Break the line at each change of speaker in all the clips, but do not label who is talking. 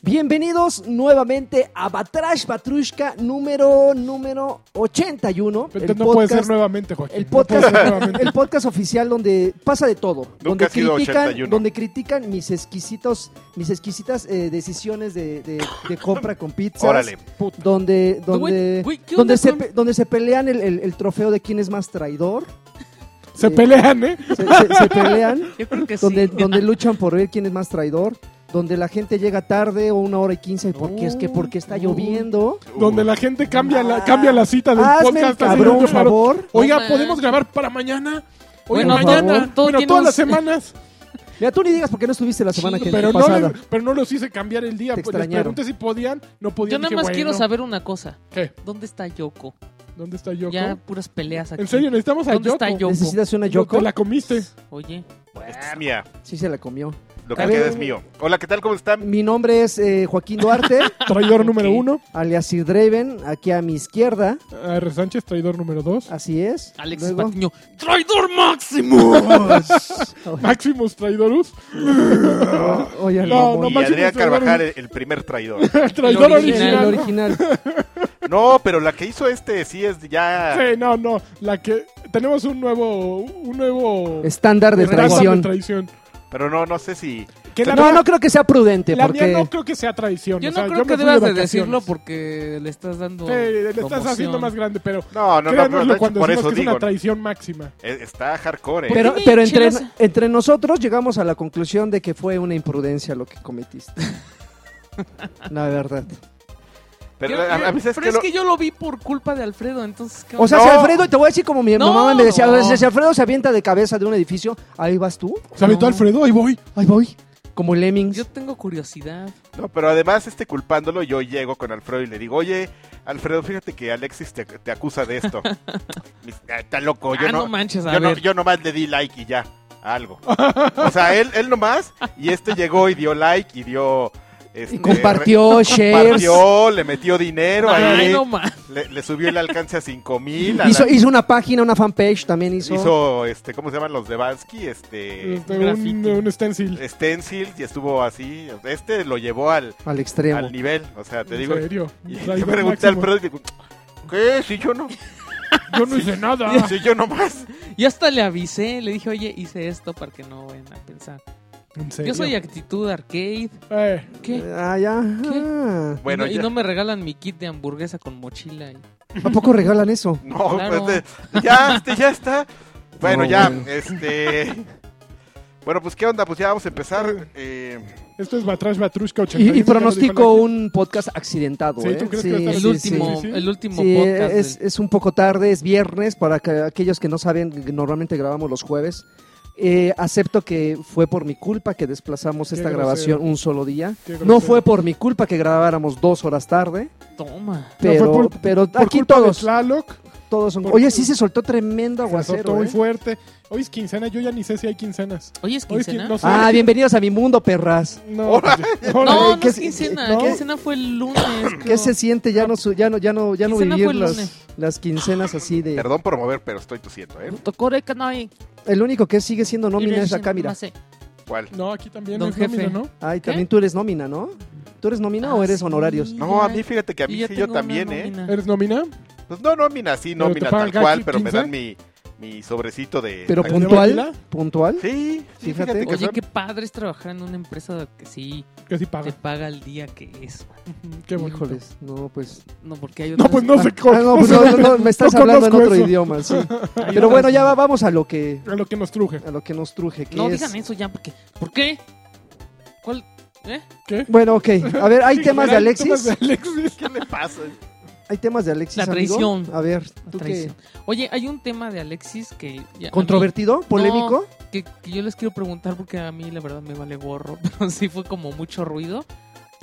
Bienvenidos nuevamente a Batrash Batrushka número, número 81.
Pero no puede ser nuevamente, Joaquín.
El
No puede
podcast,
ser nuevamente.
el podcast oficial donde pasa de todo. donde,
ha sido
critican,
81.
donde critican mis exquisitos, mis exquisitas eh, decisiones de, de- de compra con pizzas.
Órale.
Puta.
Donde, donde,
Güey, güey, ¿qué
donde,
onda
se,
con-
pe- donde se pelean el, el- el trofeo de quién es más traidor.
Se pelean, ¿eh?
Se, se- se pelean.
Yo creo que sí.
donde, donde luchan por ver quién es más traidor. Donde la gente llega tarde o una hora y quince porque es que porque está
Uy.
lloviendo.
Donde la gente cambia la,
Ah.
cambia la cita del
Hazme el
podcast. así,
cabrón,
yo
por
paro.
favor.
Oiga,
No, man.
¿podemos grabar para mañana? Oiga,
Bueno, por
mañana.
favor.
Todo
Bueno,
tiene
todas
un-
las semanas.
Mira, tú ni digas porque no estuviste la semana que
pero, no
pasada.
le- pero no los hice cambiar el día.
Te
Pues, les
extrañaron.
pregunté si podían, no podían.
Yo nada
dije,
más
bueno,
quiero saber una cosa.
¿Qué?
¿Dónde está Yoko?
¿Dónde está Yoko?
Ya puras peleas aquí.
¿En serio? Necesitamos a
¿Dónde
Yoko.
está Yoko?
¿Necesitas una
No,
Yoko?
Te la comiste.
Oye.
Esta es mía.
Sí, se la comió.
Ah, Lo que
A ver.
queda es mío. Hola, ¿qué tal? ¿Cómo están?
Mi nombre es eh, Joaquín Duarte,
Traidor número uno.
alias Sir Draven, aquí a mi izquierda.
R. Sánchez, traidor número dos.
Así es.
Alex
Luego-
Patiño. ¡Traidor máximo!
Maximus Traidorus.
Oye,
No,
no,
no,
Y
Máximo
Adrián
Traidor.
Carvajal, el, el primer traidor.
traidor
El
original.
El original.
No, pero la que hizo este sí es ya.
Sí, no, no. La que. Tenemos un nuevo. Un nuevo.
Estándar de
estándar
traición.
traición.
Pero no, no sé si.
Que la
No,
verdad-
no creo que sea prudente
La
porque...
mía no creo que sea traición.
Yo
o
no
sea,
creo
yo me
que
fui
debas de
vacaciones.
decirlo porque le estás dando.
Sí, le estás
promoción.
haciendo más grande, pero
No, no, no, pero
créanoslo
de hecho,
cuando
por
decimos
eso
que es
digo.
una traición máxima.
eh, Está hardcore, ¿eh?
Pero,
¿Por qué
pero entre,
chingas?
entre nosotros llegamos a la conclusión de que fue una imprudencia lo que cometiste. La verdad.
Pero
Yo-
a, a veces
pero
que
es
lo-
que yo lo vi por culpa de Alfredo, entonces. ¿qué
O sea,
No.
si Alfredo, y te voy a decir como mi
No.
mamá me decía, o sea, si Alfredo se avienta de cabeza de un edificio, ahí vas tú,
¿Se aventó Alfredo? Ahí voy.
ahí voy, como Lemmings.
Yo tengo curiosidad.
No, pero además, este culpándolo, yo llego con Alfredo y le digo, oye, Alfredo, fíjate que Alexis te, te acusa de esto. Me dice, "Ah, Está loco, yo
ah, no,
no.
manches, a
yo, no
ver.
yo nomás le di like y ya, a algo. O sea, él, él nomás, y este llegó y dio like y dio.
y
este,
compartió
re-
shares,
compartió, le metió dinero
Ay,
ahí,
no man.
le, le subió el alcance a 5000. a la-
hizo, hizo una página, una fanpage, también hizo.
hizo, este, ¿cómo se llaman los de Bansky? Este,
Este, un,
graffiti.
un
Eh,
stencil.
stencils y estuvo así. Este lo llevó al,
al extremo.
al nivel, o sea, te
En
digo.
serio.
Y le
Traidor
pregunté al
máximo.
Pedro y digo, ¿qué? Si yo no,
Yo no hice nada.
si yo nomás.
Yo hasta le avisé, le dije, oye, hice esto para que no vayan a pensar.
En serio.
Yo soy actitud arcade.
Eh,
¿Qué?
Ah, ya.
¿Qué?
Ah.
Bueno,
y, no, y
ya-
no me regalan mi kit de hamburguesa con mochila. y-
¿A poco regalan eso?
No,
Claro.
pues, de- ya, este, ya está. Bueno,
No,
ya,
bueno.
este. Bueno, pues, ¿qué onda? Pues ya vamos a empezar. eh,
esto es Batrash Batrushka 80.
Y, y pronostico un podcast accidentado.
Sí,
¿eh?
¿tú crees que va a estar
El
sí, sí,
último,
sí.
el último
Sí,
podcast.
es,
del-
es un poco tarde, es viernes, para que aquellos que no saben, que normalmente grabamos los jueves. Eh, acepto que fue por mi culpa que desplazamos
Qué
esta
grosero.
grabación un solo día.
Qué
No
grosero.
fue por mi culpa que grabáramos dos horas tarde,
Toma.
fue
pero,
por-
pero
Por
aquí
culpa de
todos,
Tlaloc,
todos son...
por-
Oye, sí se soltó tremendo
se azotó
aguacero.
muy
¿eh?
fuerte. Hoy es quincena, yo ya ni sé si hay quincenas.
Hoy es
Hoy es
quincena.
quin-
Ah, bienvenidos a mi mundo, perras.
No, pues, ya-
no,
Órale.
no,
¿qué
es
se-
quincena.
no?
Quincena fue el lunes. creo.
¿Qué se siente ya no, su- ya no, ya no, ya no
Quincena
vivir
fue el
las,
lunes.
las quincenas así de...
Perdón por mover, pero estoy tosiendo, ¿eh?
Tokore Kanai.
El único que sigue siendo nómina es acá, mira.
Mase.
¿Cuál?
No, aquí también
Don
es nómina,
jefe.
¿no?
Ay,
¿Qué?
también tú eres nómina, ¿no? ¿Tú eres nómina o
¿Eh? Ah,
eres
sí.
honorarios?
No, a mí, fíjate que a mí
ya
sí, yo
tengo una
también, ¿eh?
nómina.
¿Eres nómina?
Pues no, nómina, sí,
¿Pero te
nómina
pagan
tal
cada
cual, pero me
15?
dan mi, mi sobrecito de.
Pero
¿Aquí de
puntual,
Maquila?
puntual.
Sí, sí,
Fíjate.
fíjate que
Oye,
son-
qué padre es trabajar en una empresa que sí
Que sí
te
paga. Mm,
paga el día que es.
Qué bonito.
Híjoles, no, pues.
No, porque hay
No,
otras...
pues no sé
Ah, no, pues, no, no, no, me estás
no
hablando en
conozco
otro
eso.
idioma, sí.
hay
Pero
otras-
bueno, ya va- vamos a lo que
A lo que nos truje.
a lo que nos truje, que
No
es.
digan eso ya, porque... ¿Por qué? ¿Cuál? ¿Eh?
Bueno, ok. A ver, hay temas de
Hay temas
Alexis.
de Alexis.
¿Qué le pasa?
Hay temas de Alexis.
La
amigo?
traición.
A ver,
La
tú qué.
traición. Oye, hay un tema de Alexis que... ya- a mí-
¿Controvertido? ¿Polémico?
que, que yo les quiero preguntar porque a mí la verdad me vale gorro, pero sí fue como mucho ruido.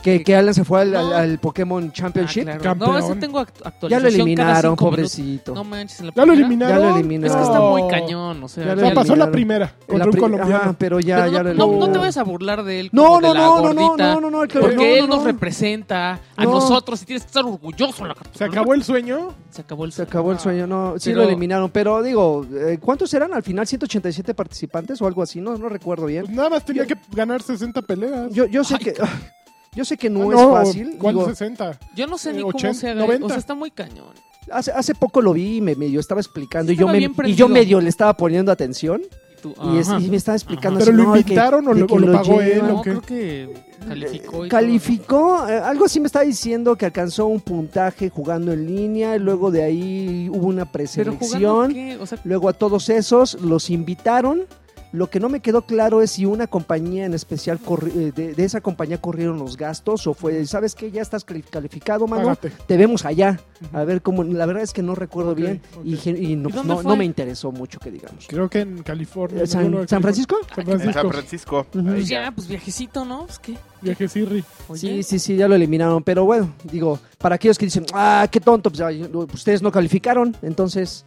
Que, que Alan se fue al,
No.
al- al Pokémon
Ah,
Championship.
claro.
Campeón.
No, eso tengo act- actualización.
Ya lo
cada
eliminaron,
cinco minutos.
pobrecito.
No manches, en la
Ya lo
primera-
eliminaron.
Ya lo eliminaron.
Es que está
No.
muy cañón, o sea.
Ya lo
No, pasó la
eliminaron.
primera
En la
contra un
pri-
colombiano.
Ajá, pero ya,
Pero
ya lo
no, no- no te
eliminaron.
vayas a burlar de él.
No,
como de
no,
la
no, no, no,
gordita,
no, no, no, el que-
Porque
no, no,
él
no.
nos representa a
No.
nosotros y tienes que estar orgulloso. la-
Se acabó el sueño.
Se acabó el
Se acabó
Ah,
el sueño, no, sí
Pero-
lo eliminaron, pero digo, eh, ¿cuántos eran al final? ¿187 participantes o algo así? No, no recuerdo bien.
Pues nada más tenía que ganar 60 peleas.
Yo, yo sé que Yo sé que no
Ah,
es fácil.
¿Cuál
digo,
60?
Yo no sé
Eh,
ni
80,
cómo se haga.
90.
O sea, está muy cañón.
hace, hace poco lo vi y me, me- yo estaba explicando y yo,
Estaba
me,
bien
y yo
prendido.
medio le estaba poniendo atención
Y tú,
y, es-
ajá.
y me estaba explicando
Pero
así,
lo
no, que-
invitaron o
de
lo-
que
o lo pagó él,
No,
¿o qué?
creo que calificó. y
Calificó, eh, algo así me está diciendo que alcanzó un puntaje jugando en línea, y luego de ahí hubo una
todo. Pero jugando,
preselección,
¿qué? O sea,
luego a todos esos los invitaron. Lo que no me quedó claro es si una compañía en especial, corri- eh, de, de esa compañía corrieron los gastos o fue, ¿sabes qué? Ya estás cali- calificado, mano,
Págate.
te vemos allá. A ver cómo, la verdad es que no recuerdo
Ok,
bien y
ok.
gen- y, no,
¿Y dónde
no- no
fue?
me interesó mucho que digamos.
Creo que en California.
Eh,
en alguno
¿San,
de
San Francisco?
San
En San
Francisco.
Francisco.
Ujú.
Ahí
pues
ya.
ya, pues viajecito, ¿no? Pues qué.
Viaje Sirri.
Sí,
Oye,
sí, sí, ya lo eliminaron. Pero bueno, digo, para aquellos que dicen, ah, qué tonto, pues, ay, no, ustedes no calificaron, entonces.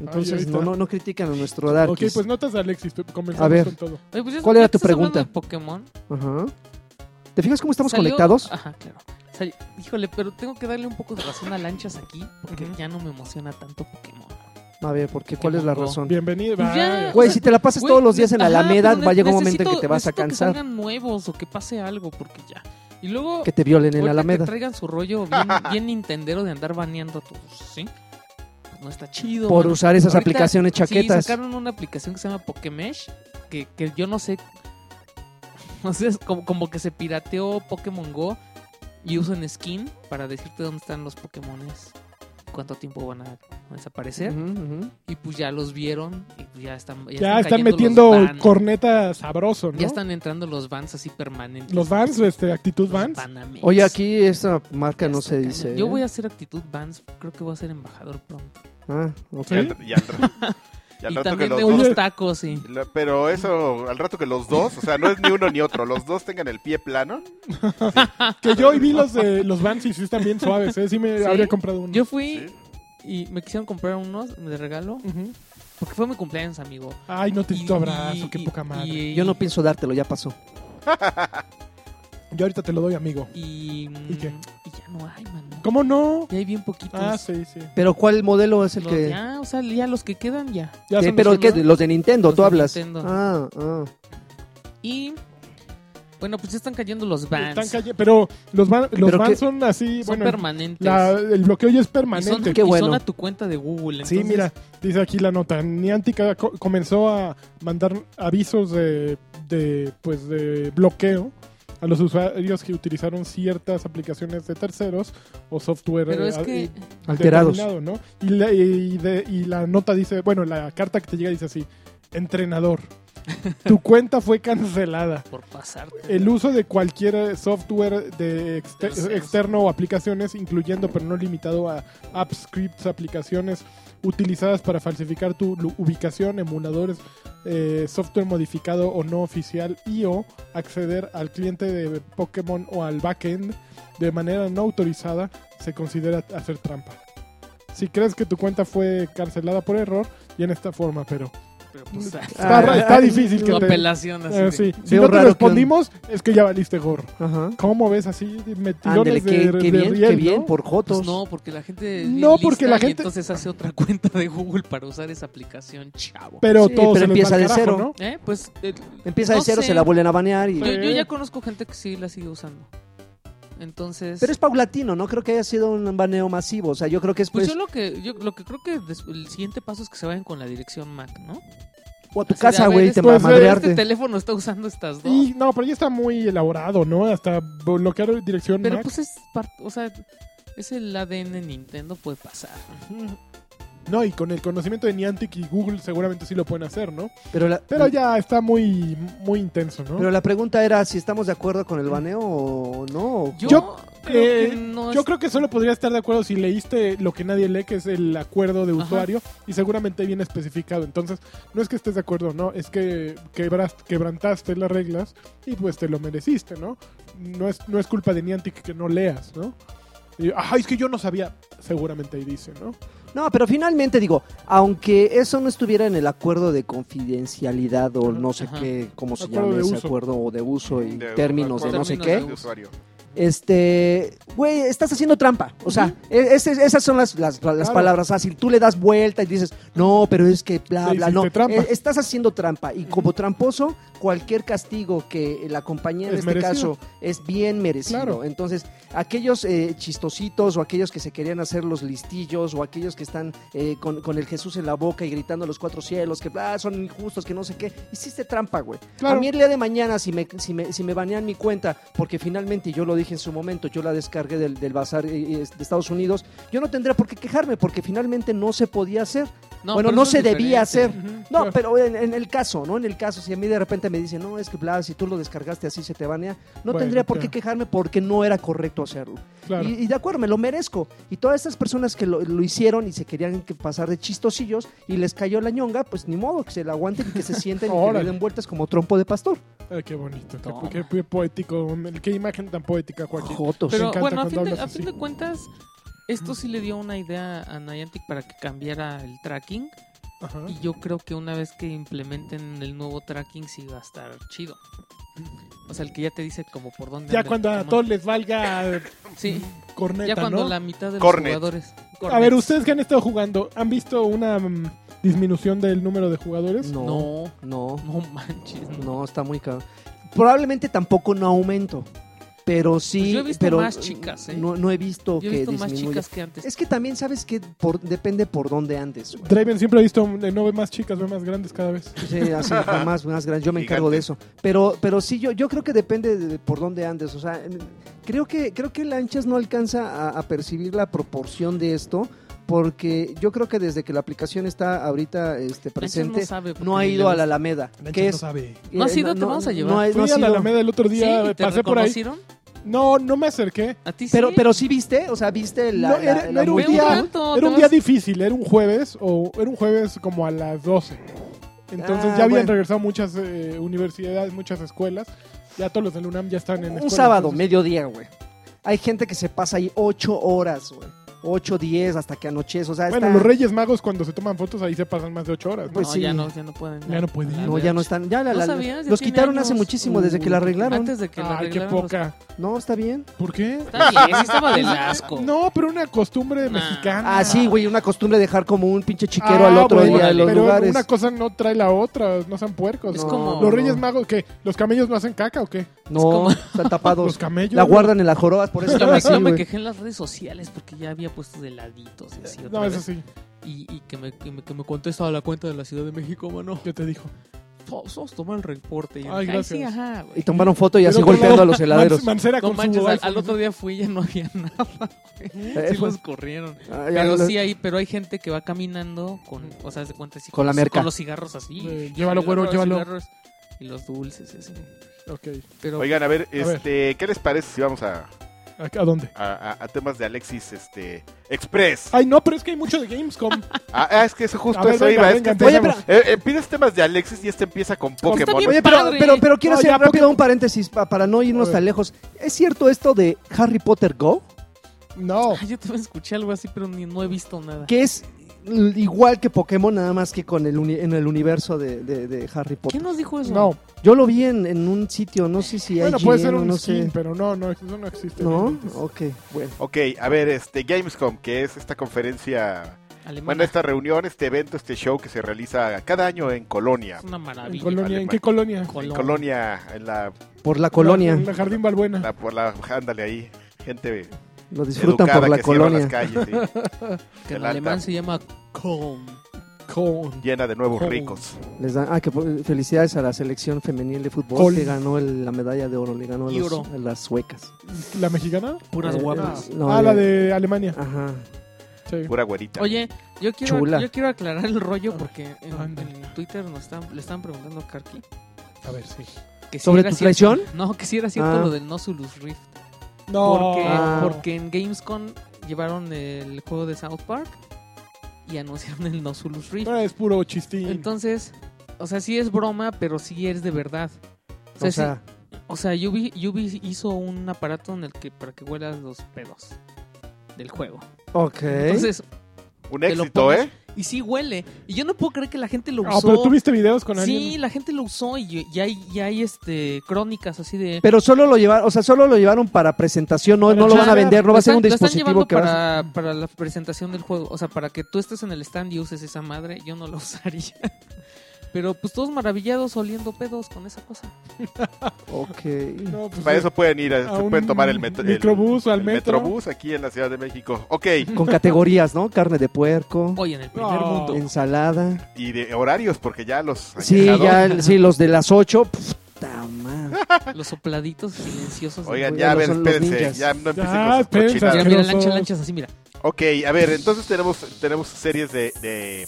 Entonces,
ahorita.
no, no, no critican a nuestro Dark.
Ok, pues notas de Alexis. tú- Comenzamos
A ver.
con todo.
Oye, pues ya-
¿Cuál
ya
era tu
estás hablando
pregunta?
de Pokémon.
¿Te fijas cómo estamos
Salió-
conectados?
Ajá, claro. Sal- Híjole, pero tengo que darle un poco de razón a Lanchas aquí, porque ya no me emociona tanto Pokémon.
A ver, porque ¿cuál es la
Pokémon Go.
razón?
Bienvenido.
Pues ya.
Ah,
Güey, si te la pasas
Güey,
todos los días en la
ajá,
Alameda,
pero
va a
ne-
llegar un momento en que
necesito-
te vas a
necesito Que
cansar.
salgan nuevos o que pase algo, porque ya. Y luego
Que te violen en la
ahorita que
Alameda.
traigan su rollo bien, bien nintendero de andar baneando a todos, ¿sí? Pues no está chido.
Por
man.
usar esas
Ahorita,
aplicaciones chaquetas.
Sí, sacaron una aplicación que se llama Pokémesh, que, que yo no sé. No sé, es como, como que se pirateó Pokémon Go y usan skin para decirte dónde están los Pokémones, cuánto tiempo van a desaparecer.
Ujú, ujú.
Y pues ya los vieron y pues ya están. Ya,
Ya están
cayendo los
metiendo
ban,
corneta sabroso, ¿no?
Ya están entrando los vans así permanentes.
Los Vans, este, actitud
Los
Vans.
Banamex.
Oye, aquí esta marca
Ya
no
está
se
cañón.
dice.
Yo voy
¿eh?
a hacer actitud Vans. Creo que voy a ser embajador pronto.
Ah, ok.
Y al- y al- y al
Y
rato que
también
los
de
dos
unos
Oye.
tacos y.
La- Pero eso, al rato que los dos, o sea, no es ni uno ni otro, los dos tengan el pie plano.
Que yo hoy vi los de los Vans y sí están bien suaves, ¿eh? Sí me
¿Sí?
habría comprado uno.
Yo fui
¿sí?
y me quisieron comprar unos de regalo
Ujú.
porque fue mi cumpleaños, amigo.
Ay, no te
Y-
di tu abrazo,
y-
qué
y-
poca madre.
y-
Yo no pienso dártelo, ya pasó.
Yo ahorita te lo doy, amigo.
Y, mm,
¿Y qué?
y ya no hay, mano.
¿Cómo no?
Ya hay bien poquitos.
Ah, sí, sí.
Pero ¿cuál modelo es el
Los-
que.?
Ya, o sea, ya los que quedan ya.
Ya
Sí,
son
pero
los-
¿qué? los de Nintendo,
Los
tú
de
hablas.
Nintendo.
Ah, ah.
Y bueno, pues ya están cayendo los vans.
están calle- Pero los, van- los
Pero
Vans
qué-
son así,
Son
bueno,
permanentes.
la- el bloqueo ya es
y son,
permanente.
qué
y
bueno.
son a tu cuenta de Google.
Sí,
entonces-
mira, dice aquí la nota. Niantic ah, co- comenzó a mandar avisos de, de, pues, de bloqueo a los usuarios que utilizaron ciertas aplicaciones de terceros o software
Pero
eh,
es
a-
que.
Alterados.
determinado, ¿no? Y la, y de- y la nota dice, bueno, la carta que te llega dice así, entrenador, tu cuenta fue cancelada.
Por pasarte.
El uso de cualquier eh, software de exte-
Terceros.
externo o aplicaciones, incluyendo pero no limitado a apps, scripts, aplicaciones utilizadas para falsificar tu lu- ubicación, emuladores, eh, software modificado o no oficial y o acceder al cliente de Pokémon o al backend de manera no autorizada, se considera hacer trampa. Si crees que tu cuenta fue cancelada por error, y en esta forma, pero
Pero pues, ah,
Ah,
está, está
ah,
difícil que
tu
te...
apelación así.
Eh,
de-
sí. Si
Veo raro
no te
que un-
respondimos, es que ya valiste gorro.
Ajá.
¿Cómo ves así?
Ándele,
Metidones
qué,
de,
qué
de
bien,
riel,
qué bien,
¿no?
por
Pues
Jotos.
no, porque la gente. es
No,
bien
porque
lista
la
y
gente-
entonces hace otra cuenta de Google para usar esa aplicación, chavo.
Pero
Sí,
todo
pero
se les va
empieza
al
de
carajo,
cero.
¿no?
¿Eh? Pues. eh,
Empieza de
no
cero,
sé. Pues
se la vuelven a banear. Y...
Yo, yo
Sí.
ya conozco gente que sí la sigue usando. Entonces,
Pero es paulatino, no creo que haya sido un baneo masivo. O sea, yo creo que es
pues
pues,
yo lo que yo lo que creo que des- el siguiente paso es que se vayan con la dirección Mac, ¿no?
o a tu
Así de,
casa,
a ver,
güey, te
este-
va a
Pues,
madrearte.
Este teléfono está usando estas dos.
Y no, pero ya está muy elaborado, ¿no? Hasta bloquear dirección
Pero
Mac.
pues es par- o sea, es el ADN Nintendo puede pasar.
No, y con el conocimiento de Niantic y Google seguramente sí lo pueden hacer, ¿no?
Pero, la,
Pero ya está muy, muy intenso, ¿no?
pero la pregunta era si estamos de acuerdo con el baneo o no.
Yo,
Yo
creo
eh,
que no
Yo
es-
creo que solo podría estar de acuerdo si leíste lo que nadie lee, que es el acuerdo de
Ajá.
usuario, y seguramente viene especificado. Entonces, no es que estés de acuerdo, no, es que quebras- quebrantaste las reglas y pues te lo mereciste, ¿no? No es, no es culpa de Niantic que no leas, ¿no? Y, Ajá, es que yo no sabía, seguramente ahí dice, ¿no?
No, pero finalmente digo, aunque eso no estuviera en el acuerdo de confidencialidad o no sé
Ajá.
qué, cómo se
Acuerdo
llama
de
ese
uso.
acuerdo o de uso y
De-
términos de no sé
Términos
qué,
de
usuario.
Este, güey, estás haciendo trampa. O sea, e- ese- esas son las, las, las
Claro.
palabras fáciles. Tú le das vuelta y dices, no, pero es que bla,
Le
bla.
hiciste
No,
trampa.
E- estás haciendo trampa. Y como tramposo, cualquier castigo que la compañía en
Es
este
merecido.
caso es bien merecido.
Claro.
Entonces, aquellos eh, chistositos o aquellos que se querían hacer los listillos o aquellos que están eh, con, con el Jesús en la boca y gritando a los cuatro cielos que ah, son injustos, que no sé qué, hiciste trampa, güey.
Claro.
A mí el día de mañana, si me, si, me, si me banean mi cuenta, porque finalmente yo lo dije en su momento, yo la descargué del, del bazar eh, eh, de Estados Unidos, yo no tendría por qué quejarme porque finalmente no se podía hacer. bueno,
pero
no
eso
se
es
debía hacer.
diferente.
No, pero en, en el caso, ¿no? En el caso, si a mí de repente me dicen, no, es que bla, si tú lo descargaste así se te banea, no
Bueno,
tendría por qué
claro.
quejarme porque no era correcto hacerlo.
Claro.
Y, y de acuerdo, me lo merezco. Y todas estas personas que lo, lo hicieron y se querían que pasar de chistosillos y les cayó la ñonga, pues ni modo, que se la aguanten y que se sienten y que le
Órale.
den vueltas como trompo de pastor.
Ay, qué bonito, qué-
Toma.
qué, qué poético. Qué imagen tan poética, Joaquín.
Jotos.
Me
Pero
encanta
bueno, a
cuando
fin, de,
hablas
a fin
así.
de cuentas, esto sí le dio una idea a Niantic para que cambiara el tracking.
Ajá.
Y yo creo que una vez que implementen el nuevo tracking, sí va a estar chido. O sea, el que ya te dice como por dónde.
Ya
anda el
cuando a
Pokémon.
todos les valga
Sí,
corneta,
ya cuando
¿no?
la mitad de los
Cornet.
jugadores.
A ver, ustedes que han estado jugando, ¿han visto una mm, disminución del número de jugadores?
No, no,
No manches. No.
no, está muy caro. Probablemente tampoco no aumento, pero sí.
Pues yo he visto
pero
más chicas, ¿eh?
No, no he visto
Yo he
que
visto más
disminuya.
chicas que antes.
Es que también sabes que por- depende por dónde andes. güey.
Draven siempre ha visto, eh, no ve más chicas, ve más grandes cada vez.
Sí, así, más, más grande. Yo me encargo de eso. Pero, pero sí, yo, yo creo que depende de por dónde andes. O sea, em, creo que, creo que Lanchas no alcanza a, a percibir la proporción de esto, porque yo creo que desde que la aplicación está ahorita este,
Manches,
presente,
no, sabe porque
no ha
ni le
ido a la
gusta.
Alameda.
Lanchas
Que
no
es,
sabe.
eh,
¿No has ido? Te vamos a llevar.
ha-
Fui
ha
a la
sido.
Alameda el otro
Sí,
día, eh,
¿te
pasé por ahí.
reconocieron?
No, no me acerqué.
¿A ti sí?
Pero, pero sí viste, o sea, viste la.
No,
la-
era-
la
no era un
Ve
multitud.
día-
rato,
Era un
te
día
vas-
difícil, era un jueves o era un jueves como a las 12. Entonces
Ah,
ya habían
bueno.
regresado muchas eh, universidades, muchas escuelas. Ya todos los del UNAM ya están en
Un
escuela,
sábado,
entonces-
mediodía, güey. Hay gente que se pasa ahí ocho horas, güey. Ocho, diez, hasta que anochece. O sea,
Bueno,
está-
los Reyes Magos cuando se toman fotos ahí se pasan más de 8 horas. ¿no?
pues
no,
sí.
ya no, ya no pueden.
Ya no pueden.
No, ya no están. Ya la-
¿No
la-
sabías? Ya
los
tiene
quitaron
años.
hace muchísimo desde que la
Uy,
arreglaron.
Antes de que la
Ay, Ah, qué
arreglaran los-
poca.
No, está bien.
¿Por qué?
Está bien, sí estaba del asco.
No, pero una costumbre
Nah.
mexicana.
Ah, sí, güey, una costumbre dejar como un pinche chiquero
Ah,
al otro
bueno,
día en los
pero
lugares.
una cosa no trae la otra, no sean puercos.
Es
No,
como-
¿Los Reyes Magos qué? ¿Los camellos no hacen caca o qué?
No,
como-
están tapados.
Los camellos.
La
güey.
guardan en las jorobas, por eso
Yo
están
Pues me,
así,
yo me
güey.
quejé en las redes sociales porque ya había puesto de laditos y así otra
Eh, No,
vez.
eso sí,
Y, y que, me, que, me, que me contesta a la cuenta de la Ciudad de México, mano.
yo te dijo.
Vamos a tomar el reporte. Y yo
Ay,
dije, sí,
gracias.
ajá, güey".
Y tomaron foto y así
Pero con la
golpeando a
otra-
los heladeros.
Man- Mancera
No
con
manches,
su
al,
iPhone.
al otro día fui y ya no había nada.
Eh,
Sí
fue-
los corrieron.
Ah, ya
Pero
lo-
sí hay, pero hay gente que va caminando con, o sea, se cuenta así
Con la
los-
merca.
con los cigarros así.
Eh, llévalo,
Y
güero,
los
llévalo.
cigarros Y los dulces, así.
Ok.
Pero
Oigan, a ver,
ver.
este, ¿qué les parece si vamos a,
¿A, a dónde?
a- a- a temas de Alexis este, Express?
Ay, no, pero es que hay mucho de Gamescom.
Ah, ah, es que eso
Ah, A
justo
ver,
eso
venga,
iba.
venga,
es que
Oye,
empecemos.
eh, eh, pides temas de Alexis y este empieza con Pokémon.
pues, bien
Oye, pero,
padre.
pero, pero quiero
No,
hacer
ya,
rápido
porque-
un paréntesis pa- para no irnos
A ver.
tan lejos. ¿Es cierto esto de Harry Potter Go?
No.
Ay, yo también escuché algo así, pero ni, no he visto nada.
Que es l- igual que Pokémon, nada más que con el uni- en el universo de, de- de Harry Potter.
¿Quién nos dijo eso?
No.
Yo lo vi en, en un sitio, no sé si hay.
Bueno, puede ser un
no
skin,
sé.
pero no, no, eso no existe. pues,
¿No? Oh.
obviamente.
Ok, bueno.
Ok, a ver, este, Gamescom, que es esta conferencia,
Alemana.
bueno, esta reunión, este evento, este show que se realiza cada año este- en Colonia.
Es una
¿En,
maravilla.
colonia, ¿En
Alemania.
qué colonia?
Col-
En
Colonia.
Colonia, en la,
Por la colonia.
En la Jardín Balbuena.
la- por la, ándale ahí, gente
Lo disfrutan
educada
por la
que cierra las
colonia.
calles, sí,
que en
el alta.
alemán se llama Köln.
Con-
llena de nuevos
Joder.
ricos.
Les dan, ah, que po- felicidades a la selección femenil de fútbol
Gol.
que ganó el- la medalla de oro, le ganó a, los-
Euro.
a las suecas.
¿La mexicana?
Puras
Eh,
guapas.
No,
ah,
ya-
la de Alemania.
Ajá.
Sí.
Pura güerita.
Oye, yo quiero,
Chula.
yo quiero aclarar el rollo porque en,
Ándale.
en Twitter nos están, le están preguntando a Karki
A ver, sí.
que si
¿Sobre
era
tu
cierto-
traición?
No, que si era cierto
Ah.
lo del Nozulus Rift.
No.
Porque,
Ah.
porque en Gamescom llevaron el juego de South Park y anunciaron el Nozulus Rift.
No, es puro chistín.
Entonces, o sea, sí es broma, pero sí es de verdad. O sea,
O sea,
sí- o sea, Yubi, Yubi hizo un aparato en el que para que huelas los pedos del juego.
ok.
Entonces,
Un
te lo
éxito,
pones-
¿eh?
Y sí huele. Y yo no puedo creer que la gente lo
Ah,
usó.
pero tú viste videos con alguien.
sí, la gente lo usó y, y hay, y hay este, crónicas así de...
Pero solo lo llevaron, o sea, solo lo llevaron para presentación, no,
Para
no lo van a
charlar.
vender, no va a ser
Lo
un
están- lo están
dispositivo
llevando
que va a...
para, para la presentación del juego. O sea, para que tú estés en el stand y uses esa madre, yo no la usaría. Pero pues todos maravillados oliendo pedos con esa cosa.
Ok.
No, pues,
Para
eh,
eso pueden ir, a-
a
se
un
pueden tomar el, metro, el-
microbús o al
el
metro.
metrobús aquí en la Ciudad de México. Ok,
Con categorías, ¿no? Carne de puerco,
Hoy en el primer
No.
mundo.
ensalada.
y de horarios, porque ya los han
Sí,
dejado.
ya, el- sí, los de las 8. Puta madre.
Los sopladitos silenciosos.
Oigan,
Oigan,
ya, a ver,
son los
espérense,
ninjas.
ya no
Ya,
empiecen con sus
espérense.
cochinadas.
Mira, mira,
asquerosos.
lancha, lanchas así, mira.
Ok, a ver, entonces tenemos, tenemos series de, de,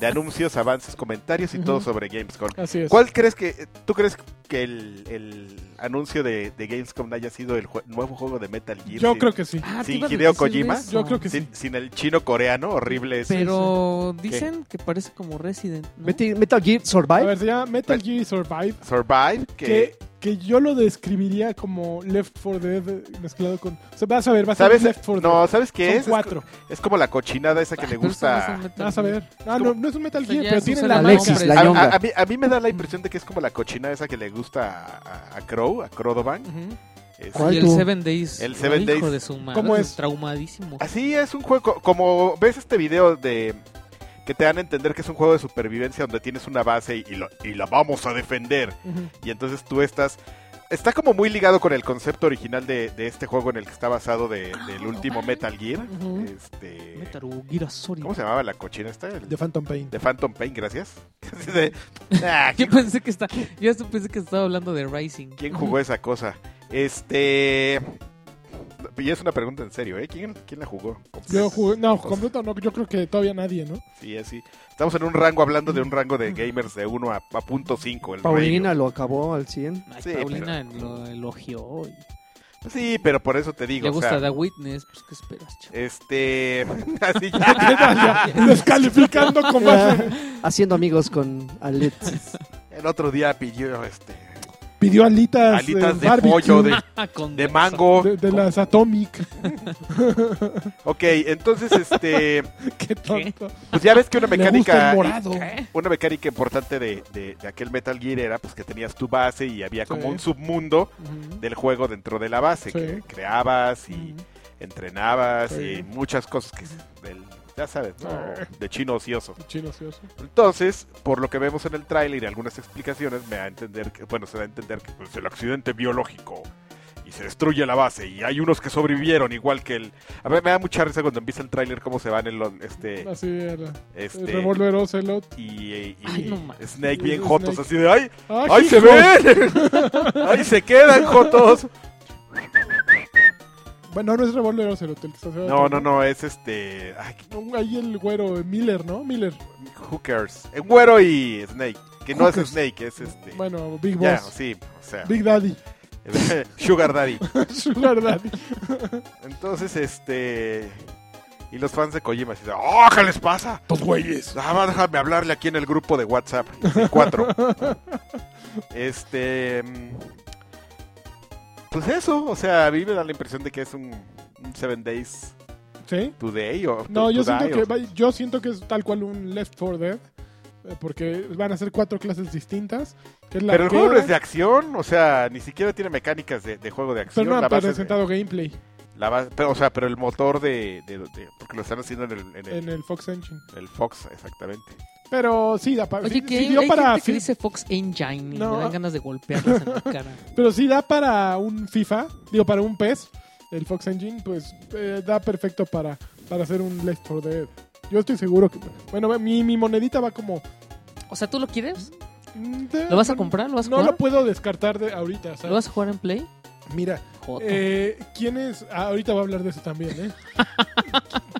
de anuncios, avances, comentarios y todo
Ujú.
sobre Gamescom.
Así es.
¿Cuál crees que, tú crees que el, el anuncio de, de Gamescom haya sido el jue- nuevo juego de Metal Gear?
Yo
sin,
creo que sí.
Ah,
Sí,
te iba a
Hideo
decir
Kojima.
eso.
Yo creo que sí.
sin, sin el chino coreano, horrible ese.
Pero dicen que parece como Resident. ¿no?
Meti- Metal Gear
A
Survive.
ver, se llama Metal Gear Survive.
Survive, que...
Que, que yo lo describiría como Left 4 Dead mezclado con. O sea, vas a ver, vas a ver
¿Sabes?
Left 4 Dead.
No, ¿sabes qué
Son
es? Es co-
cuatro.
Es, como la cochinada esa que
Ah,
le
pero eso no
gusta.
es un
Vas a
Metal
ver.
Gear.
Ah, no, no es un Metal
O sea,
Gear,
ya
pero
es
tiene
un
la
Alexis,
marca.
nombre.
la
A,
ñonga.
a- a mí, a mí me da la impresión de que es como la cochinada esa que le gusta a, a Crow, a Crodoban.
Ujú.
Es-
¿Cuál?
Y el
tú?
Seven Days.
El Seven
Hijo
Days.
de su madre,
¿Cómo es?
Traumadísimo.
Así es un juego, co- como ves este video de que te dan a entender que es un juego de supervivencia donde tienes una base y, y lo- y la vamos a defender.
Ujú.
Y entonces tú estás... Está como muy ligado con el concepto original de, de este juego en el que está basado de- del último Metal Gear.
Ujú.
Este,
Metaru Girasori.
¿Cómo se llamaba la cochina esta? El-
De Phantom Pain.
de Phantom Pain, gracias. Así de, ah,
Yo pensé que está, yo hasta pensé que estaba hablando de Rising.
¿Quién jugó esa cosa? Este... Y es una pregunta en serio, ¿eh? ¿Quién, quién la jugó?
Yo jugué. No,
Cosa.
completo no. Yo creo que todavía nadie, ¿no?
Sí, así. Estamos en un rango, hablando de un rango de gamers de 1 a, a punto 5. El
Paulina
radio.
lo acabó al 100.
Ay,
Sí,
Paulina lo elogió. y
Sí, pero por eso te digo.
Le
o
gusta
sea,
The Witness, pues qué esperas, chaval?
Este. así
¿Qué tal?
ya.
Ya, Descalificando con base.
Haciendo amigos con Alexis.
El otro día pidió este.
Pidió alitas,
Alitas
eh,
de
barbecue,
pollo, de,
Ah, con
de
razón.
mango.
de- de las Atomic.
Ok, entonces, este.
Qué tonto.
Pues ya ves que una
Le gusta
mecánica.
el morado.
¿Qué?
Una mecánica importante de, de- de aquel Metal Gear era pues que tenías tu base y había como
Sí.
un submundo
Ujú.
del juego dentro de la base
Sí.
que creabas y. entrenabas
Sí.
y muchas cosas que del- ya sabes, ¿no?
Ah.
de chino ocioso.
Chino ocioso.
Entonces, por lo que vemos en el tráiler y algunas explicaciones, me da a entender que, bueno, se da a entender que pues, el accidente biológico y se destruye la base y hay unos que sobrevivieron igual que el... A ver, me da mucha risa cuando empieza el tráiler cómo se van el on- este...
Así era. El
este
Revolver Ocelot.
y, y-
Ay, no más.
Snake bien
Snake.
jotos, así de ¡ay!
¡Ah,
¡Ay, se
hijo!
ven! ¡Ay, se quedan jotos!
Bueno, no es Revolver Ocelot el que está
No, no, no, es este... ay,
no. Ahí el güero, eh, Miller, ¿no? Miller.
Hookers. En güero y Snake. Que no
Hookers.
es Snake, es este.
Bueno, Big Boss.
ya, sí. O sea,
Big Daddy.
Sugar Daddy.
Sugar Daddy.
Entonces, este. Y los fans de Kojima dicen: ¡Oh, qué les pasa!
Dos güeyes.
Nada más déjame hablarle aquí en el grupo de WhatsApp. de cuatro. este. mm, Pues eso, o sea, a mí me da la impresión de que es un, un Seven Days
¿Sí?
Today o.
No,
to-
yo
today,
siento, que,
o-
va- yo siento que es tal cual un Left 4 Dead. eh, Porque van a ser cuatro clases distintas. Que es la
Pero el
que
juego no
era,
es de acción, o sea, ni siquiera tiene mecánicas de, de juego de acción.
Pero no
la
han
base de-
presentado gameplay
La base- pero, o sea, pero el motor de, de- de- Porque lo están haciendo en el, en el,
en el Fox Engine.
el Fox, exactamente.
Pero sí, da para.
Oye,
sí-
que
sí
hay-
dio
hay
para
gente que
fi-
dice Fox Engine y
No.
me dan ganas de golpearlos en la cara.
Pero si da para un FIFA, digo, para un PES, el Fox Engine, pues eh, da perfecto para, para hacer un Left 4 Dead. Yo estoy seguro que. Bueno, mi, mi monedita va como.
O sea, ¿tú lo quieres?
mm, de-
¿Lo vas a
no-
comprar? ¿Lo vas a
No
jugar?
lo puedo descartar de ahorita. o sea,
¿Lo vas a jugar en Play?
Mira,
Joto.
eh, ¿quién es? ah, ahorita voy a hablar de eso también, ¿eh?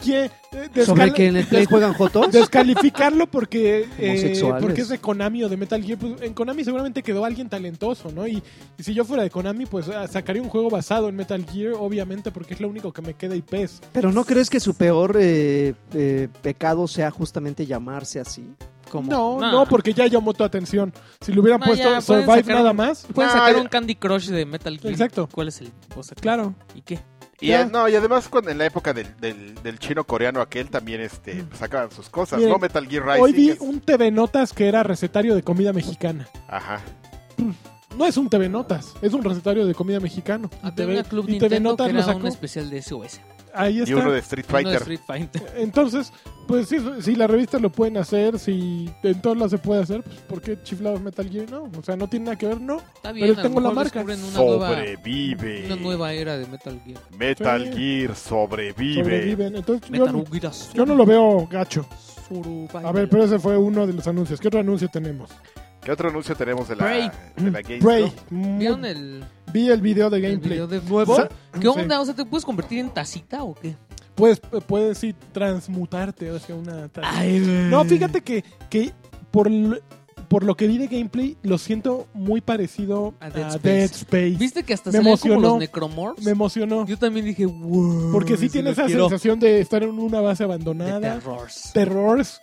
¿Quién? eh, descal-
¿Sobre que en el Play juegan Jotos?
Descalificarlo porque, eh,
Homosexuales.
porque es de Konami o de Metal Gear. Pues, en Konami seguramente quedó alguien talentoso, ¿no? Y, y si yo fuera de Konami, pues ah, sacaría un juego basado en Metal Gear, obviamente, porque es lo único que me queda y PES.
Pero ¿no crees que su peor eh, eh, pecado sea justamente llamarse así?
¿Cómo?
No,
Nah.
no, porque ya llamó tu atención. Si le hubieran
No,
puesto
ya, pueden
Survive
sacar
nada
un-
más,
Pueden
Nah,
sacar
ya-
un Candy Crush de Metal Gear.
ah, Exacto.
¿Cuál es el? o sea,
claro.
¿Y qué?
Y,
Ya.
eh, no, y además cuando, en la época del, del, del chino coreano aquel también este sacaban sus cosas,
Mm. Miren,
¿no? Metal Gear Rising.
Hoy vi
es-
un TV Notas que era recetario de comida mexicana.
Ajá.
No es un TV Notas, es un recetario de comida mexicano.
Ah,
Y
tenía
TV
una Club
y TV
Nintendo que
Notas lo
era un
sacó.
especial de SOS.
Ahí
Y
está.
uno de Street
Uno de
Fighter.
Street Fighter.
Entonces, pues si, si las revistas lo pueden hacer, si en todas las se puede hacer, pues ¿por qué chiflados Metal Gear? No, o sea, no tiene nada que ver, no.
Está bien, a lo
tengo la
mejor
marca.
descubren una nueva,
sobrevive.
una nueva era de Metal Gear.
Metal
Sí.
Gear sobrevive.
Sobreviven. Entonces, yo,
Metal Gear
yo no lo veo gacho.
Survival.
A ver, pero ese fue uno de los anuncios. ¿Qué otro anuncio tenemos?
¿Qué otro anuncio tenemos de la,
Prey.
de la Games?
Prey.
no?
Muy-
¿Vieron el,
Vi el video de
el
gameplay.
video de
O
nuevo?
sea,
¿Qué
sí.
onda? O sea, ¿te puedes convertir en tacita o qué?
Puedes, puedes sí, transmutarte hacia una... tal-
Ay, güey.
No, fíjate que, que por, l- por lo que vi de gameplay, lo siento muy parecido a
A Dead
Dead Space.
Space. ¿Viste que hasta
Me
se como
emocionó.
los necromorphs?
Me emocionó.
Yo también dije, wow.
Porque sí tiene
tienes
esa sensación de estar en una base
de
abandonada.
terrors.
Terrores.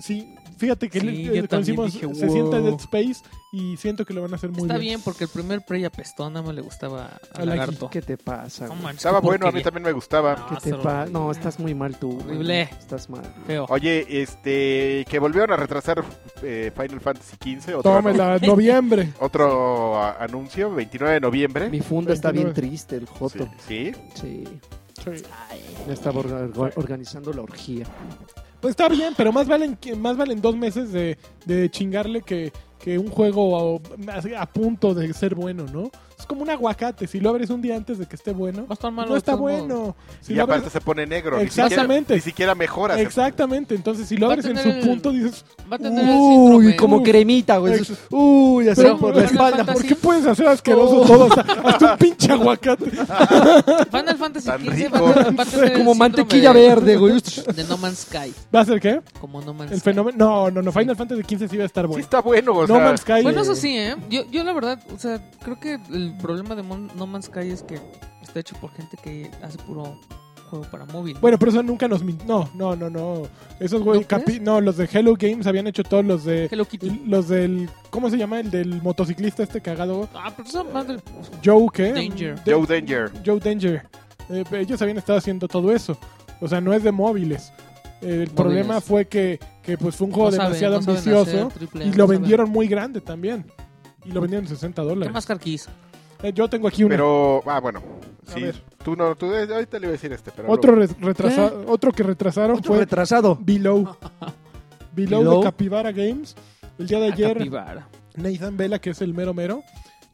Sí, fíjate que
Sí,
le-
yo
eh, cuando
también
hicimos,
dije,
se sienta
wow.
Dead Space y siento que lo van a hacer muy
Está
bien.
bien, porque el primer Prey apestó, nada más le gustaba
A
al
la
lagarto.
¿Qué te pasa?
No
güey?
manches,
Estaba
qué
bueno, a mí
porquería.
también me gustaba.
No,
¿Qué te
está
pa-
horrible.
No, estás muy mal tú. güey.
Horrible.
Estás mal.
Feo.
Oye, este, que volvieron a retrasar eh, Final Fantasy XV. Otro,
Tómela, noviembre.
otro a- anuncio, 29 de noviembre.
Mi funda está bien
29.
triste, el Joto.
Sí, sí.
Sí.
Sí.
Ya estaba orga- organizando la orgía.
Pues está bien, pero más valen que- más valen dos meses de, de chingarle que, que un juego a, a punto de ser bueno, ¿no? Es como un aguacate, si lo abres un día antes de que esté bueno,
No está malo.
no está
de todos modos.
bueno. Si
y
lo
aparte
abres-
se pone negro. ni siquiera-
Exactamente.
Ni siquiera, mejora. se-
exactamente, entonces si lo
Va a
abres en su
tener el-
punto dices,
Va a tener el síndrome.
Uy, como cremita, güey.
Ex-
Uy, así
Pero-
por la
pero-
espalda.
Fantasy-
¿por qué puedes hacer asqueroso
Oh.
todo? Hasta, hasta un pinche aguacate.
Final Fantasy
Tan
XV
rico.
va a tener, va a tener el
Como
síndrome
mantequilla
de-
verde, güey.
De No Man's Sky.
¿Va a ser qué?
Como No Man's
El
Sky.
fenómeno. No, no, no,
Sí.
Final Fantasy XV sí va a estar
Sí
bueno.
está bueno,
no
o sea,
Man's Sky.
Bueno, eso
eh,
sí, ¿eh? Yo, yo la verdad, o sea, creo que el problema de Mon- No Man's Sky es que está hecho por gente que hace puro juego para móvil.
Bueno, pero eso nunca nos min- No, no, no, no. Esos güey,
¿No
capi-
crees?
no, los de Hello Games habían hecho todos los de
Hello Kitty.
los del ¿cómo se llama? El del motociclista este cagado,
Ah, pero eso más del...
Joe ¿qué?
Danger.
De-
Joe Danger.
Joe Danger. Eh, ellos habían estado haciendo todo eso. O sea, no es de móviles. Eh, el problema fue que, que pues fue un juego
no saben,
demasiado
no saben
ambicioso
hacer triple A,
y
no
lo
saben.
vendieron muy grande también. Y lo vendieron en 60
¿Qué
dólares.
más carquís?
Eh, yo tengo aquí uno.
Pero, ah, bueno.
A
Sí,
ver.
tú no, tú, eh, ahorita le iba a decir este, pero.
otro
luego.
re- retrasa- otro que retrasaron
Otro
fue
retrasado.
Below. Below.
Below.
de Capivara Games. El
Ah,
día de ayer,
Capibara.
Nathan Vela, que es el mero mero,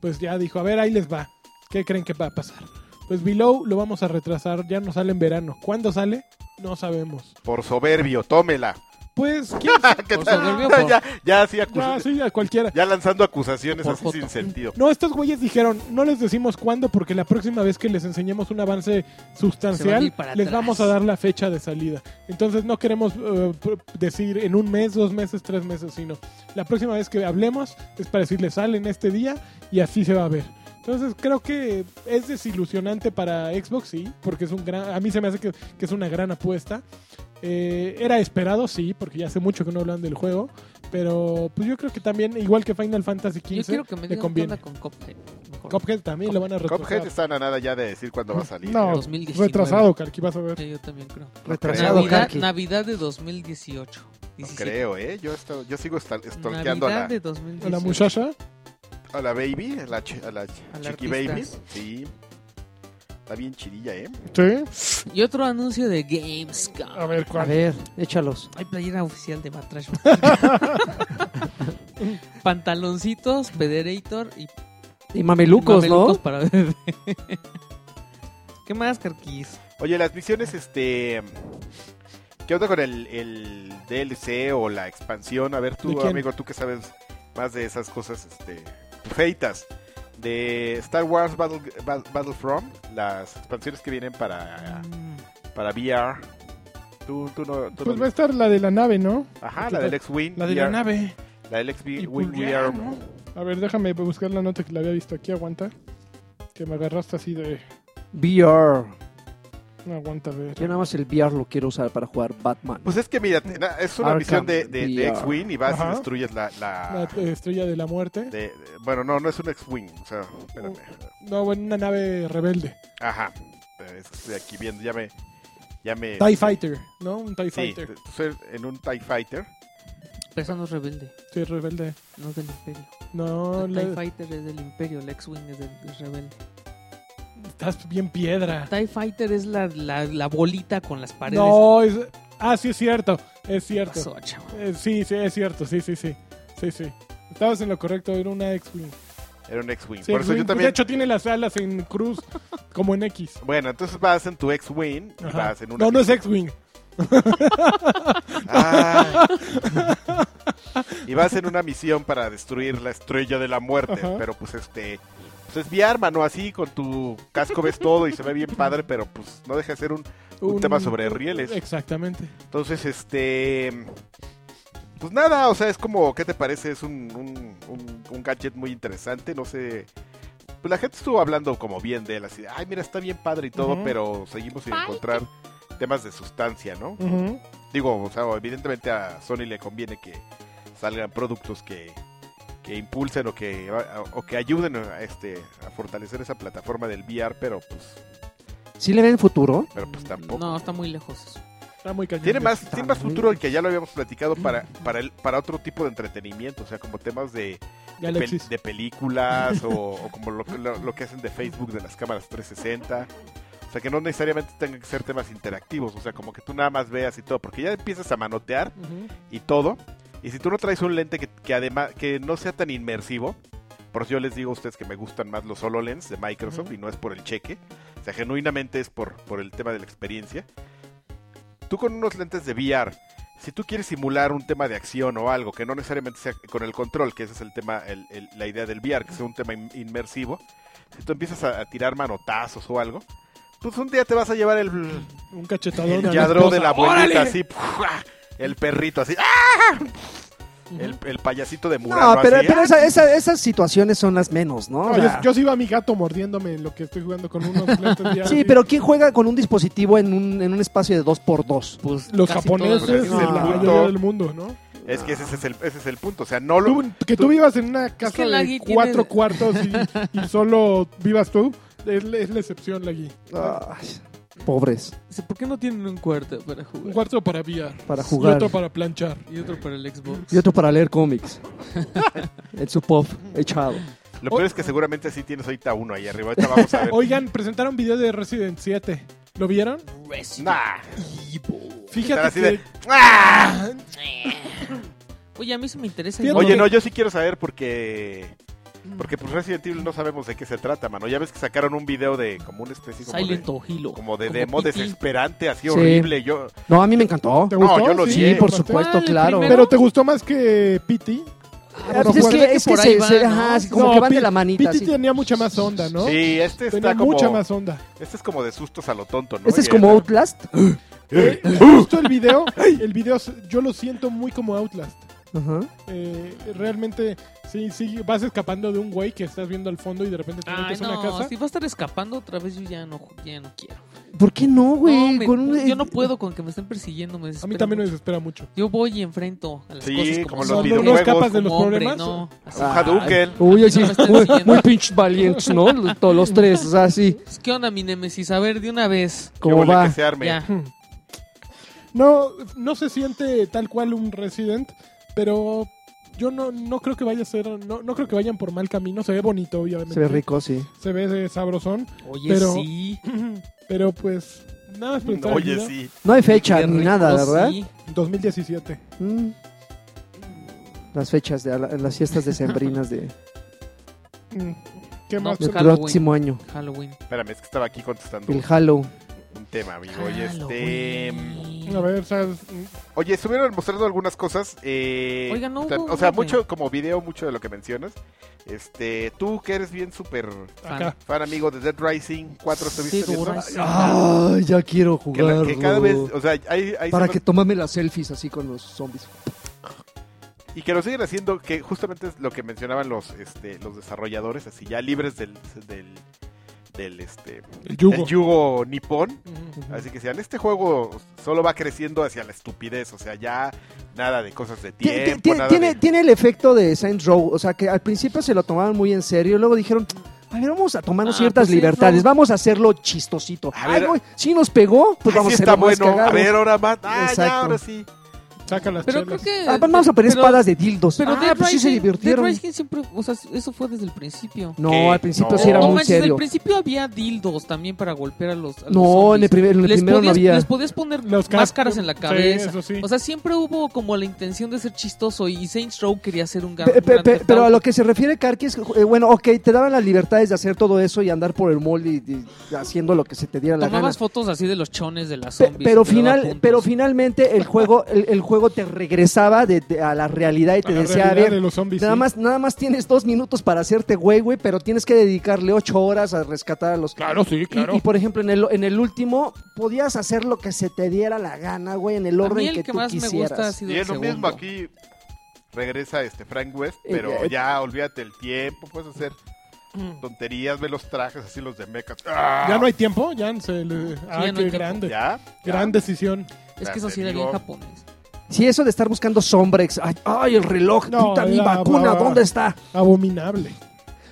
pues ya dijo, a ver, ahí les va. ¿Qué creen que va a pasar? Pues Below lo vamos a retrasar, ya no sale en verano. ¿Cuándo sale? No sabemos.
Por soberbio, tómela.
Pues, ¿quién sabe?
¿Qué
Por
tal?
soberbio, por-
ya, ya, así acu-
ya, sí, a cualquiera.
ya lanzando acusaciones
Por
así
foto.
sin sentido.
No, estos güeyes dijeron, no les decimos cuándo porque la próxima vez que les enseñemos un avance
Se van a
sustancial,
ir para
les
atrás.
vamos a dar la fecha de salida. Entonces no queremos eh, pr- decir en un mes, dos meses, tres meses, sino la próxima vez que hablemos es para decirles salen este día y así se va a ver. Entonces creo que es desilusionante para Xbox, sí, porque es un gran, a mí se me hace que, que es una gran apuesta. Eh, era esperado, sí, porque ya hace mucho que no hablan del juego, pero pues yo creo que también, igual que Final Fantasy XV,
Yo quiero que me
le
digan
conviene.
qué onda con Cuphead. mejor.
Cuphead también lo van a
Cophead
retrasar.
están a nada ya de decir cuándo va a salir.
No,
2019.
retrasado, Carqui, vas a ver.
Sí, yo también creo.
Retrasado,
Navidad,
Karki.
Navidad de 2018.
No
17.
creo, ¿eh? Yo, he estado- yo sigo estal- stalkeando a
Navidad
la,
de
A
2018.
la muchacha,
a la baby, a la, chi- a la chi-
A la
chiqui
artista.
baby. Sí. Está bien chidilla, ¿eh?
sí.
Y otro anuncio de Gamescom.
A ver,
A
¿cuál?
ver, échalos.
Hay playera oficial de Matrash. Pantaloncitos, Federator y
Y mamelucos,
mamelucos
¿no?
para bebé. ¿Qué más, Carquis?
Oye, las misiones, este... ¿Qué onda con el, el DLC o la expansión? A ver
¿De
tú,
quién?
amigo, tú que sabes más de esas cosas, este... Feitas. De Star Wars Battle, Ba- Battlefront, las expansiones que vienen para, para VR. Tú, tú no... tú
Mm. Pues
no-
va a estar la de la nave, ¿no?
Ajá, la del X-Wing.
La de la
VR,
nave.
La del X-Wing
Y pues ya,
VR.
¿no? A ver, déjame buscar la nota que la había visto aquí, aguanta. Que me agarraste así de...
VR.
No aguanta, a ver.
Yo nada más el VR lo quiero usar para jugar Batman.
Pues es que mira, te- na- es una
Arkham
misión de, de- de
VR.
X-Wing y vas
Ajá.
y destruyes la... la-
La eh, estrella de la muerte.
Ah. de-
Oh.
de- bueno, no, no es un X-Wing, o sea, espérame.
No, bueno, una nave rebelde.
Ajá. Este, es que estoy aquí viendo, ya me. Ya me
TIE Fighter, ¿no? Un TIE
Sí,
Fighter.
estoy en un TIE Fighter.
Pero eso no es rebelde,
Sí, rebelde.
no es del imperio.
No, Oh,
el
la-
TIE Fighter es del imperio, el X-Wing es del es rebelde.
estás bien piedra.
TIE Fighter es la, la, la bolita con las paredes.
No, es... Ah, sí, es cierto. Es cierto.
Pasó, chavo.
Eh, sí, sí, es cierto. Sí, sí, sí. Sí, sí. Estabas en lo correcto, era una X-Wing.
Era un X-Wing.
Sí,
Por eso
X-Wing.
yo también.
De hecho, tiene las alas en cruz, como en X.
Bueno, entonces vas en tu X-Wing y
Ajá.
vas en una.
No, no es X-Wing.
Ah. y vas en una misión para destruir la estrella de la muerte.
Ajá.
Pero pues este. Pues es VR, mano, así con tu casco ves todo y se ve bien padre, pero pues no deja de ser un. Un tema sobre rieles.
Exactamente.
Entonces, este. Pues nada, o sea, es como, ¿qué te parece? Es un, un, un- un gadget muy interesante, no sé. Pues la gente estuvo hablando como bien de él, así, de, ay, mira, está bien padre y todo,
Ujú.
pero seguimos sin encontrar temas de sustancia, ¿no?
Ujú.
Digo, o sea, evidentemente a Sony le conviene que salgan productos que, que impulsen o que, o que ayuden a, este, a fortalecer esa plataforma del VR, pero pues,
¿Sí le ven futuro?
pero
Mm,
pues tampoco.
No, está muy lejos eso.
Está muy cañón.
Tiene más,
Está
tiene más
muy-
futuro el que ya lo habíamos platicado para, para, el, para otro tipo de entretenimiento, o sea, como temas de, de, pel-
Galaxies.
de películas o, o como lo, que- lo- lo que hacen de Facebook de las cámaras 360. O sea, que no necesariamente tengan que ser temas interactivos, o sea, como que tú nada más veas y todo, porque ya empiezas a manotear
Ujú.
y todo. Y si tú no traes un lente que, que además que no sea tan inmersivo, por eso yo les digo a ustedes que me gustan más los HoloLens de Microsoft
Ujú.
y no es por el cheque, o sea, genuinamente es por, por el tema de la experiencia. Tú con unos lentes de VR, si tú quieres simular un tema de acción o algo que no necesariamente sea con el control, que ese es el tema, el- el- la idea del VR, que sea un tema in- inmersivo, si tú empiezas a, a tirar manotazos o algo, pues un día te vas a llevar el,
Un cachetadón.
el
a la
yadro de
esposa.
la abuelita,
¡Órale!
así. ¡pua! El perrito, así. ¡ah! El, el payasito de Murano,
No, pero,
así.
pero
¡ah!
esa- esa- esas situaciones son las menos, ¿no? O
No, yo,
sea,
yo sí iba a mi gato mordiéndome lo que estoy jugando con unos lentes de
sí,
así.
pero ¿quién juega con un dispositivo en un, en un espacio de 2x2?
Pues
Los
casi
japoneses, de
todas las-
No.
la mayoría
Punto.
del mundo, ¿no?
Es que ese es, el, ese es el punto. O sea, no lo.
Tú- que tú, vivas en una casa
que
de
Lagui tiene-
cuatro cuartos y, y solo vivas tú, es, la- es la excepción, Lagui.
Ay, pobres,
Dice, ¿Por qué no tienen un cuarto para
Un
jugar?
cuarto para VR
para
y
jugar.
otro para planchar.
Y otro para el Xbox.
Y otro para leer cómics. El supop, echado.
Lo peor es que seguramente sí tienes ahorita uno ahí arriba. Ahorita vamos a ver.
Oigan, presentaron video de Resident 7. ¿Lo vieron?
Nah. Estar
Fíjate
así
que...
de, ¡ah!
Oye, a mí se me interesa.
Fíjate-
Oye, no, yo sí quiero saber porque. Porque pues Resident Evil no sabemos de qué se trata, mano. Ya ves que sacaron un video de como una especie como
Silent
de,
o Hilo.
como de demo
PT.
desesperante, así
Sí.
horrible. Yo,
No, a mí me encantó.
¿Te
No,
gustó?
yo lo
Sí,
odié.
por
¿Te gustó?
supuesto,
¿Cuál? ah, ¿El
claro.
primero?
Pero ¿te gustó más que Pity?
Ah, pues es
Recuerda
que,
que
es que
por ahí
se,
va,
se-
¿no?
ajá, así como que van de la manita.
Pity
así.
tenía mucha más onda, ¿no?
Sí, este
Tenía
está como.
mucha más onda.
Este es como de sustos a lo tonto, ¿no?
Este es
Y-
como Outlast.
Eh, justo el video, el video se- yo lo siento muy como Outlast.
Ajá.
Eh, realmente, sí, sí, vas escapando de un güey que estás viendo al fondo y de repente te
Ay,
metes a
no,
una casa.
si va a estar escapando otra vez, yo ya no, ju- ya no quiero.
¿Por qué no, güey?
No, me-
Con un-
yo no puedo con que me estén persiguiendo. me
A
desespera
mí también me
mucho.
desespera mucho.
Yo voy y enfrento a las
Sí,
cosas
como
como,
los
son.
no, no
videojuegos.
escapas de los
Como hombre,
problemas.
no. Así.
Un Hadouken.
Uy,
No
así,
me estén
muy,
siguiendo.
muy pinches valientes, ¿no? Los- Todos los tres, o sea, así.
Es que Pues, onda, mi némesis? A ver, de una vez.
que
Como
huele
va.
que se arme.
Ya.
No, no se siente tal cual un Resident, pero yo no, no creo que vaya a ser, no, no creo que vayan por mal camino. Se ve bonito, obviamente.
Se ve rico, sí.
Se ve eh, sabrosón,
Oye,
Pero-
sí.
pero pues nada, es pensar
Oye,
el video.
sí.
No hay fecha
Qué
ni
rico,
nada, ¿verdad?
sí.
2017.
Mm. Las fechas, de la- las fiestas decembrinas de,
Mm, ¿Qué
No,
más?
del
pues, Halloween.
próximo año.
Halloween.
Espérame, es que estaba aquí contestando
El Halo.
un tema, amigo.
Ah,
Oye, este. mm,
Halloween.
A ver, ¿sabes? Mm,
Oye, estuvieron mostrando algunas cosas. eh,
Oiga, no
o sea,
hubo
o sea,
una,
mucho como video, mucho de lo que mencionas. Este, tú que eres bien súper
Acá.
fan, amigo de Dead Rising 4, ¿estuviste
Sí,
viendo?
Horizon.
Ah. Ay, ya quiero
Que, la-
jugar.
que cada vez, o sea, hay, hay
Para
zonas-
que tomame las selfies así con los zombies.
y que lo siguen haciendo, que justamente es lo que mencionaban los, este, los desarrolladores, así ya libres del, del, del, este,
El yugo.
del yugo nipón.
Mm.
Así que sean, este juego solo va creciendo hacia la estupidez, o sea, ya nada de cosas de
Tiene-
tiempo,
tiene,
nada
tiene-
de...
tiene el efecto de Saints Row, o sea que al principio se lo tomaban muy en serio, luego dijeron, a ver, vamos a tomarnos
Ah,
ciertas
pues sí,
libertades,
no.
vamos a hacerlo chistosito.
A ver,
Ay, güey, sí nos pegó, pues
Ah,
vamos a
sí está
hacerlo más
bueno. A
cagado.
ver, ahora más. Ah, ya,
Exacto.
ahora sí.
Saca las
Pero creo
chelas.
que.
Ah, vamos a poner
pero-
espadas de dildos.
Pero
ah,
Dead
pues sí se
Rising-
divirtieron.
Dead Rising siempre. O sea, eso fue desde el principio.
No,
¿Qué?
al principio
No.
sí era
no
muy
manches,
serio.
al principio había dildos también para golpear a los. a los
No, en el,
zombies.
primer, en el
les
primero
podías,
no había.
Les podías poner
Los cas-
máscaras en la
Sí,
cabeza.
eso sí.
O sea, siempre hubo como la intención de ser chistoso y Saints Row quería ser un, gar-
Pe-
un
pe-
Grand
pe-
Theft
pero a
Auto.
lo que se refiere Karki es, eh, bueno, ok, te daban las libertades de hacer todo eso y andar por el mall y, y haciendo lo que se te diera la gana.
Tomabas fotos así de los chones de las
Pe-
zombies.
pero
y te daba
final
puntos.
pero finalmente el juego el, el juego te regresaba de- de- a la realidad y te
La
decía a
realidad
ver
de los zombies,
nada
sí.
más nada más tienes dos minutos para hacerte güey güey pero tienes que dedicarle ocho horas a rescatar a los
Claro, sí,
Y-
claro.
y, por ejemplo en el en el último podías hacer lo que se te diera la gana güey en el
A mí
orden
el
que,
que,
tú
más me
quisieras
gusta ha sido
Y
el
es lo
segundo.
mismo aquí. Regresa este Frank West,
Eh,
pero
eh,
ya olvídate el tiempo, puedes hacer tonterías, ve los trajes así los de mechas. ¡Ah!
Ya no hay tiempo, ya se le- Ah, qué
ya no hay tiempo.
grande.
Ya, ya.
Gran decisión.
Es que eso sí
Te
era bien
digo.
japonés.
sí eso de estar buscando sombrex ay, ay, el reloj
No,
puta mi
la-
vacuna
la-
dónde está
Abominable.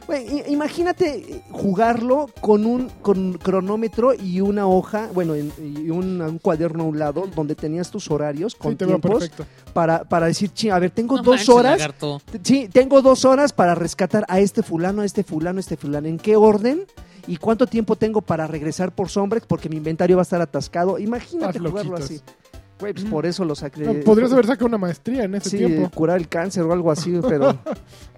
Güey, i- imagínate eh, jugarlo con un con cronómetro y una hoja, bueno, en- y un, un cuaderno a un lado donde tenías tus horarios con
Sí, te va
tiempos
perfecto.
para, para decir, "Chin, a ver, tengo
No
dos
manches,
horas.
lagarto.
t- Sí, tengo dos horas para rescatar a este fulano, a este fulano, a este fulano. ¿En qué orden? ¿Y cuánto tiempo tengo para regresar por Sombrex? Porque mi inventario va a estar atascado. Imagínate
Estás
jugarlo
loquitos.
así. Güey, pues por eso lo saqué.
No, podrías haber sacado una maestría en ese
Sí,
tiempo.
curar el cáncer o algo así, pero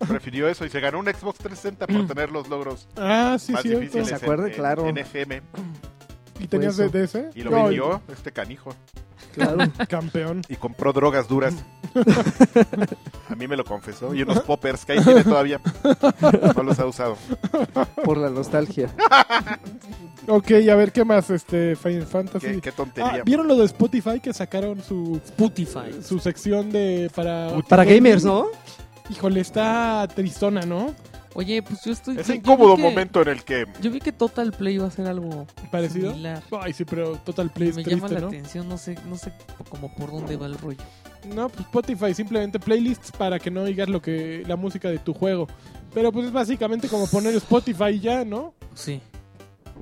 Prefirió eso y se ganó un Xbox 360 por tener los logros
Ah, sí,
más
cierto.
difíciles.
¿Se acuerda?
en- en-
Claro.
En FM.
¿Y tenías
Pues,
DDS?
Y lo
No,
vendió este canijo.
claro.
Campeón.
Y compró drogas duras. A mí me lo confesó. Y unos poppers que ahí tiene todavía. No los ha usado.
Por la nostalgia.
Ok, a ver, ¿qué más? Este, Final Fantasy.
Qué, qué
Ah,
tontería.
¿Vieron lo de Spotify que sacaron su,
Putify.
su sección de para...
Para gamers, ¿no?
Híjole, está tristona, ¿no?
Oye, pues yo estoy.
Ese
yo vi
incómodo
que-
momento en el que
Yo vi que Total Play iba a hacer algo
Parecido.
similar.
Ay, sí, pero Total Play es
me
triste,
llama la
¿no?
atención, no sé, no sé como por dónde va el rollo.
No, pues Spotify, simplemente playlists para que no oigas lo que la música de tu juego. Pero pues es básicamente como poner Spotify y ya, ¿no?
Sí.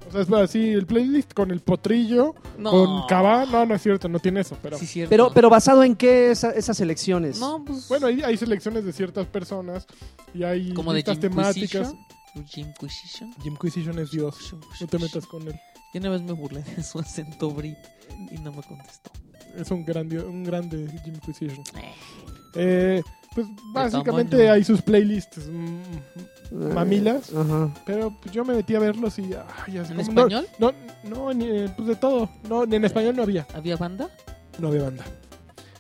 O sea, es así el playlist con el potrillo, con Cava. No, no es cierto, no tiene eso, pero...
Sí, cierto.
Pero, pero basado en qué esa- esas elecciones.
No, pues.
Bueno, hay, hay selecciones de ciertas personas y hay
como de
listas temáticas.
Jimquisition. Jimquisition.
Jimquisition es Dios. No te metas con él.
Yo una vez me burlé de su acento brit y no me contestó.
Es un, gran, dio- un grande Jimquisition.
Eh.
Eh, pues básicamente
tamaño.
hay sus playlists mm,
Eh.
mamilas.
Eh, Ajá.
Pero pues, yo me metí a verlos y. ay, así
¿En
como-
español?
No, no, no, ni- eh, pues de todo. No, ni en español no había.
¿Había banda?
No había banda.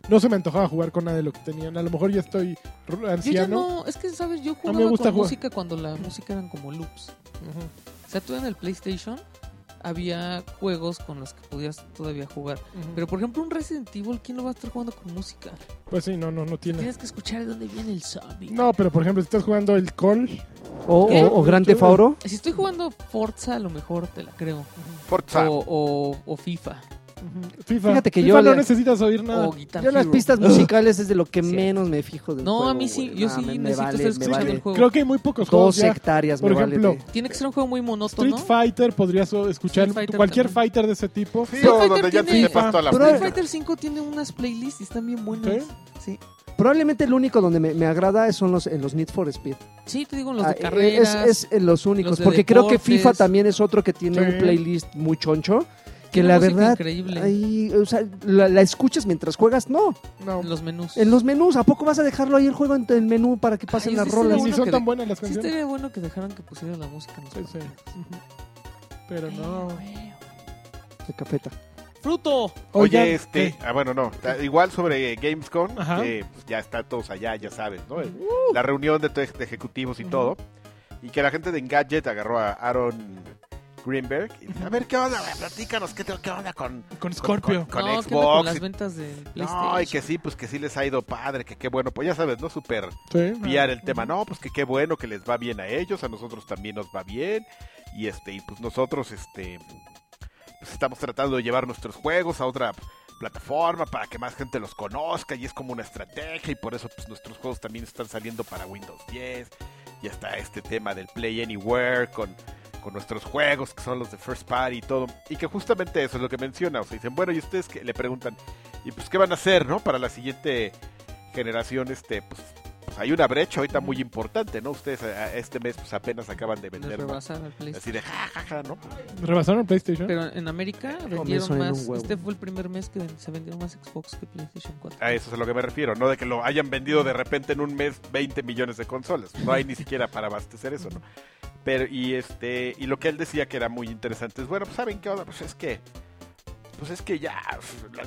No se me antojaba jugar con nada de lo que tenían. A lo mejor ya estoy r-
Yo ya
anciano.
no, es que sabes, yo jugaba
gusta
con
jugar.
música cuando la música eran como loops.
Ujú.
O sea, tú en el PlayStation había juegos con los que podías todavía jugar.
Ujú.
Pero por ejemplo, un Resident Evil, ¿quién lo va a estar jugando con música?
Pues sí, no, no, no tiene.
Tienes que escuchar de dónde viene el zombie.
No, pero por ejemplo, si estás jugando el Call,
O,
¿Qué?
o, o Gran
Yo-
Tefauro.
Si estoy jugando Forza, a lo mejor te la creo.
Forza.
Oh.
O, o- o FIFA.
FIFA.
Fíjate que
FIFA
yo
no
le-
necesitas oír nada.
O Guitar
Yo las
Hero.
pistas musicales es de lo que
Cierto.
menos me fijo del
No,
juego,
a mí sí,
güey.
yo
No,
sí
me- me
necesito
vale,
estar
me
escuchando
vale.
el juego.
Creo que hay muy pocos
Dos
juegos. ya.
hectáreas,
Por
me vale.
ejemplo,
de-
Tiene que ser un juego muy
Street
monótono.
Fighter podrías o- escuchar
Street Fighter
cualquier
también.
fighter de ese tipo.
Sí,
Street
o
Fighter
donde ya
tiene-
te sepas toda la
Pero-
Street
música.
Fighter 5 tiene unas playlists y están bien buenas. Sí.
Probablemente el único donde me, me agrada son los, en los Need for Speed.
Sí, te digo, los
Ah,
de
eh,
carreras.
Es, es en los únicos.
los de
porque creo que
deportes.
FIFA también es otro que tiene
Sí.
un playlist muy choncho. Que
tiene
la
música
verdad.
Increíble.
ahí, o sea, la, la escuchas mientras juegas. No.
No.
Los menús.
En los menús. ¿A poco vas a dejarlo ahí el juego en el menú para que pasen
Ay,
las
ese es el
rolas?
Ni
bueno
son
que
tan
de-
buenas las
Sí,
canciones.
estaría bueno que dejaran que pusieran la música en los
Sí, sí.
partidos.
Pero no.
Eh,
De cafeta.
¡Fruto!
Oye,
Oigan,
este,
¿qué?
ah, bueno, no, ta- igual sobre eh, Gamescom,
Ajá. Uh.
que pues, ya está todos allá, ya sabes, ¿no? El- La reunión de, to- de ejecutivos y
Ujú.
todo, y que la gente de Engadget agarró a Aaron Greenberg y dice, a ver, ¿qué onda? güey? Platícanos, ¿qué, te- qué onda con,
Con
con,
Scorpio.
con- con
no, ¿qué onda con
Xbox?
las
y-
ventas de PlayStation.
no, y que sí, pues que sí les ha ido padre, que qué bueno, pues ya sabes, ¿no? Súper
Sí.
piar el tema, no, pues que qué bueno que les va bien a ellos, a nosotros también nos va bien, y este, y pues nosotros, este, pues estamos tratando de llevar nuestros juegos a otra plataforma para que más gente los conozca y es como una estrategia y por eso pues, nuestros juegos también están saliendo para Windows 10 y está este tema del Play Anywhere con, con nuestros juegos que son los de First Party y todo y que justamente eso es lo que menciona, o sea, dicen, bueno, y ustedes que le preguntan, ¿y pues qué van a hacer, no? Para la siguiente generación, este, pues, pues hay una brecha ahorita muy importante, ¿no? Ustedes a- a este mes pues apenas acaban de
Les
vender, ¿no?
rebasaron el PlayStation.
así de jajaja, ¿no?
¿Rebasaron el PlayStation?
Pero en América vendieron
suena un
más.
huevo.
Este fue el primer mes que ven- se vendieron más Xbox que PlayStation 4.
A eso es a lo que me refiero, no de que lo hayan vendido de repente en un mes 20 millones de consolas. No hay ni siquiera para abastecer eso, ¿no? Pero, y este, y lo que él decía que era muy interesante es, bueno, pues saben qué onda, pues es que, pues es que ya,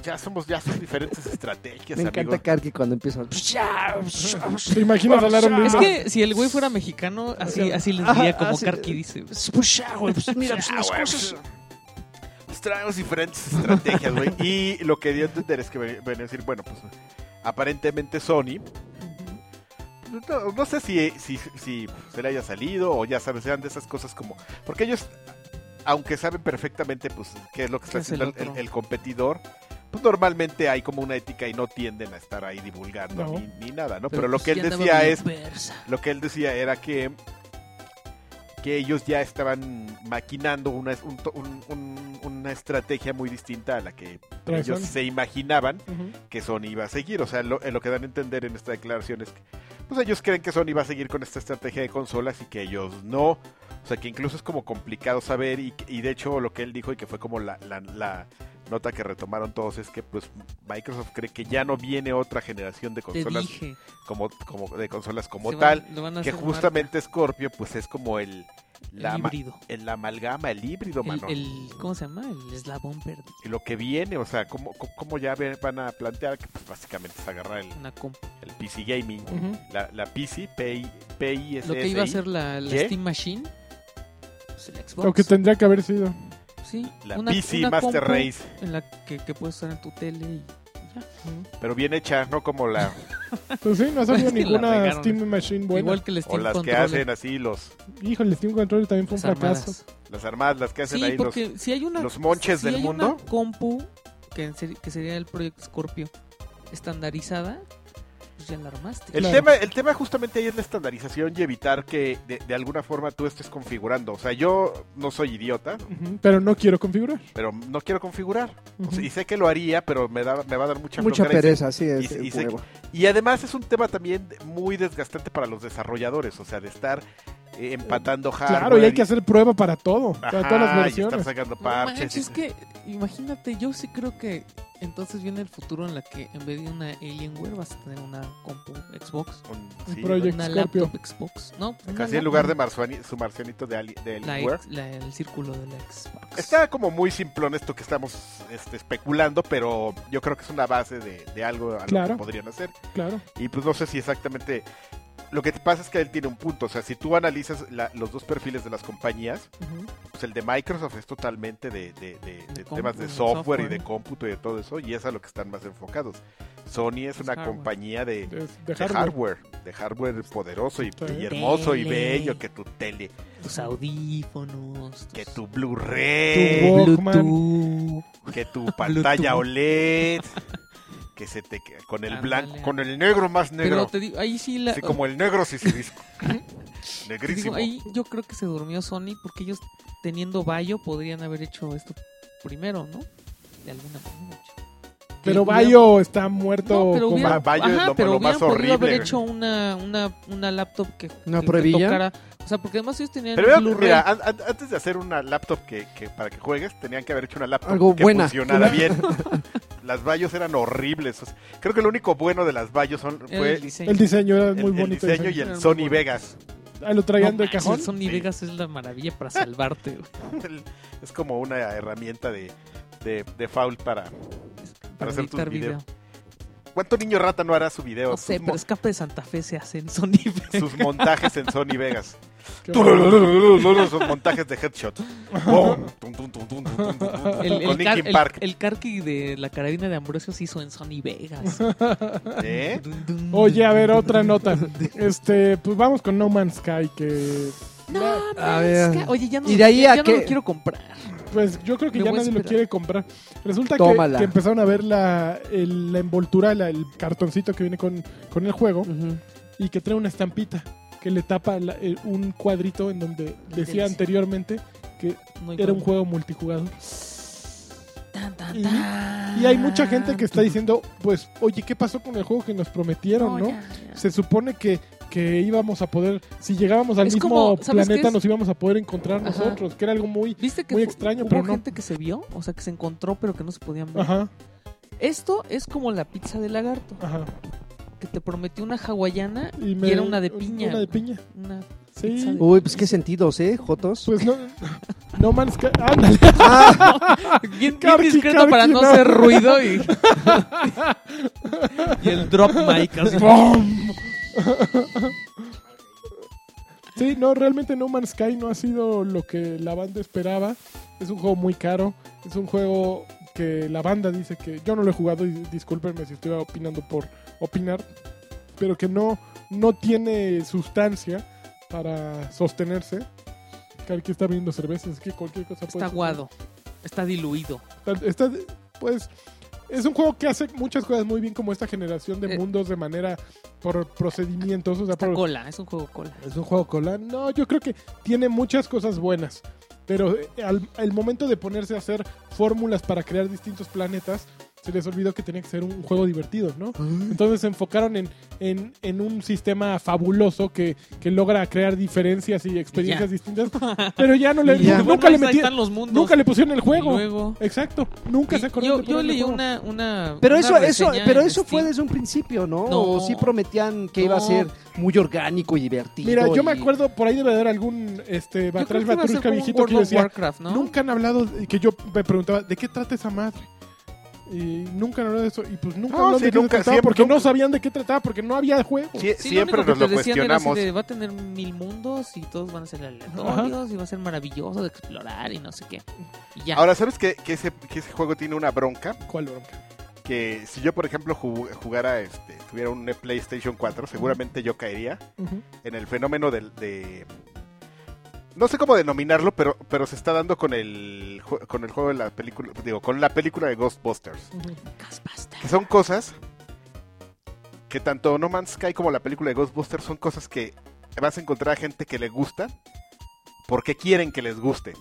ya somos, ya son diferentes estrategias,
Me
amigos.
encanta Karki cuando empieza. "Pues
¿Te imaginas hablar un
Es
libro?
que si el güey fuera mexicano, así, así les diría como Karki dice. "Pues,
pues Mira, pues
Ah, güey, pues, traemos diferentes estrategias, güey. Y lo que dio a entender es que ven ven a decir, bueno, pues aparentemente Sony. pues, No, no sé si, si, si se le haya salido o ya sabes, sean de esas cosas como. Porque ellos, aunque saben perfectamente pues qué es lo que está
¿Qué es el
haciendo el,
otro?
el competidor, pues normalmente hay como una ética y no tienden a estar ahí divulgando
No.
ni, ni nada, ¿no? Pero, lo
pues,
que él decía es lo que él decía era que, que ellos ya estaban maquinando una, un to- un- un- una estrategia muy distinta a la que
Trae
ellos
Sony.
se imaginaban
Ujú.
que Sony iba a seguir. O sea, lo, eh, lo que dan a entender en esta declaración es que pues, ellos creen que Sony va a seguir con esta estrategia de consolas y que ellos no. O sea, que incluso es como complicado saber y, y de hecho lo que él dijo y que fue como la, la- la nota que retomaron todos es que pues Microsoft cree que ya no viene otra generación de
Te
consolas
dije.
como, como de consolas como
se van-
tal
lo van a
que
hacer
justamente Scorpio pues es como el
marca,
la,
el
ama-
híbrido.
el amalgama, el híbrido,
El-
mano.
el- ¿Cómo se llama? El eslabón perdido.
Y lo que viene, o sea, cómo, cómo- cómo ya ve- van a plantear que pues, básicamente es agarrar el,
Una comp-
el PC gaming,
Ujú.
la, la PC, PI, PISSI,
Lo que iba a ser la, la
¿Qué?
Steam Machine. Pues el Xbox.
Lo que tendría que haber sido.
Sí,
la
una-
PC
una
Master
compu
Race,
En la que, que puedes usar en tu tele y y ya.
pero bien hecha, no como la
Pues sí, no ha salido
Es que la
ninguna
regaron.
Steam Machine buena.
Igual que Este,
o
el Steam
las que
Controller,
hacen así los
Híjole, Steam Controller también fue un
las
fracaso.
armadas.
las armadas, las que hacen
Sí,
ahí los
porque si hay una
los monches
si
del
hay
mundo.
una compu que, en seri- que sería el proyecto Scorpio estandarizada, pues ya la armaste.
El,
Claro.
tema, el tema justamente ahí es la estandarización y evitar que de, de alguna forma tú estés configurando. O sea, yo no soy idiota,
Ujú, Pero no quiero configurar.
pero no quiero configurar. O sea,
Ujú.
y sé que lo haría, pero me, da, me va a dar mucha,
Mucha
flojera y sé-
pereza, sí, es
y- y
el
se-
huevo.
Y además es un tema también de- muy desgastante para los desarrolladores, o sea, de estar eh, empatando hardware.
Claro, y hay que hacer prueba para todo. para
Ajá,
todas las
y
versiones.
estar sacando
No
parches.
manches,
y-
es que imagínate, yo sí creo que entonces viene el futuro en la que en vez de una Alienware vas a tener una compu Xbox,
un-
Un
sí,
proyecto.
una
Scorpio.
laptop Xbox, ¿no? una
Casi en
laptop.
lugar de marzuani- su marcianito de, Ali- de
La
Alienware.
ex- la- el círculo de la Xbox.
Está como muy simplón esto que estamos este, especulando, pero yo creo que es una base de, de algo a lo
Claro.
que podrían hacer.
Claro.
Y pues no sé si exactamente... Lo que te pasa es que él tiene un punto, o sea, si tú analizas la- los dos perfiles de las compañías,
Ujú.
pues el de Microsoft es totalmente de, de- de- de
compu,
temas de
de
software, y
software.
de cómputo y de todo eso, y es a lo que están más enfocados. Sony es
Es
una
hardware.
compañía de,
De, de
de
hardware.
hardware. de hardware poderoso y,
Sí.
y hermoso y
Tele.
bello, que tu tele,
Tus audífonos,
que
tus
tu
Tu
Blu-ray,
Walkman.
Bluetooth.
que tu pantalla OLED, que se te que- con el
Ándale.
blanco, con el negro más
Pero
negro,
te digo, ahí sí la.
así como el negro sisirisco,
te digo,
negrísimo.
ahí yo creo que se durmió Sony porque ellos teniendo Bayo podrían haber hecho esto primero, ¿no? De alguna manera.
Pero
Hubieran-
Bayo está muerto.
No, pero
como-
hubieran,
Ah, Bayo es
ajá,
lo-
pero
lo
hubieran
más
podido haber
horrible.
hecho una, una, una laptop que,
¿Una
que- que
pruebilla?
tocara. O sea, porque además ellos tenían
Pero vean,
Blu-ray.
mira, ah, an- an- antes de hacer una laptop que, que para que juegues, tenían que haber hecho una laptop
Algo
que
buena.
funcionara bien. las Bayos eran horribles. o sea, creo que lo único bueno de las Bayos son,
Era
fue
el diseño.
El diseño era
el,
muy
el
bonito.
diseño y
diseño.
el
Eran
Sony
muy
Vegas.
Ah, lo traían de
manches,
cajón.
Sony
Sí.
Vegas es la maravilla para salvarte. güey.
El- es como una herramienta de, de, de foul para...
Para,
hacer tus
editar video.
videos. ¿Cuánto niño rata no hará su video?
No sé,
sus, mo-
pero Escape de Santa Fe se hace en Sony Vegas.
sus montajes en Sony Vegas.
Qué horror.
sus montajes de headshot. Boom. Tum, tum, tum, tum, tum, tum, tum, tum.
El, el,
Con
car-
Linkin
el-
Park.
el carqui de la carabina de Ambrosio se hizo en Sony Vegas.
¿Eh?
Dun, dun,
Oye, a ver,
dun,
otra
dun,
nota.
dun, dun.
Este, pues vamos con No Man's Sky, que Claro.
No,
A ver.
es que- oye, ya no,
Y de ahí
ya-
a
ya no
qué-
lo quiero comprar.
Pues yo creo que
Me
ya
voy a
nadie lo
esperar.
quiere comprar. Resulta que,
Tómala.
que empezaron a ver la, el- la envoltura, la- el cartoncito que viene con, con el juego
Ujú.
y que trae una estampita que le tapa la- eh, un cuadrito en donde decía
Delicioso.
anteriormente que
No hay
era un
problema.
juego multijugador.
Tan, tan,
Y-
tan.
Y hay mucha
Ah.
gente que está diciendo, pues, oye, ¿qué pasó con el juego que nos prometieron, no?
ya, ya.
Se supone que, que íbamos a poder, si llegábamos al
Es
mismo
como, ¿sabes qué
planeta,
es?
nos íbamos a poder encontrar
Ajá.
nosotros, que era algo muy...
¿Viste que
Muy
fu-
extraño,
hubo
pero no.
gente que se vio? O sea, que se encontró, pero que no se podían ver.
Ajá,
Esto es como la pizza de lagarto,
ajá.
que te prometió una hawaiana
Y,
era una de piña,
Una de
güey.
piña,
una
sí.
Pizza de-
Uy, pues qué sentidos, ¿eh? Jotos.
Pues no... No Man's Sky... Ándale,
Bien, bien
Carqui,
discreto
carqui,
para no
Ah, no.
hacer ruido y... y el drop mic así.
Sí, no, realmente No Man's Sky no ha sido lo que la banda esperaba. Es un juego muy caro. Es un juego que la banda dice que yo no lo he jugado y discúlpenme si estoy opinando por opinar, pero que no, no tiene sustancia para sostenerse. Carqui está viendo cerveza, es que cualquier cosa puede
Está
ser.
aguado, está diluido.
Está- está- pues es un juego que hace muchas cosas muy bien como esta generación de
Eh.
mundos de manera por procedimientos, o sea,
Está
por,
cola, es un juego cola.
es un juego cola. No, yo creo que tiene muchas cosas buenas. Pero eh, al, al momento de ponerse a hacer fórmulas para crear distintos planetas, se les olvidó que tenía que ser un juego divertido, ¿no? Entonces se enfocaron en, en, en un sistema fabuloso que, que logra crear diferencias y experiencias distintas. Pero ya no le,
Y ya.
nunca,
Bueno,
le
ahí
metí-
están los mundos.
nunca le pusieron el
Y
juego.
luego-
Exacto, nunca se
Y
acordaron
Yo,
de
yo
ponerle
leí
juego.
una, una.
Pero
una
eso, eso,
reseña
pero
en
eso fue
Steam.
desde un principio, ¿no?
No.
O sí prometían que iba a
No.
ser muy orgánico y divertido.
Mira, yo me
y-
acuerdo, por ahí debe haber algún este,
Yo creo
Batrash
que iba a ser
Batrushka
como un
viejito que yo
World of
decía,
Warcraft, ¿no?
Nunca han hablado, y que yo me preguntaba, ¿de qué trata esa madre? Y nunca han hablado de eso. Y pues nunca
No,
hablaron
sí,
de qué
nunca,
trataba
siempre,
porque
nunca.
no sabían de qué trataba porque no había juego.
Sie-
Sí,
siempre
lo único
nos
que
lo
te decían era así
cuestionamos.
de, va a tener mil mundos y todos van a ser aleatorios y va a ser maravilloso de explorar y no sé qué. Y ya.
Ahora, ¿sabes que, que, ese, que ese juego tiene una bronca?
¿Cuál bronca?
Que si yo, por ejemplo, ju- jugara, este, tuviera un PlayStation 4, seguramente yo caería en el fenómeno del, de... No sé cómo denominarlo, pero, pero se está dando con el, jue- con el juego de la película, digo, con la película de Ghostbusters.
Ghostbusters.
Que son cosas que tanto No Man's Sky como la película de Ghostbusters son cosas que vas a encontrar a gente que le gusta porque quieren que les guste.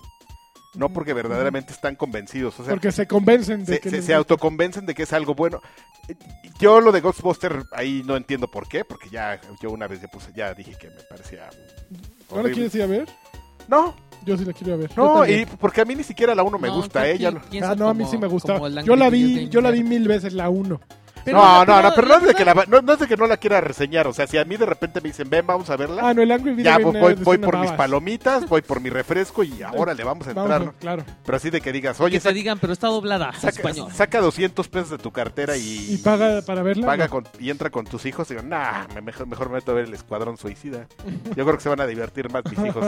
No porque verdaderamente están convencidos. O sea,
Porque se convencen de
se,
que...
se-
les-
se autoconvencen de que es algo bueno. Eh, Yo lo de Ghostbuster ahí no entiendo por qué, porque ya yo una vez ya puse, ya dije que me parecía
¿No la
horrible.
quieres ir a ver?
No,
Yo sí la quiero ir a ver. Yo
no,
también.
y porque a mí ni siquiera la uno me
No,
gusta, ¿eh?
creo
ella.
que pienso
Ah, no, a mí
como-
sí me
como el
gustaba.
Angry
Yo la
Video
vi,
Game
yo la vi
Nerd.
mil veces la uno.
Pero
no,
la-
no, no, pero no es de
la-
que la va- no, no es de que no la quiera reseñar, o sea, si a mí de repente me dicen, "Ven, vamos a verla."
Ah, no, el Angry Video
ya
Game
voy, voy-
Nerd es
voy
una
por mis
baba.
palomitas, voy por mi refresco y ahora le vamos a
Vamos,
entrar. ¿no?
claro.
Pero así de que digas,
Que
"Oye,
te
saca,
digan, pero está doblada a
saca-
español.
saca 200 pesos de tu cartera y
Y paga para verla.
paga
No.
con- y entra con tus hijos y digo, nah, me mejor, mejor me meto a ver el Escuadrón Suicida. Yo creo que se van a divertir más mis hijos.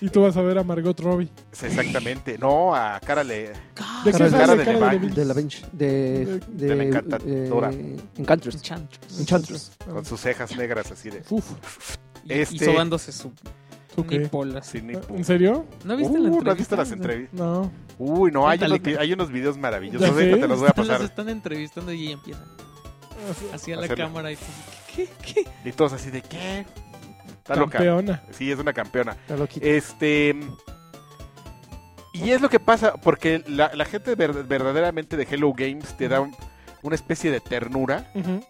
y tú vas a ver a Margot Robbie.
Sí, Exactamente. No, a cara le...
¿De
Cara
qué
de-
sale
cara
de
Cara de
Levine.
De la bench. De,
De-
de,
de la encantadora.
eh, Enchantress.
Enchantress.
Enchantress.
Con sus cejas negras así de...
Uf,
Y,
Este-
y sobándose su
ok.
nipola.
sin ni pu-
¿En serio?
¿No viste
Uh, ¿no
la
has
entrevista?
visto las entrevistas?
No.
Uy, no, hay
Cuéntale,
unos, vi- hay unos videos maravillosos.
¿Ya
Ahorita
sé?
te los voy a
Las
pasar.
están entrevistando y ella empieza. Hacia la
Hacerlo.
cámara y pues, tú, ¿qué? ¿Qué? qué?
Y todos así de, ¿qué? Está loca.
Campeona.
Sí, es una campeona.
Está loquita.
Este. Y es lo que pasa, porque la, la gente ver- verdaderamente de Hello Games te da un- una especie de ternura.
Ujú.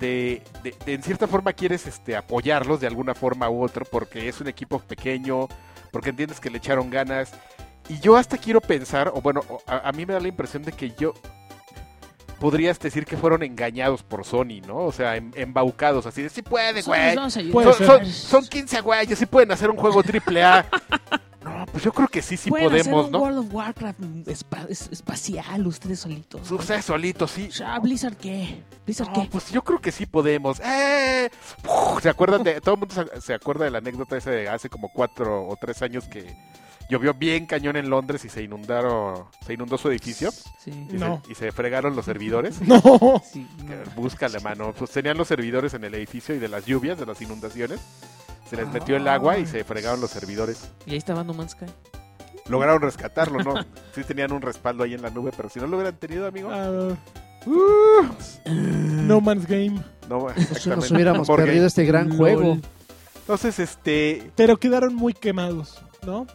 De, de- de en cierta forma quieres este, apoyarlos de alguna forma u otra, porque es un equipo pequeño, porque entiendes que le echaron ganas. Y yo hasta quiero pensar, o bueno, o- a, a mí me da la impresión de que yo podrías decir que fueron engañados por Sony, ¿no? O sea, em- embaucados, así de, sí puede,
Puede
güey. Son,
ser.
son,
Pues,
son 15 güeyes, sí pueden hacer un juego triple A. No, pues yo creo que sí, sí
Pueden
podemos,
hacer un
¿no?
World of Warcraft espa- es- espacial ustedes solitos. ¿no?
Sucede solito, sí.
Ya, Blizzard qué? ¿Blizzard
No,
qué?
pues yo creo que sí podemos. ¡Eh! Uf, ¿Se acuerdan de.? Todo el mundo se- se acuerda de la anécdota esa de hace como cuatro o tres años que llovió bien cañón en Londres y se inundaron. Se inundó su edificio
Sí.
y, se-
No.
y se, fregaron los servidores.
No.
sí, no.
Que Búscale, mano. Pues tenían los servidores en el edificio y de las lluvias, de las inundaciones. se les metió el agua y
Ay.
se fregaron los servidores.
Y ahí estaba No Man's Sky.
Lograron rescatarlo, ¿no? Sí tenían un respaldo ahí en la nube, pero si no lo hubieran tenido, amigo,
Ah,
Uh.
no Man's Game.
no,
Si pues nos
exactamente.
hubiéramos
Porque-
perdido este gran
Lol.
juego.
Entonces, este,
Pero quedaron muy quemados, ¿no?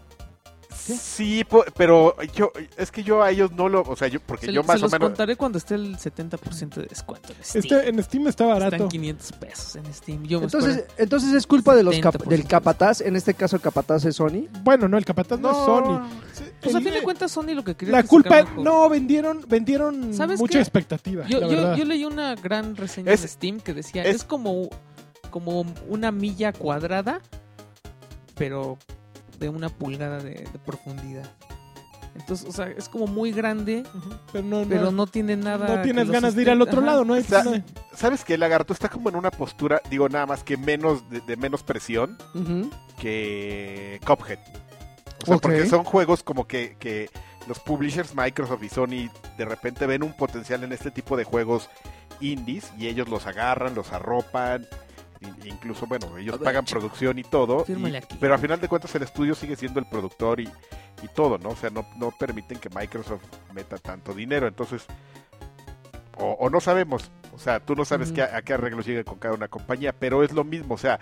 sí, po- pero yo, es que yo a ellos no lo, o sea, yo, porque
Se,
yo
se
más o
los
menos,
contaré cuando esté el 70% de descuento en Steam.
Este, en Steam está
Están
barato.
500 pesos en Steam. Yo me
Entonces,
espero-
entonces es culpa de los cap-
70%.
del capataz, en este caso el capataz es Sony.
Bueno, no, el capataz no,
no,
es Sony.
pues a fin de
el-
cuentas Sony lo que quería
La
es que sacara
culpa,
un juego.
no, vendieron, vendieron
¿Sabes
mucha
qué?
expectativa,
Yo,
la
yo-
verdad.
yo leí una gran reseña
Es-
en Steam que decía,
es-
es, como, como una milla cuadrada, pero de una pulgada de, de profundidad. Entonces, o sea, es como muy grande,
Ujú, Pero no, no,
pero no tiene nada...
no
que
tienes
lo
ganas de ir al
sustente.
otro
Ajá.
lado, ¿no? hay-
Sa-
no hay-
¿Sabes qué? El lagarto está como en una postura, digo, nada más que menos, de, de menos presión
Ujú.
que Cuphead. O sea,
Ok.
porque son juegos como que, que los publishers Microsoft y Sony de repente ven un potencial en este tipo de juegos indies y ellos los agarran, los arropan. i- Incluso, bueno, ellos
A ver,
pagan
chico.
producción y todo. y-
Fírmale aquí.
pero al final de cuentas el estudio sigue siendo el productor y, y todo, ¿no? O sea, no, no permiten que Microsoft meta tanto dinero. Entonces, o, o no sabemos. O sea, tú no sabes
Ujú.
qué- a qué arreglo llega con cada una compañía, pero es lo mismo. O sea,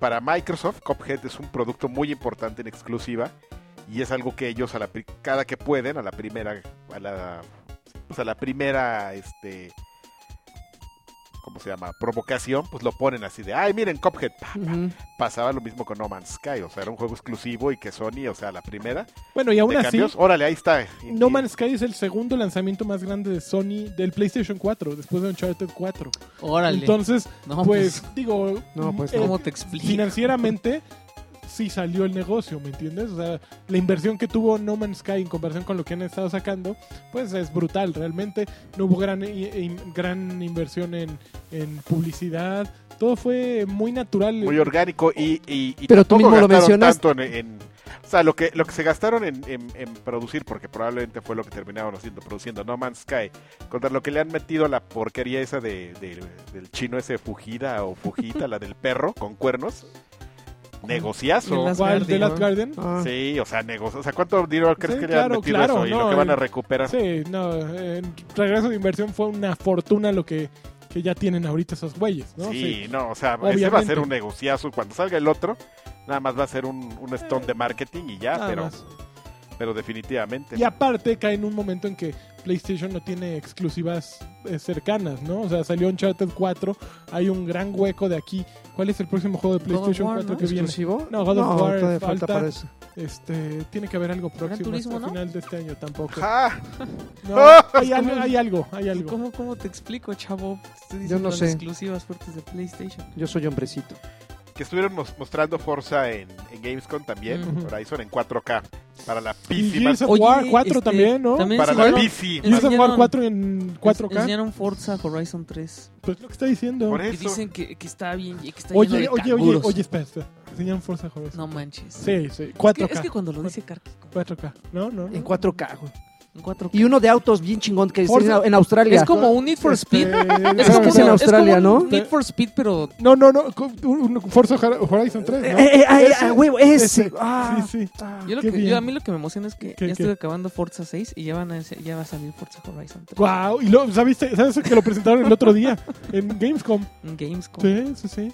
para Microsoft, Cophead es un producto muy importante en exclusiva y es algo que ellos a la pri- cada que pueden, a la primera, a la, pues a la primera, este, ¿cómo se llama? Provocación, pues lo ponen así de, ay, miren, Cophead,
Ujú.
pasaba lo mismo con No Man's Sky, o sea, era un juego exclusivo y que Sony, o sea, la primera,
Bueno, y aún
de
así,
cambios, órale, ahí está. Y-
No
y-
Man's Sky es el segundo lanzamiento más grande de Sony del PlayStation 4, después de Uncharted 4.
Órale.
Entonces,
no,
pues,
pues,
digo,
No, pues,
eh,
¿cómo te explico?
financieramente sí salió el negocio, ¿me entiendes? O sea, la inversión que tuvo No Man's Sky en comparación con lo que han estado sacando, pues es brutal, realmente. No hubo gran, i- im- gran inversión en, en publicidad, todo fue muy natural.
muy orgánico y, y, y
Pero tú
tampoco
mismo lo
gastaron
mencionaste.
tanto en, en- o sea lo que lo que se gastaron en, en- en producir porque probablemente fue lo que terminaron haciendo produciendo No Man's Sky contra lo que le han metido a la porquería esa de, de- del chino ese Fujida o Fujita la del perro con cuernos negociazo
Y las-
¿Cuál? ¿De
Garden,
Last
¿no?
Garden?
Ah.
sí o sea negocio o sea cuánto dinero crees
Sí,
que le
claro,
han metido
claro,
eso y
no,
lo que van a
eh,
recuperar
Sí, no, en regreso de inversión fue una fortuna lo que, que ya tienen ahorita esos güeyes, ¿no?
sí, no, o sea, ese va a
Obviamente.
ser un negociazo. Cuando salga el otro, nada más va a ser un, un stunt de marketing y ya,
nada
ah, pero,
más.
pero definitivamente.
Y aparte cae en un momento en que PlayStation no tiene exclusivas eh, cercanas, ¿no? O sea, salió Uncharted 4, hay un gran hueco de aquí. ¿Cuál es el próximo juego de
God of
PlayStation
War,
4
¿no?
que viene?
¿Exclusivo?
No, God of War
todavía
falta.
para eso.
Este, tiene que haber algo próximo
Turismo,
hasta
¿no?
final de este año tampoco.
¡Ja!
No,
¡Ah!
hay, algo, hay algo, hay algo.
¿Cómo, ¿Cómo te explico, chavo? Estoy
Yo no
diciendo las
sé.
exclusivas fuertes de PlayStation.
Yo soy hombrecito.
Que estuvieron mos- mostrando Forza en, en Gamescom también,
Ujú.
Horizon en 4K. Para la
Y
PC.
Gears
más-
of
Oye,
War 4
este,
también, ¿no?
también
para la
enseñaron-
PC.
enseñaron-
Gears of War
enseñaron-
4 en 4K.
Enseñaron Forza Horizon 3.
Pues lo que está diciendo.
Por
Y
eso.
dicen que, que está bien y que está lleno
Oye,
de
oye, oye,
canguros.
oye, espera, espera. Enseñaron Forza Horizon.
No manches.
Sí, sí,
Es que,
4K.
es que cuando lo dice Karki,
4K. No, no.
En
no.
4K. güey.
en 4K.
Y uno de autos bien chingón que
Forza.
está en Australia.
Es como un Need for
Este,
Speed.
no,
Es como,
que es en
un-
Australia,
es como un
¿no?
Need for Speed, pero
No, no, no. con- un- un Forza Horizon 3, ¿no?
Eh, eh, ah, eh, ah, huevo, ese.
Ese.
Ah.
Sí, sí.
yo, lo
Qué
que,
bien.
yo a mí lo que me emociona es que
¿Qué,
ya
qué?
estoy acabando Forza 6 y ya, van a, ense- ya va a salir Forza Horizon 3
Wow, y lo, ¿sabiste? ¿sabes que lo presentaron el otro día en Gamescom?
en Gamescom.
Sí, sí, sí.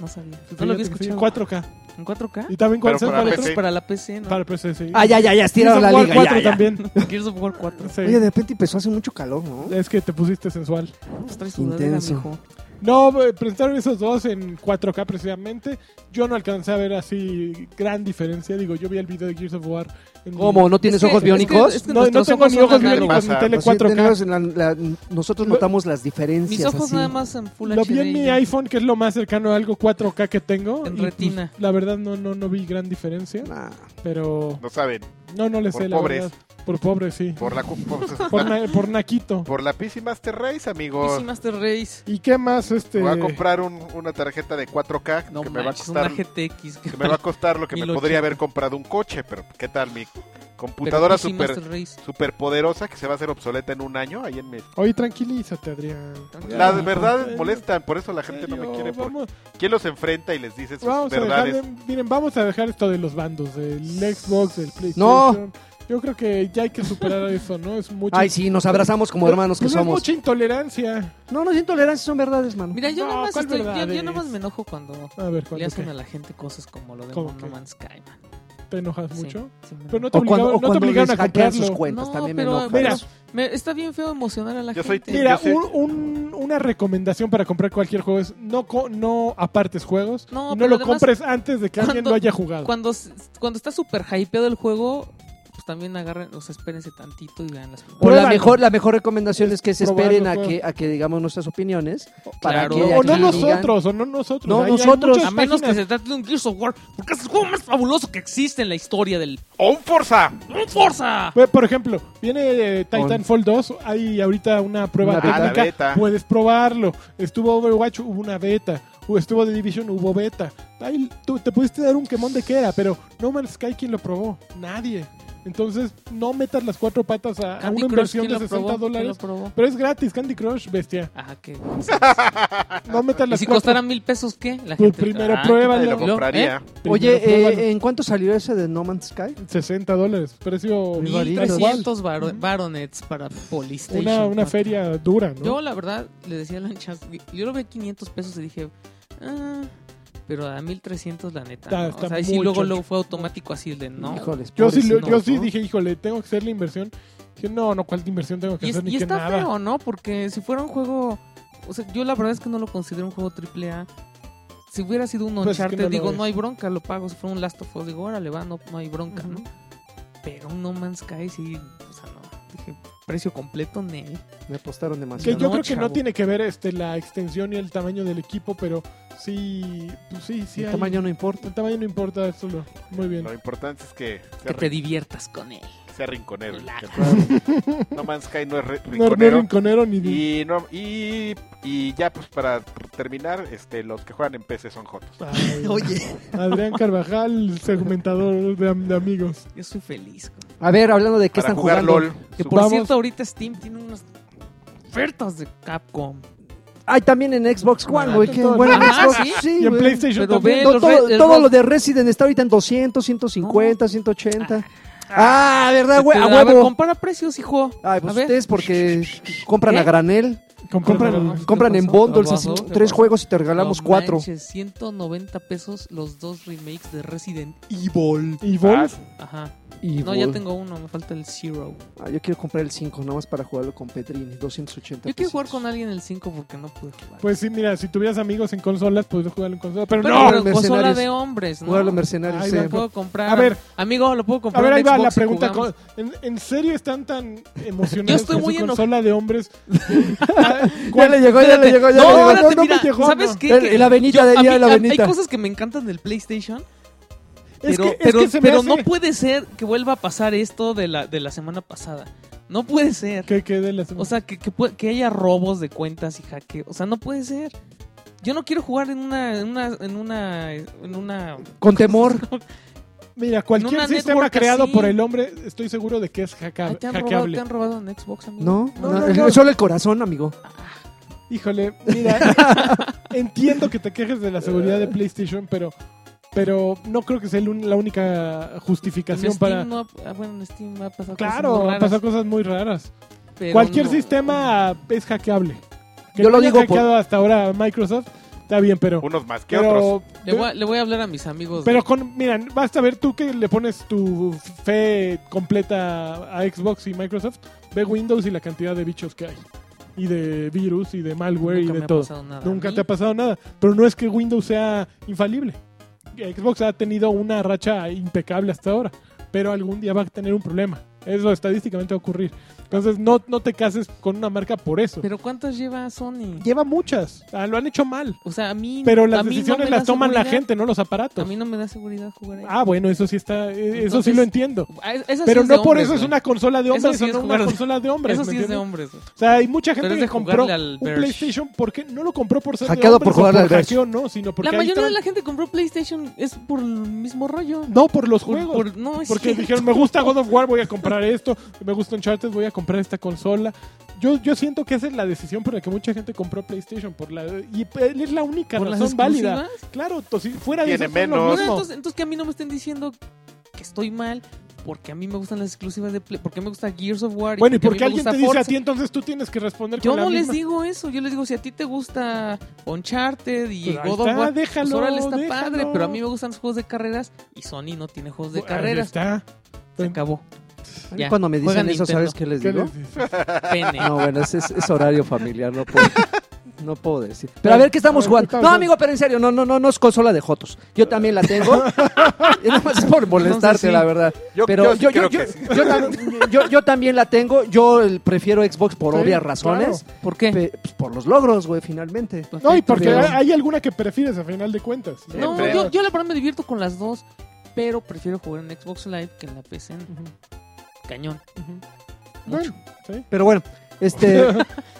No sabía. No
Fíjate
lo había
que sí,
escuchado.
4K.
¿En 4K?
Y también
Pero
¿sabes
para
cuál
Para,
es?
PC.
para la PC, ¿no?
Para PC, sí.
Ah, ya, ya, ya, estiraron la
Gears of War
liga.
4
ya, ya.
también.
Gears of War 4.
Sí.
Oye, de repente empezó a hacer mucho calor, ¿no?
Es que te pusiste sensual.
Pues trae sudadera,
Intenso.
mijo.
No, eh, presentaron esos dos en 4K precisamente. Yo no alcancé a ver así gran diferencia. Digo, yo vi el video de Gears of War. En
¿Cómo? ¿No tienes
Es que-
ojos
es que-
biónicos?
es que
No, no
nuestros
tengo ni
son
ojos
análogo.
biónicos ni
Pasa.
tele
Pues sí,
4K.
tenemos en la- la- nosotros
Lo-
notamos las diferencias.
Mis ojos
así.
nada más en Full
Lo
HD.
vi en mi
ya.
iPhone, que es lo más cercano a algo 4K que tengo.
En
y, pues,
retina.
la verdad no, no, no vi gran diferencia,
Nah.
pero
No saben,
no, no le
Por
sé
pobres.
la verdad. Por pobre, sí.
por la, cu- por,
Por, na- por naquito.
por la PC Master Race, amigo.
PC Master Race.
¿Y qué más? Este...
Voy a comprar un- una tarjeta de 4K
No
que me va a
manches,
costar
una GTX.
que me va a costar lo que me
1080.
podría haber comprado un coche, pero ¿qué tal mi computadora
Pero Pidgey
super,
Master Race.
poderosa que se va a hacer obsoleta en un año ahí en México.
Oye, tranquilízate, Adrián.
Tranquilo.
La
Ya, en
verdad
serio,
molestan, por eso la gente no me
serio,
quiere. Porque...
Vamos,
¿Quién los enfrenta y les dice sus
vamos a
verdades?
dejar, de- miren, vamos a dejar esto de los bandos, del Xbox, del PlayStation.
No.
Yo creo que ya hay que superar eso, ¿no? Es mucho.
Ay, sí, nos abrazamos como hermanos que
Pues Es
somos.
mucha intolerancia.
No, no es intolerancia, son verdades, mano.
Mira, yo
No,
nada más
¿cuál
estoy- yo-
verdad
yo nada
es?
más me enojo cuando
A ver,
le
¿cuándo
hacen
qué?
a la gente cosas como lo de
¿Cómo
No
qué?
Man's Sky, man.
¿Te enojas
Sí,
mucho?
sí me
Pero no te
O cuando,
obligaron,
o
no te
cuando
obligaron
les
a
hackean sus
comprarlo.
cuentas,
No,
también me
pero-
enoja.
Mira,
eso.
Me- está bien feo emocionar a la
Yo soy
gente.
tío.
Mira,
Yo sé-
un- un- una recomendación para comprar cualquier juego es no, co- no apartes juegos
No,
y no
pero
lo
además,
compres antes de que alguien
cuando-
lo haya jugado.
Cuando, s- cuando está súper hypeado el juego, pues también agarren, o sea, espérense tantito y vean
O
las
la
Pruébalo.
mejor, la mejor recomendación es que se
Probarlo,
esperen a
claro.
que, a que digamos nuestras opiniones. Para
Claro.
que
o no
aquí
nosotros.
digan-
nosotros, o no nosotros.
No,
Ahí hay
nosotros.
muchas
A menos que
páginas.
se trate de un Gears of War, porque es el juego más fabuloso que existe en la historia del
¡O un Forza!
¡Un Forza.
Pues, Por ejemplo, viene eh, Titanfall 2, hay ahorita una prueba
Una beta.
técnica,
Ah, la beta.
puedes probarlo. Estuvo Overwatch, hubo una beta. O Estuvo The Division, hubo beta. Ahí tú te pudiste dar un quemón de que era, pero No Man's Sky, ¿quién lo probó? Nadie. Entonces, no metas las cuatro patas a, a
Candy
una
Crush,
inversión de
¿quién lo
60
probó? ¿Quién
dólares.
lo probó?
Pero es gratis, Candy Crush, bestia.
Ajá, que.
No metas
¿Y
las
si
cuatro
costara mil pesos qué? La
Pues
gente.
primero
Ah,
pruébalo.
Nadie lo
¿eh?
compraría.
Primero
Oye, eh,
pruébalo.
¿en cuánto salió ese de No Man's Sky?
60 dólares, precio
Mil
igual.
1300 baro- baronets para Polystation.
Una, una
cuatro.
feria dura, ¿no?
Yo, la verdad, le decía a Lanchas, yo lo vi a 500 pesos y dije, ah, pero a 1300 la neta.
Está-
¿no?
está
o sea, y sí,
muy
luego,
choncho.
luego fue automático así el de no.
Híjoles,
Yo sí, lo-
pobrecito,
yo sí
¿no?
dije, híjole, tengo que hacer la inversión. Dije, no, no, ¿cuál inversión tengo que
Y, es-
hacer?
y
Ni que
está
nada.
feo, ¿no? Porque si fuera un juego, o sea, yo la verdad es que no lo considero un juego triple A. Si hubiera sido un
Pues es que
Uncharted,
no lo
digo,
es.
no hay bronca, lo pago. Si fuera un Last of Us, digo, órale, va, no, no hay bronca, ¿no? Pero un No Man's Sky sí, o sea, no. Dije, precio completo, Nel.
Me apostaron
Que
demasiado.
yo
No,
creo que no
chavo.
tiene que ver este la extensión y el tamaño del equipo, pero sí, pues sí, sí.
El
hay-
tamaño no importa.
el tamaño no importa, eso lo- muy bien.
Lo importante es que sea,
Que te
rin-
diviertas con él.
sea rinconero.
Claro.
No Man's Sky no es re-
No, no
rinconero.
rinconero ni
Y, no, y, y ya, pues para terminar, este, los que juegan en PC son jotos.
Ay,
Oye,
Adrián Carvajal, segmentador de, am- de amigos.
yo soy feliz. con-
A ver, hablando de qué
Para
están
jugar
jugando.
LOL.
que
su-
Por
Vamos.
cierto, ahorita Steam tiene unas ofertas de Capcom.
Ay, también en Xbox One,
Ah,
güey.
tú
Qué
todo.
bueno.
Ajá,
Xbox,
¿sí?
sí,
y en
güey.
PlayStation
Pero
también.
ve-
No,
los
todo,
Red-
todo
los-
lo de Resident está ahorita en 200, 150, 180. Ah, ¿verdad, güey? A
Pero, ver,
huevo.
compara precios, hijo.
Ay,
a
pues
ver. ¿Eh?
ustedes porque compran
¿Qué?
a granel,
Compran-
compran,
¿Qué
compran en
pasó?
bundles,
¿Qué
así,
pasó? ¿Qué
tres
pasó?
juegos y te regalamos
No
cuatro.
manches, 190 pesos los dos remakes de Resident Evil.
Y Vol,
Ajá.
Y
No, ya
bol-
tengo uno, me falta el Zero.
Ah, yo quiero comprar el 5, nada más para jugarlo con Petrini, 280
Yo quiero
pesitos.
jugar con alguien el 5 porque no pude jugar.
pues sí, mira, si tuvieras amigos en consolas, podrías jugar en consolas, pero,
pero,
no.
pero
Mercenarios.
consola de hombres, ¿no?
Jugar a los mercenarios,
Ay,
sí.
va,
Lo puedo comprar.
A ver.
Amigo, lo puedo
A
comprar.
ver,
en
ahí va la
Xbox y
pregunta.
jugamos.
co- ¿En, en serio están tan emocionados
estoy
con
muy
su
eno-
consola de hombres? Ah,
Ya le llegó, ya le llegó, ya
no,
le llegó.
espérate,
no me
mira,
llegó,
¿sabes
no.
qué?
El-
Que
la venita
yo-
de
a
día,
mí-
la
a-
venita.
Hay cosas que me encantan del PlayStation,
es
pero,
que, es
pero,
que se me
pero
hace
no puede ser que vuelva a pasar esto de la, de la semana pasada. No puede ser.
que quede la
O sea, que, que, pue- que haya robos de cuentas y hackeo. O sea, no puede ser. Yo no quiero jugar en una. En una, en una, en una
Con temor.
Mira, cualquier
una
sistema
network
creado
así.
por el hombre, estoy seguro de que es hacka-
Ay, ¿te, han robado,
hackeable.
te han robado en Xbox, amigo?
No,
No, eh,
no,
no,
el-
no.
solo el corazón, amigo.
Híjole, mira, entiendo que te quejes de la seguridad de PlayStation, pero pero no creo que sea el un- la única
En
justificación
Steam
para...
no ha, ah, bueno, en Steam ha pasado cosas
Claro,
muy
han
raras,
pasado cosas muy raras.
pero
Cualquier
no.
sistema es hackeable. Que
Yo
no
lo
haya
digo por-
hackeado hasta ahora Microsoft, está bien, pero...
Unos más que otros.
pero
Le voy, a, le voy a hablar a mis amigos. de-
Pero con, mira, basta ver tú que le pones tu fe completa a Xbox y Microsoft, ve Windows y la cantidad de bichos que hay. Y de virus y de malware
Nunca
y
me
de
ha
todo.
pasado nada a
Nunca
mí.
te ha pasado nada. Pero no es que Windows sea infalible. Xbox ha tenido una racha impecable hasta ahora. Pero algún día va a tener un problema. Eso estadísticamente va a ocurrir. Entonces no, no te cases con una marca por eso.
Pero ¿cuántas lleva Sony?
Lleva muchas. Ah, lo han hecho mal.
O sea, a mí.
Pero
a
las
mí no
decisiones
me da
las toman la
seguridad.
gente, no los
A
aparatos.
mí no me da seguridad jugar ahí.
Ah, bueno, eso sí está, eh, eso sí
Entonces-
lo entiendo.
Ah, es- esa sí
Pero
es
no
de
por
hombres,
eso es
güey.
una consola de hombres,
Eso sí
o
es
no una
jugar de-
consola de hombres. ¿me
Eso sí es de
entiendes?
hombres. güey.
O sea, hay mucha gente
Pero es
que
de
compró
jugarle al
un
Verge.
PlayStation porque no lo compró por ser
Hackeado
de
por
hombres o
jugarle al Verge.
hackeo, no, sino porque
La
ahí
mayoría de
estaban-
la gente compró PlayStation es por el mismo rollo.
no por los
Por-
juegos.
por- no, es
porque
cierto.
dijeron, me gusta God of War, voy a comprar esto, me gusta Uncharted, voy a comprar esta consola. Yo, yo siento que esa es la decisión por la que mucha gente compró PlayStation por la y es la única
por las
razón válida.
exclusivas.
Claro, to- si fuera de
Tiene
eso, son lo
menos.
Bueno,
mismo.
entonces, entonces que a mí no me estén diciendo que estoy mal porque a mí me gustan las exclusivas de Play, porque me gusta Gears of War.
Bueno, y
porque a mí
porque
me
alguien
gusta
te dice a
Forza.
ti, entonces tú tienes que responder
Yo
con la
no les
misma.
digo eso, yo les digo, si a ti te gusta Uncharted y
Pues ahí
God of
está,
War,
déjalo,
pues órale, está
déjalo. Pues
padre, pero a mí me gustan los juegos de carreras y Sony no tiene juegos de
Ahí
carreras.
está.
Se acabó.
A mí
Ya,
cuando me dicen
juega
eso,
Nintendo.
¿sabes qué les
¿Qué
digo?
les dices?
Pene.
No, bueno, es, es- es horario familiar, no puedo, no puedo decir. Pero a ver qué estamos
A ver, ¿qué
jugando.
estamos
No,
jugando?
amigo, pero en serio, no, no, no, no es consola de Jotos. Yo también la tengo. Es nada más por molestarte,
Entonces, sí.
la verdad.
Yo,
Pero
yo sí
yo, yo,
creo
yo-
que sí.
yo tam- yo- yo también la tengo. Yo el- prefiero Xbox por
Sí,
obvias razones.
¿Por qué?
Pe- pues, por Pues los logros, güey, finalmente.
No, y porque
Pero-
hay alguna que prefieres a final de cuentas.
No,
Siempre.
yo, yo la verdad me divierto con las dos, pero prefiero jugar en Xbox Live que en la PC.
Ujú,
Cañón.
ujú.
Mucho.
Bueno, sí.
Pero bueno, este,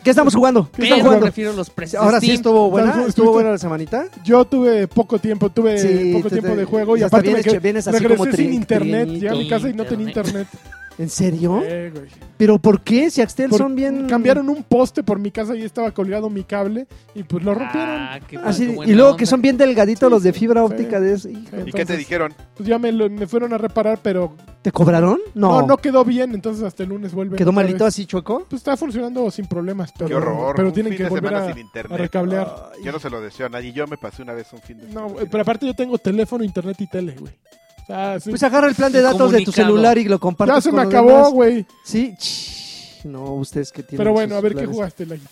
¿qué estamos jugando? ¿Qué estamos
Pero
jugando?
prefiero los precios.
Ahora sí estuvo buena,
Estamos-
estuvo buena la semanita.
Yo tuve poco tiempo, tuve
Sí,
poco
te- te-
tiempo de juego y
hasta
aparte me
vienes-
quedé-
vienes así
regresé
como
sin
tri-
internet,
trinito.
llegué a mi casa y no tenía internet.
Internet.
¿En serio?
Eh, güey.
¿Pero por qué? Si Axtel
Por-
son bien...
Cambiaron un poste por mi casa y estaba colgado mi cable y pues lo rompieron.
Ah, qué
Ah, sí,
qué
y
buena
luego
onda.
que son bien delgaditos
Sí,
los de
sí,
fibra
sí.
óptica de ese- hijo.
¿Y qué te
entonces-
dijeron?
Pues ya me, lo- me fueron a reparar, pero
¿Te cobraron? No.
no. no quedó bien, entonces hasta el lunes vuelve.
¿Quedó
otra
malito
vez.
así, chueco?
Pues está funcionando sin problemas, pero,
Qué horror.
pero
un
tienen
fin
que
de
volver
semana
a,
sin
a
internet.
recablear.
Ay,
Yo no se lo deseo a nadie. Yo me pasé una vez un fin de semana.
No,
sin
güey, pero aparte yo tengo teléfono, internet y tele, güey. O sea, sí.
Pues agarra el plan de datos de tu
Comunicado.
celular y lo
ya
compartes
se
con
me
los demás.
acabó, güey.
Sí. Ch- No, ustedes que tienen
Pero bueno,
sus
a ver qué
celulares.
jugaste, Lagui?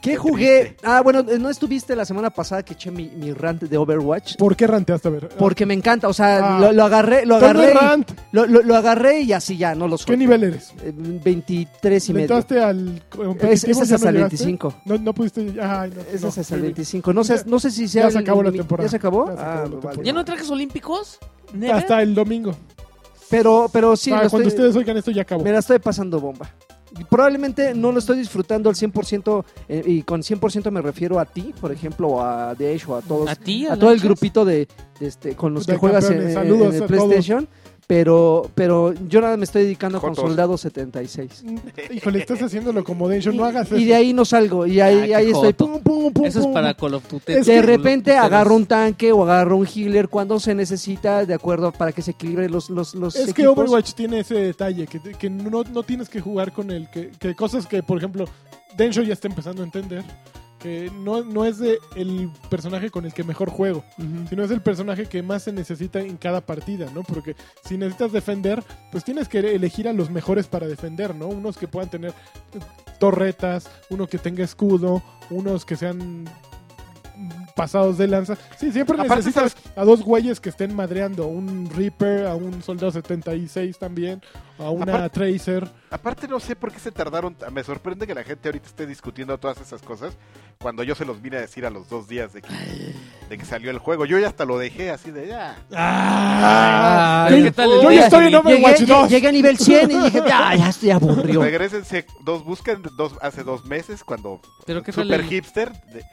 ¿Qué
Qué
jugué?
triste.
Ah, bueno, eh, ¿no estuviste la semana pasada que eché mi, mi rant de Overwatch?
¿Por qué ranteaste? A ver.
Porque me encanta, o sea,
Ah.
lo, lo agarré, lo
Tal vez
agarré, y-
rant.
lo, lo- lo agarré y así ya, no lo
¿Qué
suelto.
nivel eres?
Eh, 23 y
¿Le
medio.
entraste al competitivo?
Es, ese es
¿Ya
hasta el
no llegaste?
25.
No, no pudiste. Ay, no.
Ese
no,
es hasta el
güey.
25. No sé, no sé si sea.
Ya se
el-
acabó la
el-
temporada.
¿Ya se acabó?
Ya se
Ah,
acabó la
vale.
temporada.
¿Ya no hay trajes olímpicos? ¿Never?
Hasta el domingo.
Pero, pero sí,
Ah,
lo
cuando
estoy-
ustedes oigan esto ya acabó.
me la estoy pasando bomba. Y Probablemente no lo estoy disfrutando al 100%, eh, y con 100% me refiero a ti, por ejemplo, o a Desh o a todos.
¿A ti?
a todo el
Lanchas?
grupito de, de este, con los
De
que juegas en,
campeones.
en-
eh, Saludos
en el
a
PlayStation. Pero, pero yo nada me estoy dedicando con
Jotos.
Soldado 76.
Híjole, estás haciéndolo como Dencho. No hagas eso.
y de ahí no salgo. Y ahí,
Ah, qué
ahí estoy.
joto.
pum, pum, pum,
Eso es
pum.
para Call of Duty.
Es
de
que-
repente agarro un tanque o agarro un healer cuando se necesita, de acuerdo, para que se equilibre los, los, los
Es que
equipos.
Overwatch tiene ese detalle, que, que no, no tienes que jugar con él, que, que cosas que, por ejemplo, Densho ya está empezando a entender, que no, no es de el personaje con el que mejor juego, sino es el personaje que más se necesita en cada partida, ¿no? Porque si necesitas defender, pues tienes que elegir a los mejores para defender, ¿no? Unos que puedan tener eh, torretas, uno que tenga escudo, unos que sean mm, pasados de lanza. Sí, siempre
Aparte,
necesitas a dos güeyes que estén madreando, a un Reaper, a un Soldado 76 también, a una
Aparte-
Tracer.
Aparte no sé por qué se tardaron. t- Me sorprende que la gente ahorita esté discutiendo todas esas cosas cuando yo se los vine a decir a los dos días de que, de que salió el juego. Yo ya hasta lo dejé así de ya.
Ah,
yo,
¿qué tal el
yo ya
Destiny?
estoy en Overwatch
Llegué,
2.
llegué a nivel 100 y dije, ya, ya estoy aburrido.
Regrésense dos, busquen dos, hace dos meses cuando
¿Pero qué tal
super
el-
hipster de-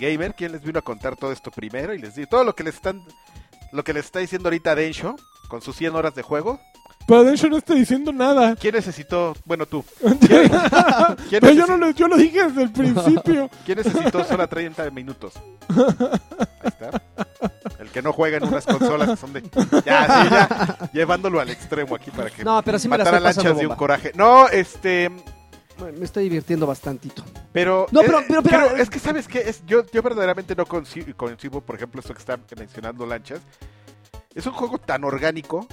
gamer, quien les vino a contar todo esto primero y les digo todo lo que les están, lo que les está diciendo ahorita Densho con sus 100 horas de juego.
Pero Densho no está diciendo nada.
¿Quién necesitó? Bueno, tú. ¿Quién,
Pero yo,
necesi-
no lo, yo lo dije desde el principio.
quién necesitó solo 30 minutos? Ahí está. El que no juega en unas consolas que son de. Ya, sí, ya. Llevándolo al extremo aquí para que.
No, pero sí me la
matara
estoy pasando
lanchas de un
bomba.
coraje. No, este.
Me estoy divirtiendo bastantito.
Pero,
No,
eh,
pero- pero- pero-
es que sabes que es, yo, yo verdaderamente no conci- concibo, por ejemplo, esto que está mencionando Lanchas. Es un juego tan orgánico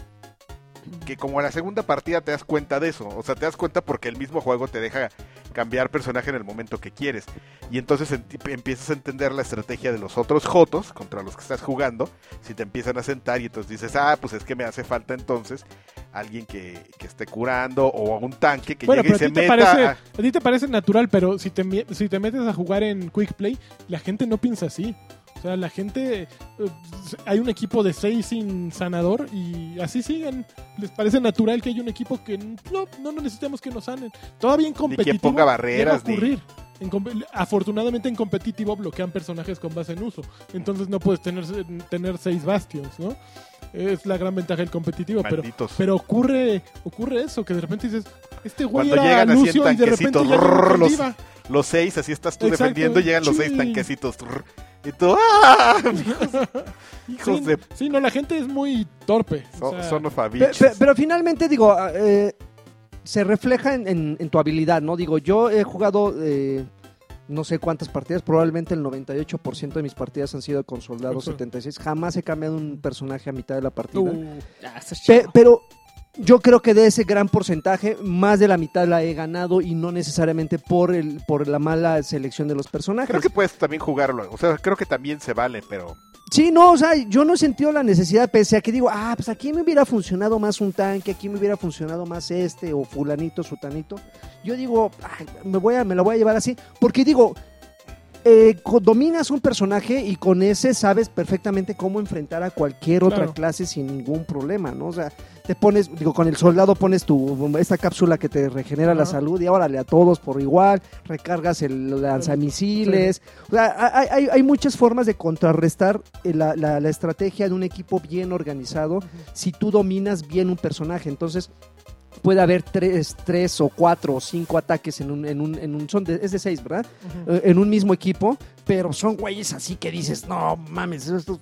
que como a la segunda partida te das cuenta de eso. O sea, te das cuenta porque el mismo juego te deja cambiar personaje en el momento que quieres. Y entonces enti- empiezas a entender la estrategia de los otros Jotos contra los que estás jugando. Si te empiezan a sentar y entonces dices, ah, pues es que me hace falta entonces alguien que, que esté curando o a un tanque que
Bueno,
llegue
pero
y
a ti,
se
te
meta.
parece,
a-
a ti te parece natural, pero si te, mie- si te metes a jugar en Quick Play, la gente no piensa así. O sea, la gente. eh, hay un equipo de seis sin sanador y así siguen. Les parece natural que haya un equipo que n- no, no necesitamos que nos sanen. Todavía en
quien
competitivo.
ponga barreras,
llega a ocurrir. En com- afortunadamente en competitivo bloquean personajes con base en uso. Entonces no puedes tener, tener seis bastions, ¿no? Es la gran ventaja del competitivo, pero
Malditos.
pero ocurre, ocurre eso, que de repente dices, este güey era
Cuando llegan así en
Lucio y de repente
tanquecito,
ya llegó con
los-
Diva.
los seis, así estás tú
Exacto,
defendiendo, y llegan los seis
chin.
tanquecitos. trrr, Y tú, ¡ah! Hijos
sí,
de-
sí, no, la gente es muy torpe. o
Son,
sea,
son of a
Pe-
bitches.
pe- pero finalmente, digo, ah, eh, se refleja en, en- en tu habilidad, ¿no? Digo, yo he jugado eh, no sé cuántas partidas, probablemente el 98% de mis partidas han sido con soldados
Ujú.
76. Jamás he cambiado un personaje a mitad de la partida.
tú-
Ah, está
Pe-
chido.
pero yo creo que de ese gran porcentaje, más de la mitad la he ganado y no necesariamente por, el, por la mala selección de los personajes.
pues
Creo que puedes también jugarlo. O sea, creo que también se vale, pero.
Sí, no, o sea, yo no he sentido la necesidad, pese a que digo, ah, pues aquí me hubiera funcionado más un tanque, aquí me hubiera funcionado más este, o fulanito, sutanito. Yo digo, "Ay, me, voy a, me la voy a llevar así, porque digo, eh, co- dominas un personaje y con ese sabes perfectamente cómo enfrentar a cualquier otra
Claro.
clase sin ningún problema, ¿no? O sea, te pones, digo, con el soldado pones tu, esta cápsula que te regenera la
Ajá.
salud y órale a todos por igual, recargas el lanzamisiles, o sea, hay, hay- hay muchas formas de contrarrestar eh, la, la- la estrategia de un equipo bien organizado si tú dominas bien un personaje. Entonces, puede haber tres, tres o cuatro o cinco ataques en un, en un, en un son de- es de seis, ¿verdad?
Ujú.
Eh, En un mismo equipo, pero son güeyes así que dices, no mames, esto-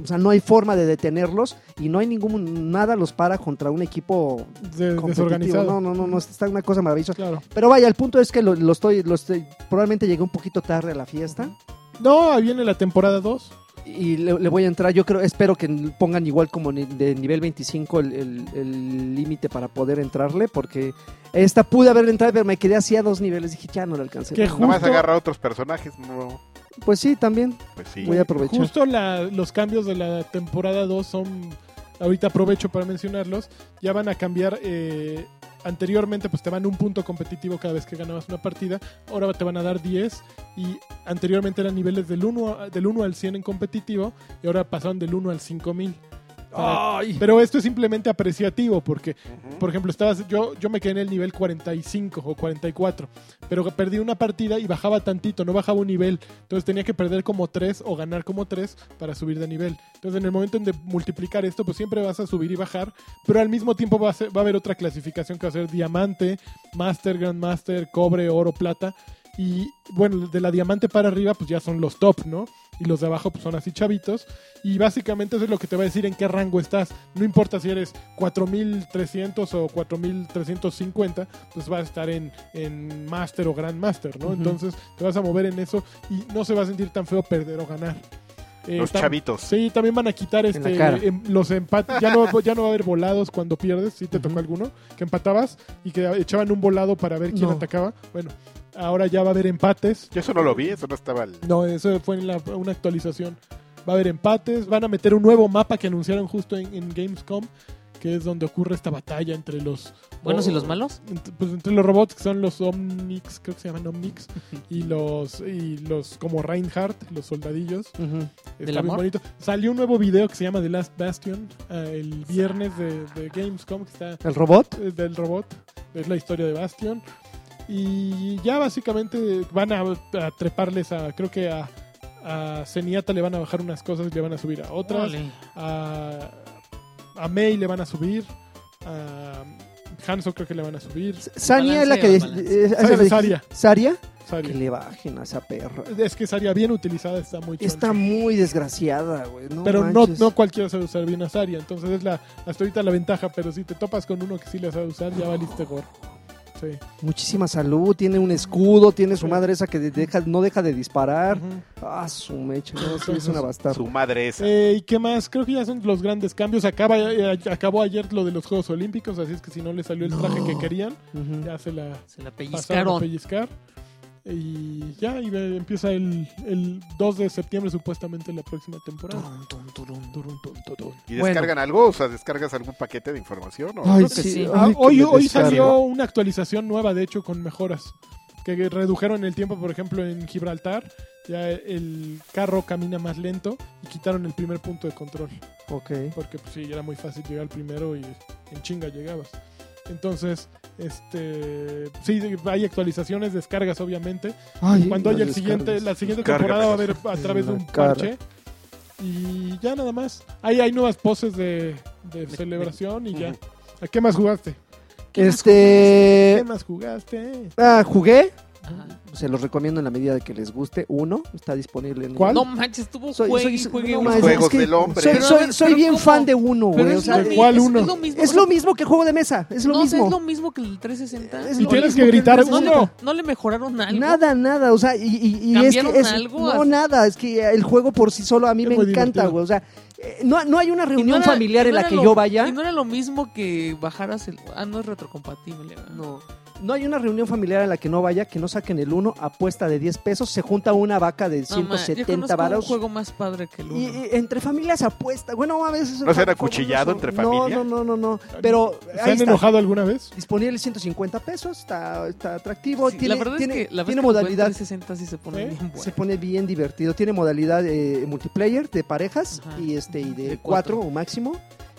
o sea, no hay forma de detenerlos y no hay ningún, nada los para contra un equipo
de-
competitivo.
desorganizado.
No, no, no, no, está una cosa maravillosa.
Claro.
Pero vaya, el punto es que lo, lo estoy, lo estoy- probablemente llegué un poquito tarde a la fiesta.
No, ahí viene la temporada 2.
Y le, le voy a entrar, yo creo, espero que pongan igual como ni- de nivel 25 el- el el límite para poder entrarle, porque esta pude haber entrado, pero me quedé así a dos niveles, dije, ya no la alcancé.
Que
Nada más
Justo-
agarra a otros personajes. No,
Pues sí, también
pues sí.
voy a aprovechar.
Justo la- los cambios de la temporada 2 son, ahorita aprovecho para mencionarlos, ya van a cambiar, eh, anteriormente pues te van un punto competitivo cada vez que ganabas una partida, ahora te van a dar 10 y anteriormente eran niveles del 1, a- del 1 al 100 en competitivo y ahora pasaron del 1 al 5000.
¡Ah!
Para- Pero esto es simplemente apreciativo porque
Ujú.
por ejemplo, estabas, yo, yo me quedé en el nivel 45 o 44, pero perdí una partida y bajaba tantito, no bajaba un nivel. Entonces tenía que perder como 3 o ganar como 3 para subir de nivel. Entonces en el momento en de multiplicar esto, pues siempre vas a subir y bajar, pero al mismo tiempo va a, ser- va a haber otra clasificación que va a ser diamante, master, grandmaster, cobre, oro, plata. Y bueno, de la diamante para arriba, pues ya son los top, ¿no? Y los de abajo, pues son así chavitos. Y básicamente eso es lo que te va a decir en qué rango estás. No importa si eres 4300 o 4350, pues vas a estar en, en Master o Grand Master, ¿no?
Ujú.
Entonces te vas a mover en eso y no se va a sentir tan feo perder o ganar. Eh,
Los
tam-
chavitos.
Sí, también van a quitar este,
la cara.
em- los empates. Ya no, ya no va a haber volados cuando pierdes, si te tocó
Ujú.
alguno, que empatabas y que echaban un volado para ver quién
No.
atacaba. Bueno, ahora ya va a haber empates.
Yo eso no lo vi, eso no estaba. el-
No, eso fue en la- una actualización. Va a haber empates, van a meter un nuevo mapa que anunciaron justo en, en Gamescom, que es donde ocurre esta batalla entre los...
¿Buenos y
o-
los malos?
ent- pues entre los robots que son los Omnix, creo que se llaman Omnix, y los y los como Reinhardt, los soldadillos.
Ujú.
Está
¿Del
bien
amor?
bonito. Salió un nuevo video que se llama The Last Bastion eh, el viernes de, de Gamescom, que está
¿El robot?
eh, del robot. Es la historia de Bastion. Y ya básicamente van a, a treparles a. Creo que a, a Zenyatta le van a bajar unas cosas y le van a subir a otras.
Órale.
A, a May le van a subir. A Hanzo creo que le van a subir.
Sania es la que...
Balancea, balancea.
eh, esa la dijiste.
Saria.
Saria.
Saria.
Que le bajen a esa perra.
Es que Saria bien utilizada está muy choncha.
Está muy desgraciada, güey. No
Pero no,
manches.
no cualquiera sabe usar bien a Saria. Entonces es la, hasta ahorita la ventaja. Pero si te topas con uno que sí la sabe usar, ya valiste gorro. Sí.
Muchísima salud, tiene un escudo, tiene su madre esa que de- deja, no deja de disparar.
Ujú.
Ah, su mecha, no, sí, es una bastarda.
Su madre esa.
Eh, ¿Y qué más? Creo que ya son los grandes cambios. Acaba, eh, acabó ayer lo de los Juegos Olímpicos, así es que si no le salió el traje que querían,
Ujú.
ya se la
Se
pasaron a
la pellizcaron.
pellizcar. Y ya, y ve- empieza el, el 2 de septiembre supuestamente la próxima temporada.
Turun, turun, turun.
Turun, tun, tun, tun.
¿Y
Bueno.
descargan algo? O sea, ¿descargas algún paquete de información? O...
Ay,
creo que sí.
ay,
Ah,
que
hoy
me
hoy
descargo.
salió una actualización nueva, de hecho, con mejoras. Que que redujeron el tiempo, por ejemplo, en Gibraltar. Ya el carro camina más lento y quitaron el primer punto de control.
Ok.
Porque pues, sí, era muy fácil llegar primero y en chinga llegabas. Entonces, este sí, hay actualizaciones, descargas obviamente.
Ay,
Cuando haya el
las
siguiente, la
descargas.
siguiente
Descárgamelas.
temporada va a haber a través de
En la
un
cara.
parche. Y ya nada más. Ahí hay nuevas poses de, de
Me-
celebración y ya.
Ujú.
¿A qué más jugaste? ¿Qué
Este.
más jugaste?
Ah, jugué.
Ajá.
Se los recomiendo en la medida de que les guste. Uno está disponible en.
¿Cuál?
No manches, tuvo
Soy,
juegue y
soy-
juegue
no
uno.
manches,
Juegos
es que
del hombre.
Soy,
Pero a
soy-
ver,
soy
pero
bien
¿cómo?
fan de uno,
Pero
güey,
es,
o sea,
lo
¿de
mi-
cuál
es-
uno?
Es lo mismo.
es lo mismo que juego de mesa. Es lo
no,
mismo.
es lo mismo que el 360.
Es
Y
lo
tienes
mismo
que gritar
el
no, le,
uno.
no le mejoraron algo.
Nada, nada, o sea, y, y- y es
¿Cambiaron
que es,
algo?
no nada, es que el juego por sí solo a mí
Es
me
muy
encanta,
divertido.
güey, o sea, eh, no, no hay una
Y no
reunión
era-
familiar
y
en
no
la
era
que
lo-
yo vaya.
Y no era lo mismo que bajaras el. Ah, no es retrocompatible. ¿verdad?
No, no hay una reunión familiar a la que no vaya, que no saquen el uno, apuesta de 10 pesos, se junta una vaca de
No, ma, yo
170
conozco
varos.
un juego más padre que el
Y,
uno.
y entre familias apuesta. Bueno, a veces.
¿No se han
fa-
acuchillado
fabuloso.
entre familia?
No, no, no, no. no. Pero.
¿Se
ahí
han
está.
enojado alguna vez?
Disponible 150 pesos, está, está atractivo.
Sí,
pues, tiene,
la verdad
tiene-
es que la vez
tiene
que jugué el
modalidad.
360 sí se pone
¿Eh?
bien
Se
bueno.
pone bien divertido. Tiene modalidad eh, multiplayer de parejas
Ajá.
y este y de,
De cuatro.
cuatro o máximo.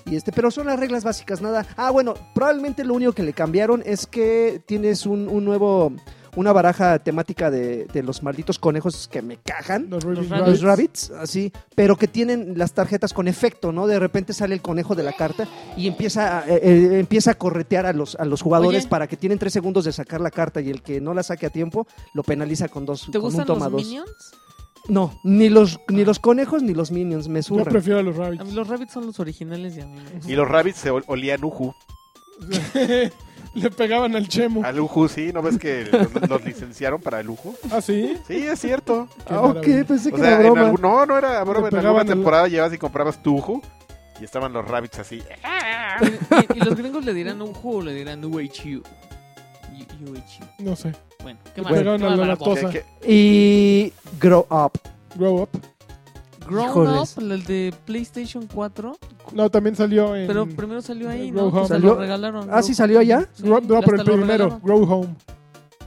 Y este, pero son las reglas básicas, nada. Ah, bueno, probablemente lo único que le cambiaron es que tienes un, un nuevo, una baraja temática de, de los malditos conejos que me cajan.
Los Rabbit
rabbits.
Los
Rides.
rabbits, así, pero que tienen las tarjetas con efecto, ¿no? De repente sale el conejo de la carta y empieza a, eh, eh, empieza a corretear a los, a los jugadores
Oye.
para que tienen tres segundos de sacar la carta y el que no la saque a tiempo lo penaliza con dos,
¿Te
con un
gustan
toma
los
dos.
Minions?
No, ni los, ni los conejos ni los minions, me
Yo
surran.
prefiero a los
A mí
Rabbits.
los Rabbits son los originales y a mí me
Y los rabbits se ol- olían uju.
Le pegaban al Chemo.
Al uju, sí. ¿No ves que los, los licenciaron para el uju?
¿Ah, sí?
Sí, es cierto.
Qué
Ah, ok,
maravilla.
pensé
O
que
sea,
era
en
broma.
algún- no, no era broma.
Le
En alguna
pegaban al-
temporada llevas y comprabas tu uju y estaban los rabbits así.
Y- y, y los gringos le dirán un juego, le dirán UHU. U- UHU.
No sé.
Bueno,
Bueno.
¿qué más? ¿Qué más
Pegaban a la
barato?
tos.
Que- que-
Y Grow Up.
Grow Up.
Grown
Híjoles.
Up, el de PlayStation 4.
No, también salió en...
Pero primero salió ahí,
Grow
¿no? Que
Up.
se
Salió-
lo regalaron.
Ah, sí, salió allá.
Grow- no, pero el primero.
primero.
Grow Home.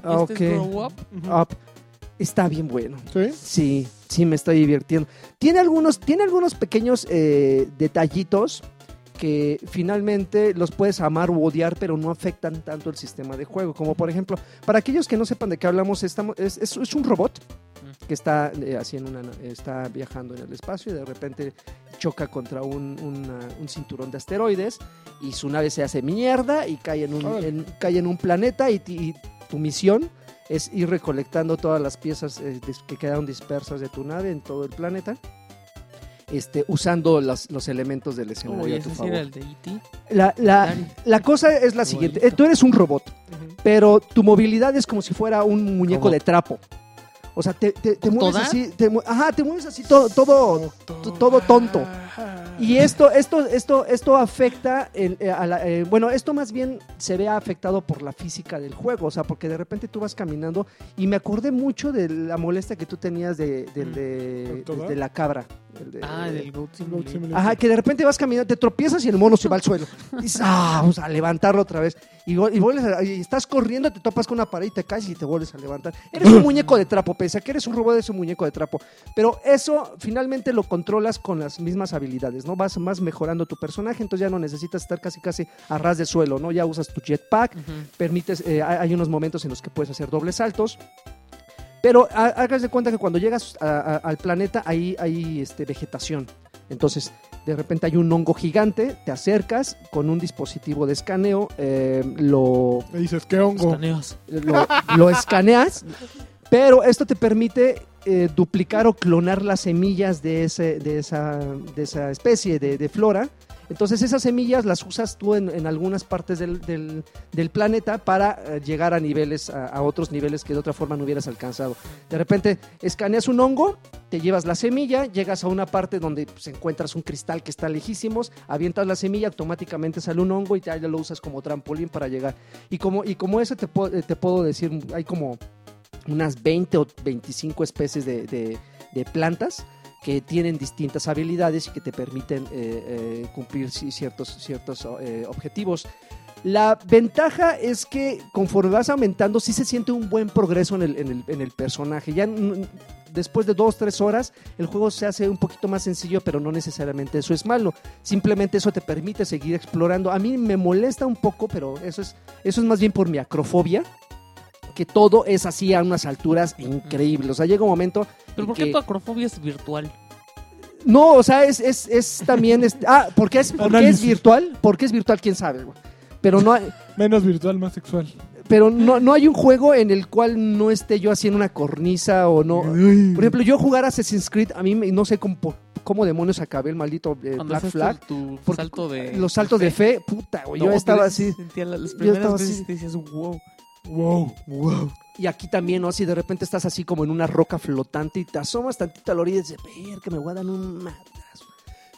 Ah, ok.
Este Grow Up.
Ujú.
Up. Está bien bueno.
¿Sí?
Sí, sí, me estoy divirtiendo. Tiene algunos, tiene algunos pequeños eh, detallitos que finalmente los puedes amar u odiar, pero no afectan tanto el sistema de juego. Como por ejemplo, para aquellos que no sepan de qué hablamos, estamos, es, es- es un robot que está eh, así en una na- está viajando en el espacio y de repente choca contra un, una- un cinturón de asteroides y su nave se hace mierda y cae en un,
Órale.
en- cae en un planeta y, ti- y tu misión es ir recolectando todas las piezas eh, dis- que quedaron dispersas de tu nave en todo el planeta. Este, usando las- los elementos del escenario
Oye,
a tu
ese sí
favor.
era el de E E.T.
La, la-
Claro.
la cosa es la siguiente. Eh,
Igualito.
Tú eres un robot,
Ujú.
pero tu movilidad es como si fuera un muñeco
¿Cómo?
de trapo. O sea, te, te- te
¿Con
mueves
toda?
así, te, mue- ajá, te mueves así todo, todo,
Doctor.
todo tonto.
Ah.
Y esto, esto, esto, esto afecta, el- eh, a la- eh, bueno, esto más bien se ve afectado por la física del juego, o sea, porque de repente tú vas caminando y me acordé mucho de la molestia que tú tenías de, del
Mm.
de,
¿Doctor?
del de la cabra. el de-
Ah, del Goat
Goat
Simulator.
Simulator.
Ajá, que de repente vas caminando, te tropiezas y el mono se va al suelo. Y dices, ah, vamos a levantarlo otra vez. Y, vol- y vuelves a- y estás corriendo, te topas con una pared y te caes y te vuelves a levantar. Eres un muñeco de trapo, pese a que eres un robot, eres un muñeco de trapo. Pero eso finalmente lo controlas con las mismas habilidades, ¿no? Vas más mejorando tu personaje, entonces ya no necesitas estar casi casi a ras de suelo, ¿no? Ya usas tu jetpack,
Ujú.
permites, eh, hay hay unos momentos en los que puedes hacer dobles saltos. Pero ha- hagas de cuenta que cuando llegas a- a- al planeta hay, hay este, vegetación. Entonces, de repente hay un hongo gigante, te acercas con un dispositivo de escaneo, eh, lo,
Me dices, ¿qué
Los
hongo?
taneos.
lo, lo escaneas, pero esto te permite eh, duplicar o clonar las semillas de, ese, de, esa, de esa especie de, de flora. Entonces esas semillas las usas tú en, en algunas partes del, del- del planeta para eh, llegar a niveles, a, a otros niveles que de otra forma no hubieras alcanzado. De repente escaneas un hongo, te llevas la semilla, llegas a una parte donde pues, encuentras un cristal que está lejísimos, avientas la semilla, automáticamente sale un hongo y ya lo usas como trampolín para llegar. Y como, y como eso te, po- eh, te puedo decir, hay como unas 20 o 25 especies de, de- de plantas que tienen distintas habilidades y que te permiten eh, eh, cumplir ci- ciertos, ciertos o- eh, objetivos. La ventaja es que conforme vas aumentando, sí se siente un buen progreso en el, en el- en el personaje. Ya mm, después de dos, tres horas, el juego se hace un poquito más sencillo, pero no necesariamente eso es malo. Simplemente eso te permite seguir explorando. A mí me molesta un poco, pero eso es, eso es más bien por mi acrofobia, que todo es así a unas alturas increíbles. O sea, llega un momento
Pero
y
¿por qué
que-
tu acrofobia es virtual?
Eh, no, o sea, es, es, es también. es- ah, porque es, porque es
Análisis.
virtual. Porque es virtual, quién sabe, güey. Pero no, hay-
Menos virtual, más sexual.
pero no, no hay un juego en el cual no esté yo haciendo una cornisa o no.
Ay.
Por ejemplo, yo jugar Assassin's Creed, a mí me- no sé cómo, por- cómo demonios acabé el maldito eh,
Cuando
Black
haces tu-
Flag.
tu,
porque
salto de.
Los saltos de fe, puta, güey. Yo
No,
estaba
pero
así.
sentía la- las
yo
primeras
estaba
veces
así.
te decías, wow.
Wow.
Y aquí también, ¿no? Si de repente estás así como en una roca flotante y te asomas tantito a la orilla y dices, ver, que me voy a dar un madrazo.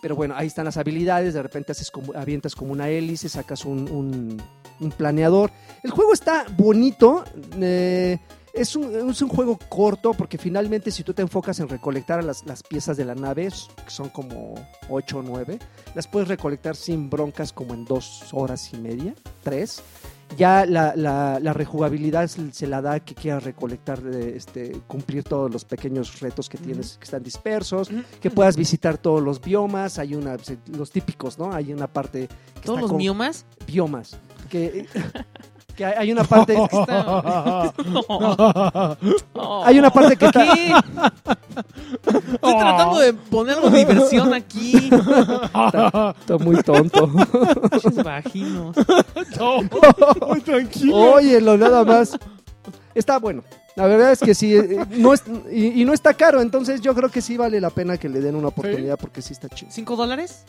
Pero bueno, ahí están las habilidades, de repente haces como, avientas como una hélice, sacas un, un- un planeador. El juego está bonito, eh, es, un, es un juego corto porque finalmente si tú te enfocas en recolectar a las, las piezas de la nave, s- que son como 8 o 9, las puedes recolectar sin broncas como en 2 horas y media, 3. Ya la, la- la rejugabilidad se se la da que quieras recolectar, eh, este, cumplir todos los pequeños retos que tienes que están dispersos, que puedas visitar todos los biomas, hay una, pues, los típicos, ¿no? Hay una parte que
Todos
está
los
con
miomas.
biomas, que, que hay hay una parte...
está- No. no.
Hay una parte que está...
¿Qué?
Oh.
Estoy tratando de poner algo de diversión aquí.
Está muy tonto.
Pinches vaginos.
Muy tranquilo.
Óyelo, nada más. Está bueno. La verdad es que sí, eh, no es, y, y no está caro, entonces yo creo que sí vale la pena que le den una oportunidad porque sí está chido.
¿Cinco dólares?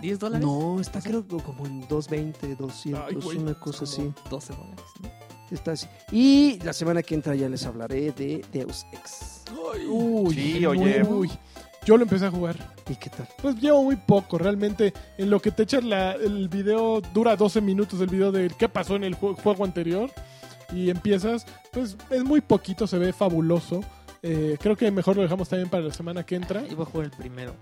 ¿Diez dólares?
No, está creo que como en 220, 200,
Ay, güey,
una cosa
Es como
así.
12 dólares. ¿no?
Está así. Y la semana que entra ya les hablaré de Deus Ex.
Uy,
Sí,
qué
oye.
nuevo. Uy. Yo lo empecé a jugar.
¿Y qué tal?
Pues llevo muy poco, realmente. En lo que te echas la, el video, dura 12 minutos el video de qué pasó en el jue- juego anterior. Y empiezas, pues es muy poquito, se ve fabuloso. Eh, creo que mejor lo dejamos también para la semana que entra.
Iba a jugar el primero.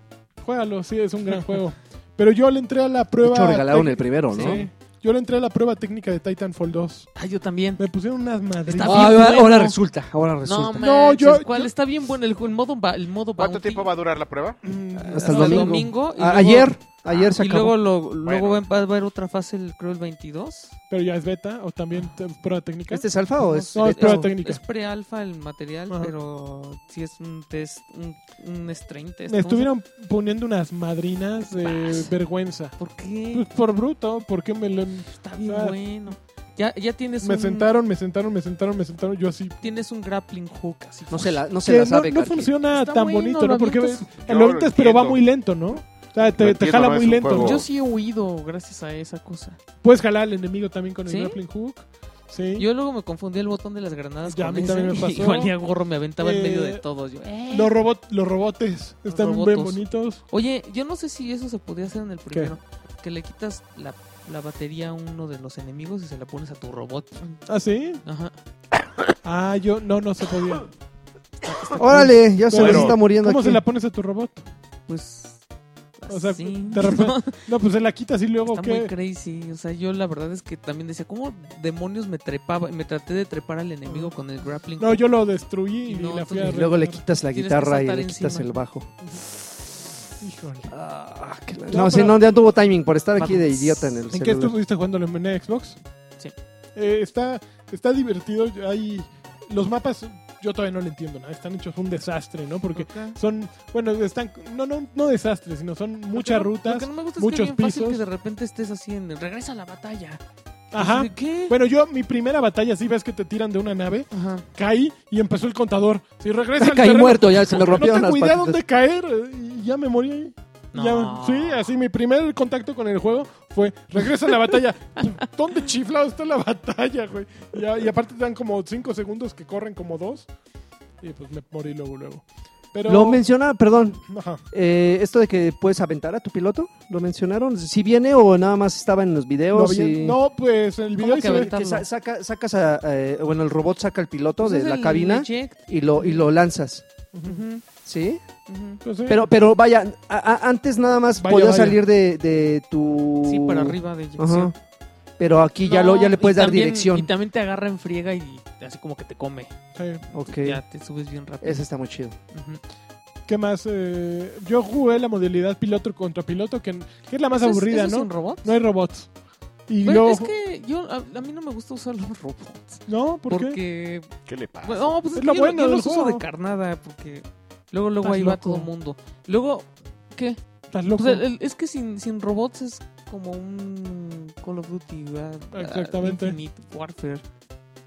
Juégalo, sí, es un gran juego. Pero yo le entré a la prueba.
De hecho, regalaron
tec-
el primero, ¿no?
Sí. Yo le entré a la prueba técnica de Titanfall 2.
Ah, yo también.
Me pusieron unas madres.
Está
Ah,
bien
ahora
bueno.
resulta, ahora
No,
resulta.
manches,
No, yo-
¿cuál?
yo-
Está bien bueno el, ju- el modo, ba- el modo
¿Cuánto
bounty.
tiempo va a durar la prueba?
Mm,
Hasta el
Hasta el
domingo.
domingo y
Ah,
A-
luego-
ayer, ayer se
y
acabó.
luego, lo- luego
Bueno.
va a haber otra fase, el, creo el 22.
Pero ya es beta o también te- prueba técnica.
¿Este es alfa o es?
No, Ah, es
beta?
prueba técnica.
Es pre-alfa el material,
Ajá.
pero sí es un test, un, un strain test.
este
Me
¿cómo se-
estuvieron poniendo unas madrinas de
Vas.
vergüenza.
¿Por qué?
Pues por bruto, porque me lo-
Está bien
Ah.
bueno. Ya, ya tienes
me
un...
sentaron, me sentaron, me sentaron, me sentaron, yo así.
Tienes un grappling hook así.
No se la, no se
Que
la
no-
sabe.
no,
Karki.
funciona
Está
tan
bueno,
bonito,
lo
¿no? Porque ves-
avientas-
Yo
lo
lo
avientas, pero va
entiendo.
muy lento, ¿no? O sea, te,
Lo
te
entiendo,
jala
no es
muy
un
lento.
juego.
Yo sí he huido gracias a esa cosa.
Puedes jalar al enemigo también con el
¿Sí?
grappling hook. Sí.
Yo luego me confundí el botón de las granadas
Ya, a
con
mí
ese
también me
y
pasó.
valía gorro, me aventaba en
Eh,
medio de todos. Yo, ¡eh!
Los, robot, los robotes
Los
están bien
robotos.
bonitos.
Oye, yo no sé si eso se podía hacer en el primero. Que le quitas la, la batería a uno de los enemigos y se la pones a tu robot.
¿Ah, sí?
Ajá.
Ah, yo no, no se podía.
Órale, ya se nos
Pero-
está muriendo
¿Cómo
aquí.
se la pones a tu robot?
Pues.
O sea,
así.
de repente- No, pues se la quitas y luego
Está muy
que
crazy. O sea, yo la verdad es que también decía, ¿cómo demonios me trepaba? Me traté de trepar al enemigo con el grappling.
No, yo lo destruí y
No,
la fui a
tú-
Y luego le
reparar.
quitas la
Tienes que
guitarra y
saltar
le quitas
encima.
el bajo.
Híjole.
Ah, que la-
No,
No, sí,
pero-
no, ya tuvo timing por estar aquí de
Vamos.
idiota en el
¿En qué
celular.
estuviste jugando en Xbox?
Sí.
Eh, está, está divertido. Hay los mapas, yo todavía no le entiendo nada. Están hechos un desastre, ¿no? Porque son, bueno, están, no, no, no desastres, sino son muchas
Lo que no-
rutas.
Lo que no me gusta
muchos
es que es bien fácil
pisos.
que de repente estés así en. el, Regresa a la batalla.
Ajá. Pues,
Así de, ¿Qué?
Bueno, yo mi primera batalla, sí ves que te tiran de una nave,
Ajá.
caí y empezó el contador. Si regresa al
Caí
terreno,
muerto, ya se me
no
rompieron
te
las
cuidé a
patitas.
dónde caer eh, y ya me morí ahí.
No.
Ya- sí, así mi primer contacto con el juego fue regresa a la batalla. ¿Dónde chiflado está la batalla, güey? Y, a- y aparte te dan como 5 segundos que corren como dos. Y pues me morí luego, luego. Pero...
Lo mencionaron, perdón,
Ajá.
eh, esto de que puedes aventar a tu piloto, ¿lo mencionaron? ¿Si viene o nada más estaba en los
No,
videos?
bien-
y-
no, pues el video
que
se ve-
aventó?
que sa- saca- sacas a, eh, bueno, el robot saca al piloto
Pues
de
es
la
el
cabina
eject.
y lo, y lo lanzas,
Ujú,
¿sí?
ujú.
pues, sí.
Pero, pero vaya, a- a- antes nada más
Vaya,
podías
vaya.
salir de, de tu...
Sí, para arriba de eyección.
Uh, Ajá. Pero aquí ya, lo, ya le
No,
puedes
y
dar
también- Y
dirección.
también te agarra en friega y así como que te come.
Sí.
Ok,
Ya te subes bien rápido.
ese está muy chido.
Ujú.
¿Qué más? Eh, yo jugué la modalidad piloto contra piloto, que, que es la más
¿Eso es-
aburrida,
eso es
¿no?
en robots?
No hay robots. Y
Bueno,
yo...
es que yo, a, a mí no me gusta usar los robots.
¿no, ¿por qué?
porque.
¿Qué le pasa?
Bueno, no, pues es,
Es
que
lo
yo,
bueno
yo
del
los uso
juego.
de carnada. Porque luego, luego
Estás
ahí va
loco.
todo el mundo. Luego, ¿qué?
Estás loco.
Pues el- el- es que sin, sin robots es como un Call of Duty, ¿verdad? Ah,
Exactamente.
Infinite Warfare.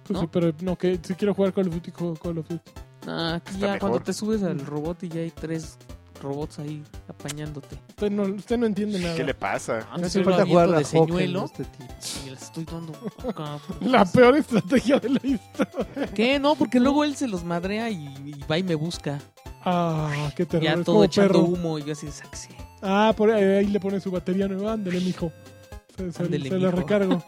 Pues
¿no?
sí, pero no, que si quiero jugar Call of Duty, juego Call of Duty.
Ah, aquí
Está
ya
mejor.
cuando te subes al robot y ya hay tres robots ahí apañándote.
Usted no, usted no entiende nada.
¿Qué le pasa?
Ah,
Hace
yo
falta
lo
jugar
aviento
la
de
hockey,
señuelo
¿no? Este tipo.
y las estoy dando acá.
La peor estrategia de la historia.
¿Qué? No, porque luego él se los madrea y, y va y me busca.
Ah, qué terror.
ya
es
todo
como
echando
perro.
humo y yo así, saxé.
Ah, por ahí, ahí le pone su batería nueva. Ándele, mijo. Se, se-
Ándele,
se la
mijo.
recargo.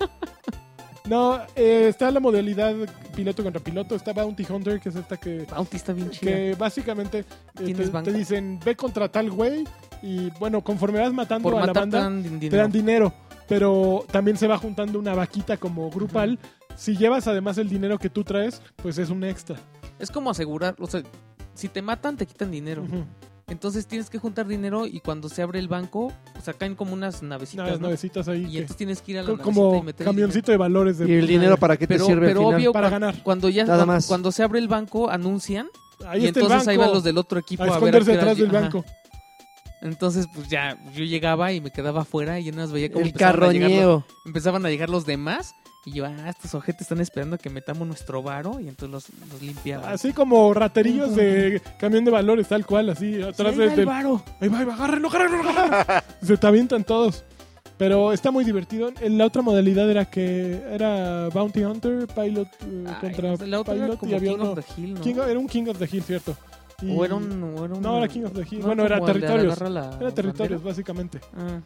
No, eh, está la modalidad piloto contra piloto. Está Bounty Hunter, que es esta que,
Bounty está bien chido.
que básicamente eh, te,
Tienes banca.
te dicen ve contra tal güey. Y bueno, conforme vas matando
Por
a la
matar
banda,
tan din-
te dan
dinero.
dinero. Pero también se va juntando una vaquita como grupal. Si llevas además el dinero que tú traes, pues es un extra.
Es como asegurar, o sea, si te matan te quitan dinero.
Ujú.
Entonces tienes que juntar dinero y cuando se abre el banco, o sea, caen como unas navecitas.
Unas
¿no?
navecitas ahí.
Y
que-
entonces tienes que ir a la navecita y
como
meter el dinero.
camioncito de valores de
¿Y el dinero para qué te
Pero,
sirve
pero
al final?
obvio,
Para
cuan-
ganar.
cuando ya
Nada
cuando,
más.
cuando se abre el banco anuncian
Ahí
y
está el
entonces ahí van
banco.
los del otro equipo
a
a, ver a
esconderse
qué hora
detrás del
lle- ajá.
banco.
Entonces, pues ya, yo llegaba y me quedaba afuera y ya nada más veía cómo
El
empezaban a, llegar los,
carroñeo.
empezaban a llegar los demás. Y yo, ah, estos ojetes están esperando que metamos nuestro varo y entonces los, los limpiaba.
Así como raterillos de camión de valores, tal cual, así atrás
Sí,
de,
ahí va
del-
el varo.
Ahí va, ahí va, agárrenlo, agárrenlo, agárrenlo. Se te avientan todos. Pero está muy divertido. En La otra modalidad era que era Bounty Hunter, Pilot eh,
Ay,
contra
pues, la otra era
Pilot
como
y había
King
uno.
of the Hill, ¿no?
King of- era un King of the Hill, cierto. Y-
O era un... o era un-
No, era King of the Hill.
¿no?
bueno, era
Como el de
territorios.
agarra la
Era territorios,
bandera.
básicamente.
Ah.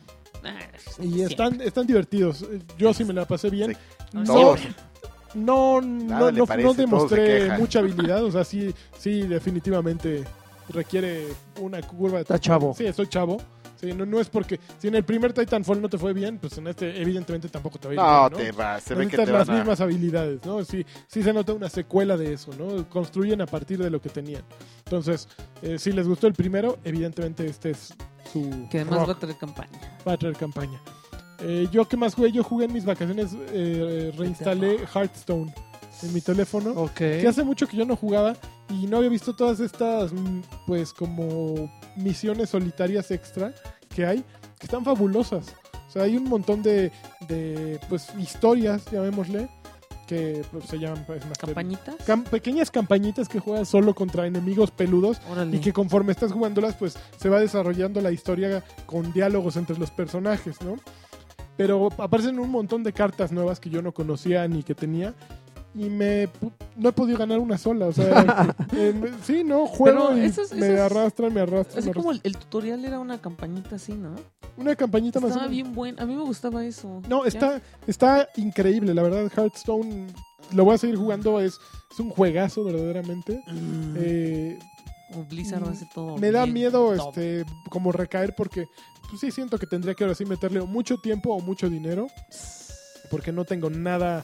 Ah,
Y
sí.
están, están divertidos. Yo sí me la pasé bien.
Sí.
No,
No,
Todos.
no, no,
Nada le
no-
parece,
no
todos se
demostré
quejan.
mucha habilidad. O sea, sí, sí, definitivamente requiere una curva.
Está chavo.
Sí, soy chavo. Sí, no, no es porque si en el primer Titanfall no te fue bien, pues en este evidentemente tampoco te va a ir
No,
bien,
te va, se ve que
Necesitas
te
las
van a...
mismas habilidades, ¿no? Sí, sí se nota una secuela de eso, ¿no? Construyen a partir de lo que tenían. Entonces, eh, si les gustó el primero, evidentemente este es su
Que además
rock.
va a tener campaña.
Va a traer campaña. Eh, yo qué más jugué, yo jugué en mis vacaciones, eh, reinstalé Hearthstone en mi teléfono.
Ok.
Que hace mucho que yo no jugaba y no había visto todas estas, mm, pues, como misiones solitarias extra que hay, que están fabulosas. O sea, hay un montón de, de, pues, historias, llamémosle, que pues, se llaman, pues, más que-
¿Campañitas?
cam- pequeñas campañitas que juegas solo contra enemigos peludos
Órale.
y que conforme estás jugándolas, pues se va desarrollando la historia con diálogos entre los personajes, ¿no? Pero aparecen un montón de cartas nuevas que yo no conocía ni que tenía. Y me pu- no he podido ganar una sola. O sea, eh, me- sí, no, juego
Pero
y
esos-
me
esos-
arrastran, me arrastran.
Así
me
como
arrastran.
el, el tutorial era una campañita así, ¿no?
Una campañita más. o
Estaba
menos.
bien buen. A mí me gustaba eso.
No,
Ya.
está, está increíble, la verdad. Hearthstone lo voy a seguir jugando. Es, es un juegazo, verdaderamente.
Mm.
Eh,
O Blizzard hace todo.
Me da
bien,
miedo
top.
este como recaer porque pues, sí siento que tendría que ahora sí meterle o mucho tiempo o mucho dinero porque no tengo nada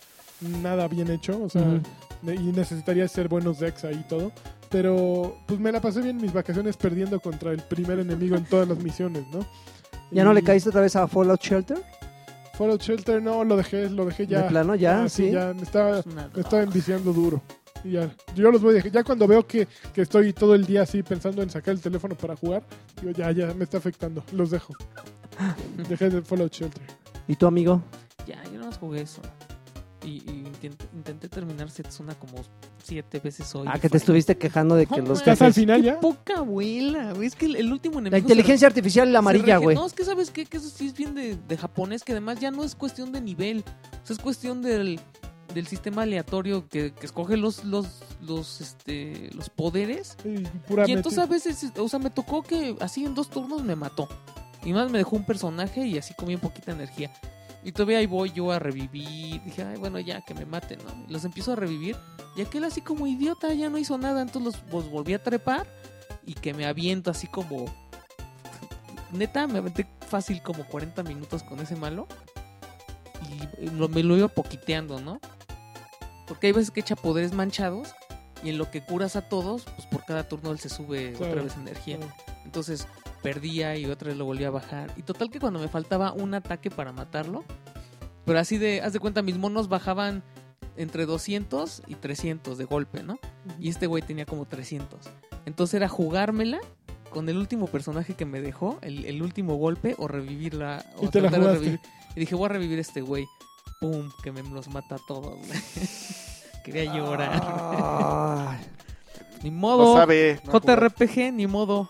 nada bien hecho, o sea,
Ujú.
ne- y necesitaría ser buenos decks ahí y todo, pero pues me la pasé bien mis vacaciones perdiendo contra el primer enemigo en todas las misiones, ¿no?
¿Ya no le
Y
caíste otra vez a Fallout Shelter?
Fallout Shelter no lo dejé, lo dejé ya.
¿De plano? ¿Ya?
Ah, sí,
¿Sí?
ya me estaba
Es una
me estaba
droga.
enviciando duro. Y ya, yo los voy a dejar. Ya cuando veo que, que estoy todo el día así pensando en sacar el teléfono para jugar, digo, ya, ya, me está afectando. Los dejo. Dejé de Fallout Shelter.
¿Y tu amigo?
Ya, yo no más jugué eso. Y, y intenté, intenté terminar Setsuna como siete veces hoy.
Ah, que te estuviste quejando de que los
No, man.
¿Estás al
jefes...
final
Qué
ya?
poca abuela, güey. Es que el, el último enemigo.
La inteligencia artificial
se
amarilla,
rege-
güey.
No, es que sabes qué? que eso sí es bien de, de japonés, que además ya no es cuestión de nivel. O sea, es cuestión del. del sistema aleatorio que, que escoge los, los, los, este, los poderes.
Y pura
Y entonces
meti-
a veces, o sea, me tocó que así en dos turnos me mató. Y más me dejó un personaje y así comí un poquita energía. Y todavía ahí voy yo a revivir. Dije, ay, bueno, ya que me maten, ¿no? Los empiezo a revivir. Y aquel así como idiota ya no hizo nada. Entonces los, los volví a trepar y que me aviento así como. Neta, me aventé fácil como 40 minutos con ese malo. Y lo- me lo iba poquiteando, ¿no? Porque hay veces que echa poderes manchados. Y en lo que curas a todos, pues por cada turno él se sube otra
Claro,
vez energía. Entonces perdía y otra vez lo volvía a bajar. Y total que cuando me faltaba un ataque para matarlo, pero así de, haz de cuenta, mis monos bajaban entre 200 y 300 de golpe, ¿no? Y este güey tenía como 300. Entonces era jugármela con el último personaje que me dejó, el, el último golpe, o revivirla. O
Y te la
tratar de
jugaste.
revivir. Y dije, voy a revivir a este güey. ¡Pum! Que me los mata a todos, güey. Quería llorar.
Ah,
Ni
No
modo.
sabe. no juega.
JRPG, ni modo.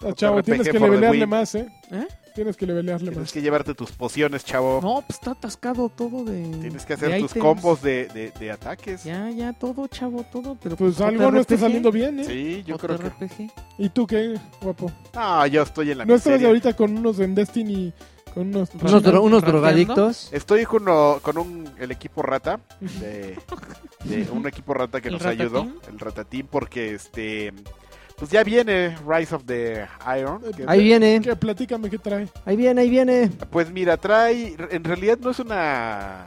Ah, chavo,
JRPG
tienes que
for the
levelearle
win.
más, ¿eh?
¿Eh?
Tienes que levelearle
Tienes
más.
que llevarte tus pociones, chavo.
No, pues está atascado todo de.
Tienes que
de
hacer tus
ítems.
combos de, de- de ataques.
Ya, ya, todo, chavo, todo. Pero
Pues algo no está
JRPG,
saliendo bien, ¿eh?
Sí, yo creo que.
JRPG.
¿Y tú qué, guapo?
No, yo estoy en la
¿No estabas
miseria.
ahorita con unos en Destiny? Con unos...
unos, dro- unos
Rateando.
drogadictos.
Estoy con, uno- con un, el equipo rata, de, de un equipo rata que
¿El
nos
Ratatín?
ayudó, el ratatín, porque este, pues ya viene Rise of the Iron. que-
Ahí viene,
¿Qué? Platícame qué trae.
ahí viene, ahí viene.
Pues mira, trae, en realidad no es una,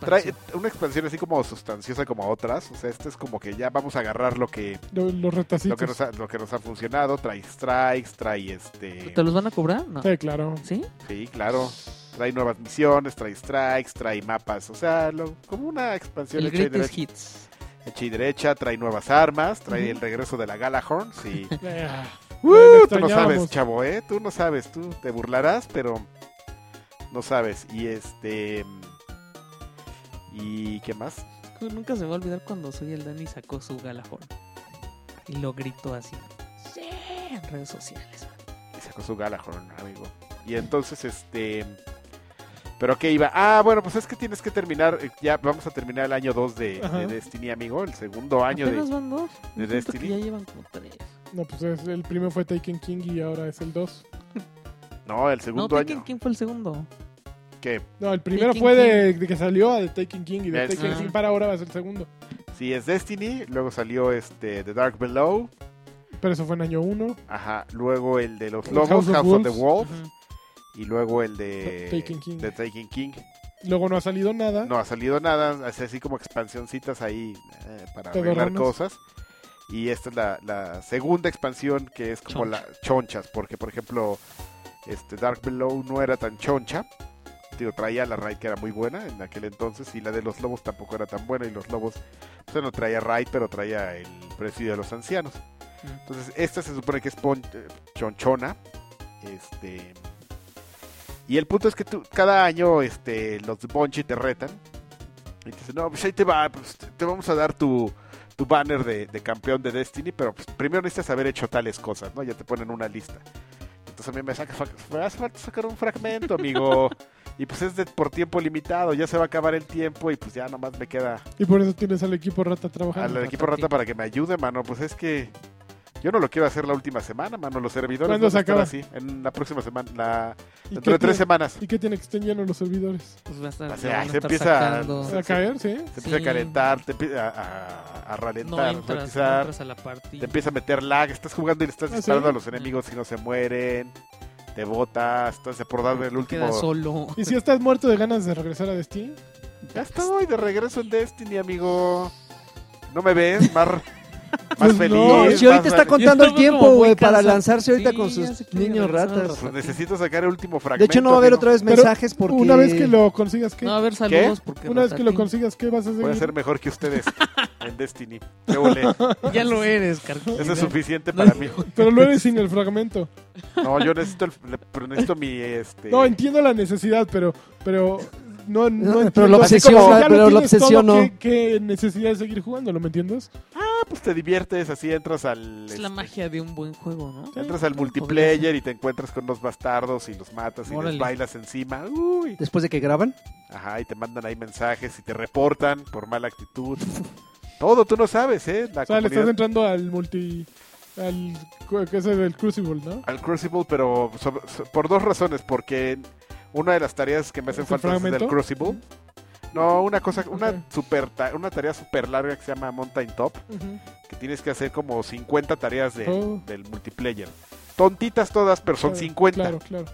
trae
Expansión.
una expansión así como sustanciosa como otras, o sea, este es como que ya vamos a agarrar lo que,
Lo- Los
lo
retacitos.
que, nos, ha, lo que nos ha funcionado, trae strikes, trae este,
¿Te los van a cobrar? No.
Sí, claro.
¿Sí?
sí, claro. Trae nuevas misiones, trae strikes, trae mapas, o sea, lo- como una expansión
El
hecha y
Greatest
derecha.
Hits.
hecha y derecha, trae nuevas armas, trae
Ujú.
el regreso de la Galahorn, sí.
Ah,
¡Uh! tú no
extrañábamos.
sabes, chavo, ¿eh? Tú no sabes, tú te burlarás, pero no sabes. Y este... ¿Y qué más?
Es que Nunca se me va a olvidar cuando soy el Dani sacó su Galahorn. Y lo gritó así. ¡Sí! En redes sociales.
Y sacó su Galahorn, amigo. Y entonces, este... ¿Pero qué iba? Ah, bueno, pues es que tienes que terminar, eh, ya vamos a terminar el año 2 de,
Ajá.
de Destiny, amigo, el segundo año de...
Apenas van dos.
de
Yo siento
Destiny.
que ya llevan como tres.
No, pues es- el primero fue Taken King y ahora es el 2.
No, el
No,
segundo
Tekken,
año.
¿quién fue el segundo?
Que
No, el primero
Taken
fue de, de que salió a The Taken King y de
Es-
Taken
Ah.
King para ahora va a ser el segundo.
sí es Destiny, luego salió este The Dark Below,
Pero eso fue en año 1.
Ajá, luego el de los
El
lobos,
House
House,
of
of the
Wolves.
Wolf,
Ujú.
y luego el de
The Taken King. ¿Ah?
The Taken King.
Luego no ha salido nada.
No ha salido nada, hace así como expansioncitas ahí eh, para
Todo
arreglar
ranas.
cosas. Y esta es la, la segunda expansión que es como
Choncha.
la chonchas, porque por ejemplo, este Dark Below no era tan choncha. Digo, traía la raid que era muy buena en aquel entonces y la de los lobos tampoco era tan buena y los lobos pues, no traía raid, pero traía el presidio de los ancianos.
Mm.
Entonces, esta se supone que es pon- eh, chonchona. Este. Y el punto es que tú, cada año este, los de Bungie te retan. Y te dicen, no, pues ahí te va, pues, te te vamos a dar tu, tu banner de, de campeón de Destiny, pero pues, primero necesitas haber hecho tales cosas, ¿no? Ya te ponen una lista. Entonces a mí me, saca, fa- me hace falta sacar un fragmento, amigo. y pues es de, por tiempo limitado, ya se va a acabar el tiempo y pues ya nomás me queda
Y por eso tienes al equipo rata
al
trabajando.
Ratatín.
equipo rata para que me ayude, mano. Pues es que yo no lo quiero hacer la última semana, mano. Los servidores
¿Cuándo
van a
se
estar
acaba?
así en la próxima semana, la-
¿Y
dentro de
qué
tres
tiene-
semanas.
¿Y qué tiene que estén llenos los servidores?
Pues va a estar,
O sea,
ya van a
se
estar
empieza-
sacando.
¿A
Sí.
caer, sí?
Te empieza
Sí.
a calentar, te empieza a, a- a
No
ralentar, a
entras, no
ralentizar,
entras a la partida.
te empieza a meter lag, estás jugando y le estás
¿Ah, sí?
disparando a los enemigos y no se mueren, te botas, estás por darme el
Te
último.
quedas solo.
¿Y si estás muerto de ganas de regresar a Destiny?
Ya estoy de regreso en Destiny, amigo. ¿No me ves? Más, más
Pues
feliz.
no,
No, si ahorita
más
está
feliz.
contando el
estamos como
tiempo,
muy
güey, para
cansados.
lanzarse ahorita
Sí,
con sus
ya se quiere
niños
regresar al
ratas.
Pues
ratón.
necesito sacar el último
De
fragmento.
hecho, no va a haber
amigo.
otra vez
Pero
mensajes porque...
Una vez que lo consigas, ¿qué?
No, a ver, saludos. Porque
Una vez que lo
Ratatín-
consigas, ¿qué vas a seguir?
Voy a ser mejor que ustedes en Destiny. Qué ole.
Ya lo eres, Carquín.
Eso es suficiente
No.
para mí.
Pero lo eres sin el fragmento.
No, yo necesito, el- le- pero necesito mi este.
No, entiendo la necesidad, pero... pero no, no
pero
entiendo.
la
Así
obsesión,
como
la-
ya lo
pero la
tienes todo,
obsesión no.
¿qué, qué necesidad de seguir jugando? ¿Lo me entiendes?
Ah, pues te diviertes, así entras al.
Es
este,
la magia de un buen juego, ¿no?
Entras al multiplayer y te encuentras con los bastardos y los matas y
Órale.
les bailas encima. Uy.
Después de que graban.
Ajá, y te mandan ahí mensajes y te reportan por mala actitud. Todo, tú no sabes, ¿eh? La
O sea, le estás
comunidad-
entrando al multi. al. cu- que es el Crucible, ¿no?
al Crucible, pero so- so- por dos razones. Porque una de las tareas que me hacen
¿Es el
falta es del
fragmento?
Crucible. No, una cosa, una
Ok.
super ta- una tarea super larga que se llama Mountain Top, que tienes que hacer como 50 tareas del-
Oh.
del multiplayer. Tontitas todas, pero son
Claro,
50.
Claro, claro.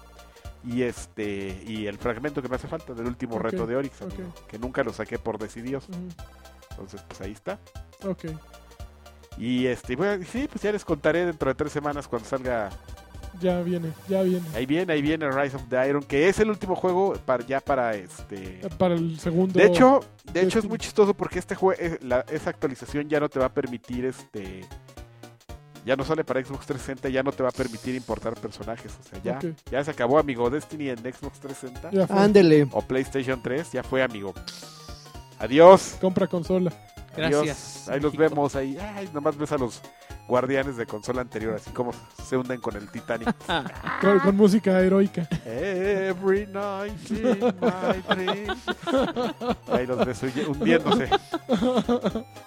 Y este y el fragmento que me hace falta del último
Ok,
reto de Oryx,
ok.
amigo, que nunca lo saqué por decidios.
Ujú,
Entonces, pues ahí está.
Ok.
Y este, bueno, y sí, pues ya les contaré dentro de tres semanas cuando salga
Ya viene, ya viene.
Ahí viene, ahí viene Rise of the Iron, que es el último juego para, ya para este.
Para el segundo.
De hecho, de hecho es
Destiny.
muy chistoso porque este juego, esa actualización ya no te va a permitir este. Ya no sale para Xbox 360, ya no te va a permitir importar personajes. O sea, ya,
Ok.
ya se acabó, amigo. Destiny en Xbox 360
Ya fue.
Ándele.
o PlayStation 3, ya fue, amigo. Adiós.
Compra consola.
Gracias,
Adiós. Ahí los
México.
vemos ahí. Ay, nomás ves a los guardianes de consola anterior, así como se hunden con el Titanic.
Con, con música heroica.
Every night in my dreams. Ahí los ves huye- hundiéndose.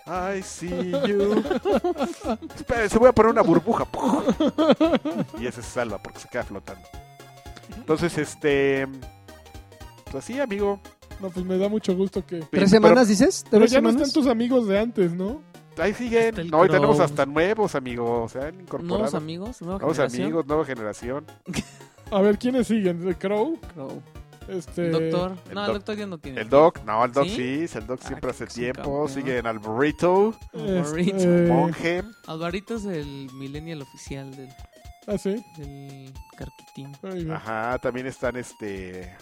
I see you. Espérense, voy a poner una burbuja. ¡Puf! Y ese se salva porque se queda flotando. Entonces, este. Pues así, amigo.
No, pues me da mucho gusto que.
¿Tres
Pero-
semanas dices?
Pero
¿Tres
ya no
semanas?
están tus amigos de antes, ¿no?
Ahí
Está
siguen.
el
No, hoy tenemos
Crow.
hasta nuevos, amigos. Se han incorporado.
Nuevos
Nuevos,
amigos, nueva generación.
amigos, nueva generación.
A ver, ¿quiénes siguen? ¿The Crow?
Crow.
Este.
El doctor.
El
no,
doc-
el doctor ya no tiene.
El Doc, no, el Doc
Eh, ¿Sí?
sí. El Doc siempre
Ah,
hace
que es un
tiempo.
campeón.
Siguen al Burrito,
Alvarito.
este,
Monje.
Alvarito es el millennial oficial del,
Ah, sí.
del Carquitín.
Ahí va.
Ajá, también están este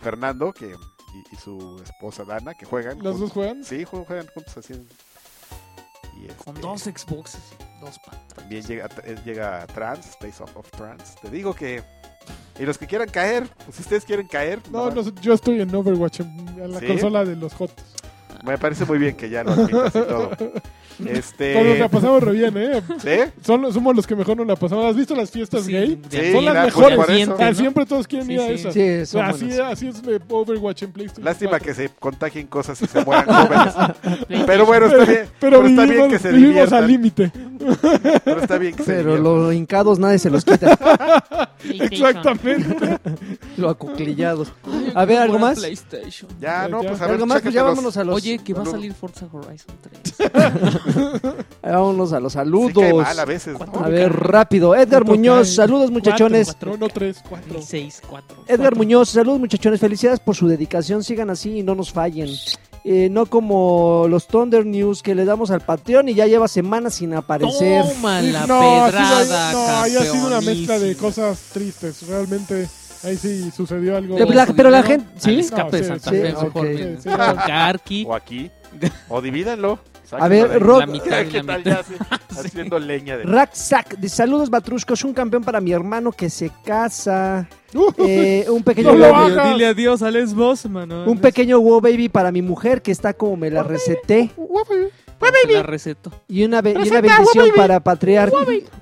Fernando que y, y su esposa Dana que juegan.
¿Los dos
juntos.
juegan?
Sí, ju- juegan juntos así. en- y este,
Con dos Xboxes, dos patas.
También llega, eh, llega Trans, Space of, of Trans. Te digo que. Y los que quieran caer, pues si ustedes quieren caer.
No,
nomás-
no, yo estoy en Overwatch, en en la
¿Sí?
consola de los Jotos.
Me parece muy bien que ya lo admitas y todo.
Todos nos la
Este.
pasamos re bien, ¿eh?
¿Sí?
Son, los- somos los que mejor nos la pasamos. ¿Has visto las fiestas gay?
Sí,
Son las
mira, pues,
mejores.
por eso.
Ah, siempre todos quieren
Sí,
ir a
sí.
esas.
Sí, son
así,
buenas.
así es eh, Overwatch en PlayStation.
Lástima
4.
que se contagien cosas y se mueran jóvenes. Pero bueno, está bien.
Pero,
pero está bien
vivimos,
que se
vivimos al
diviertan.
límite.
Pero está bien que se
Pero
diviertan.
los hincados nadie se los quita,
Exactamente.
los acuclillados. A ver, ¿algo más?
PlayStation.
Ya, no,
Ya.
pues a ver,
Algo más, pues ya
chécatelos.
vámonos a los,
Oye, que va a
Saludos.
salir Forza Horizon 3.
vámonos a los
Sí cae
saludos.
mal a veces, ¿no?
A ver, rápido. Edgar
Cuatro
Muñoz,
cae.
saludos muchachones.
No, no, tres, cuatro.
6, 4.
Edgar Muñoz, saludos muchachones. Felicidades por su dedicación. Sigan así y no nos fallen. Eh, no como los Thunder News que le damos al Patreon y ya lleva semanas sin aparecer.
Toma la
ha
pedrada,
sido, no, ahí ha sido una
campeonísimo.
mezcla de cosas tristes. Realmente, ahí sí sucedió algo.
De Black- pero la gente-
Al
¿sí?
escape de
No,
Santa
sí,
Fe,
sí,
mejor
ok.
ven.
Sí, sí, no.
Carqui.
O aquí. O divídanlo.
A ver,
Sáquenlo de ahí.
Rob-
La mitad y
¿Qué
la
tal
mitad.
ya hace- haciendo leña de...
Racksack, de saludos Batruscos, un campeón para mi hermano que se casa.
Uh,
Eh, un pequeño
No lo
wow,
hagas.
Dile adiós al Xbox, mano.
un pequeño wow baby para mi mujer que está como me la receté.
Te La receto.
Y una, be- y una bendición para patriar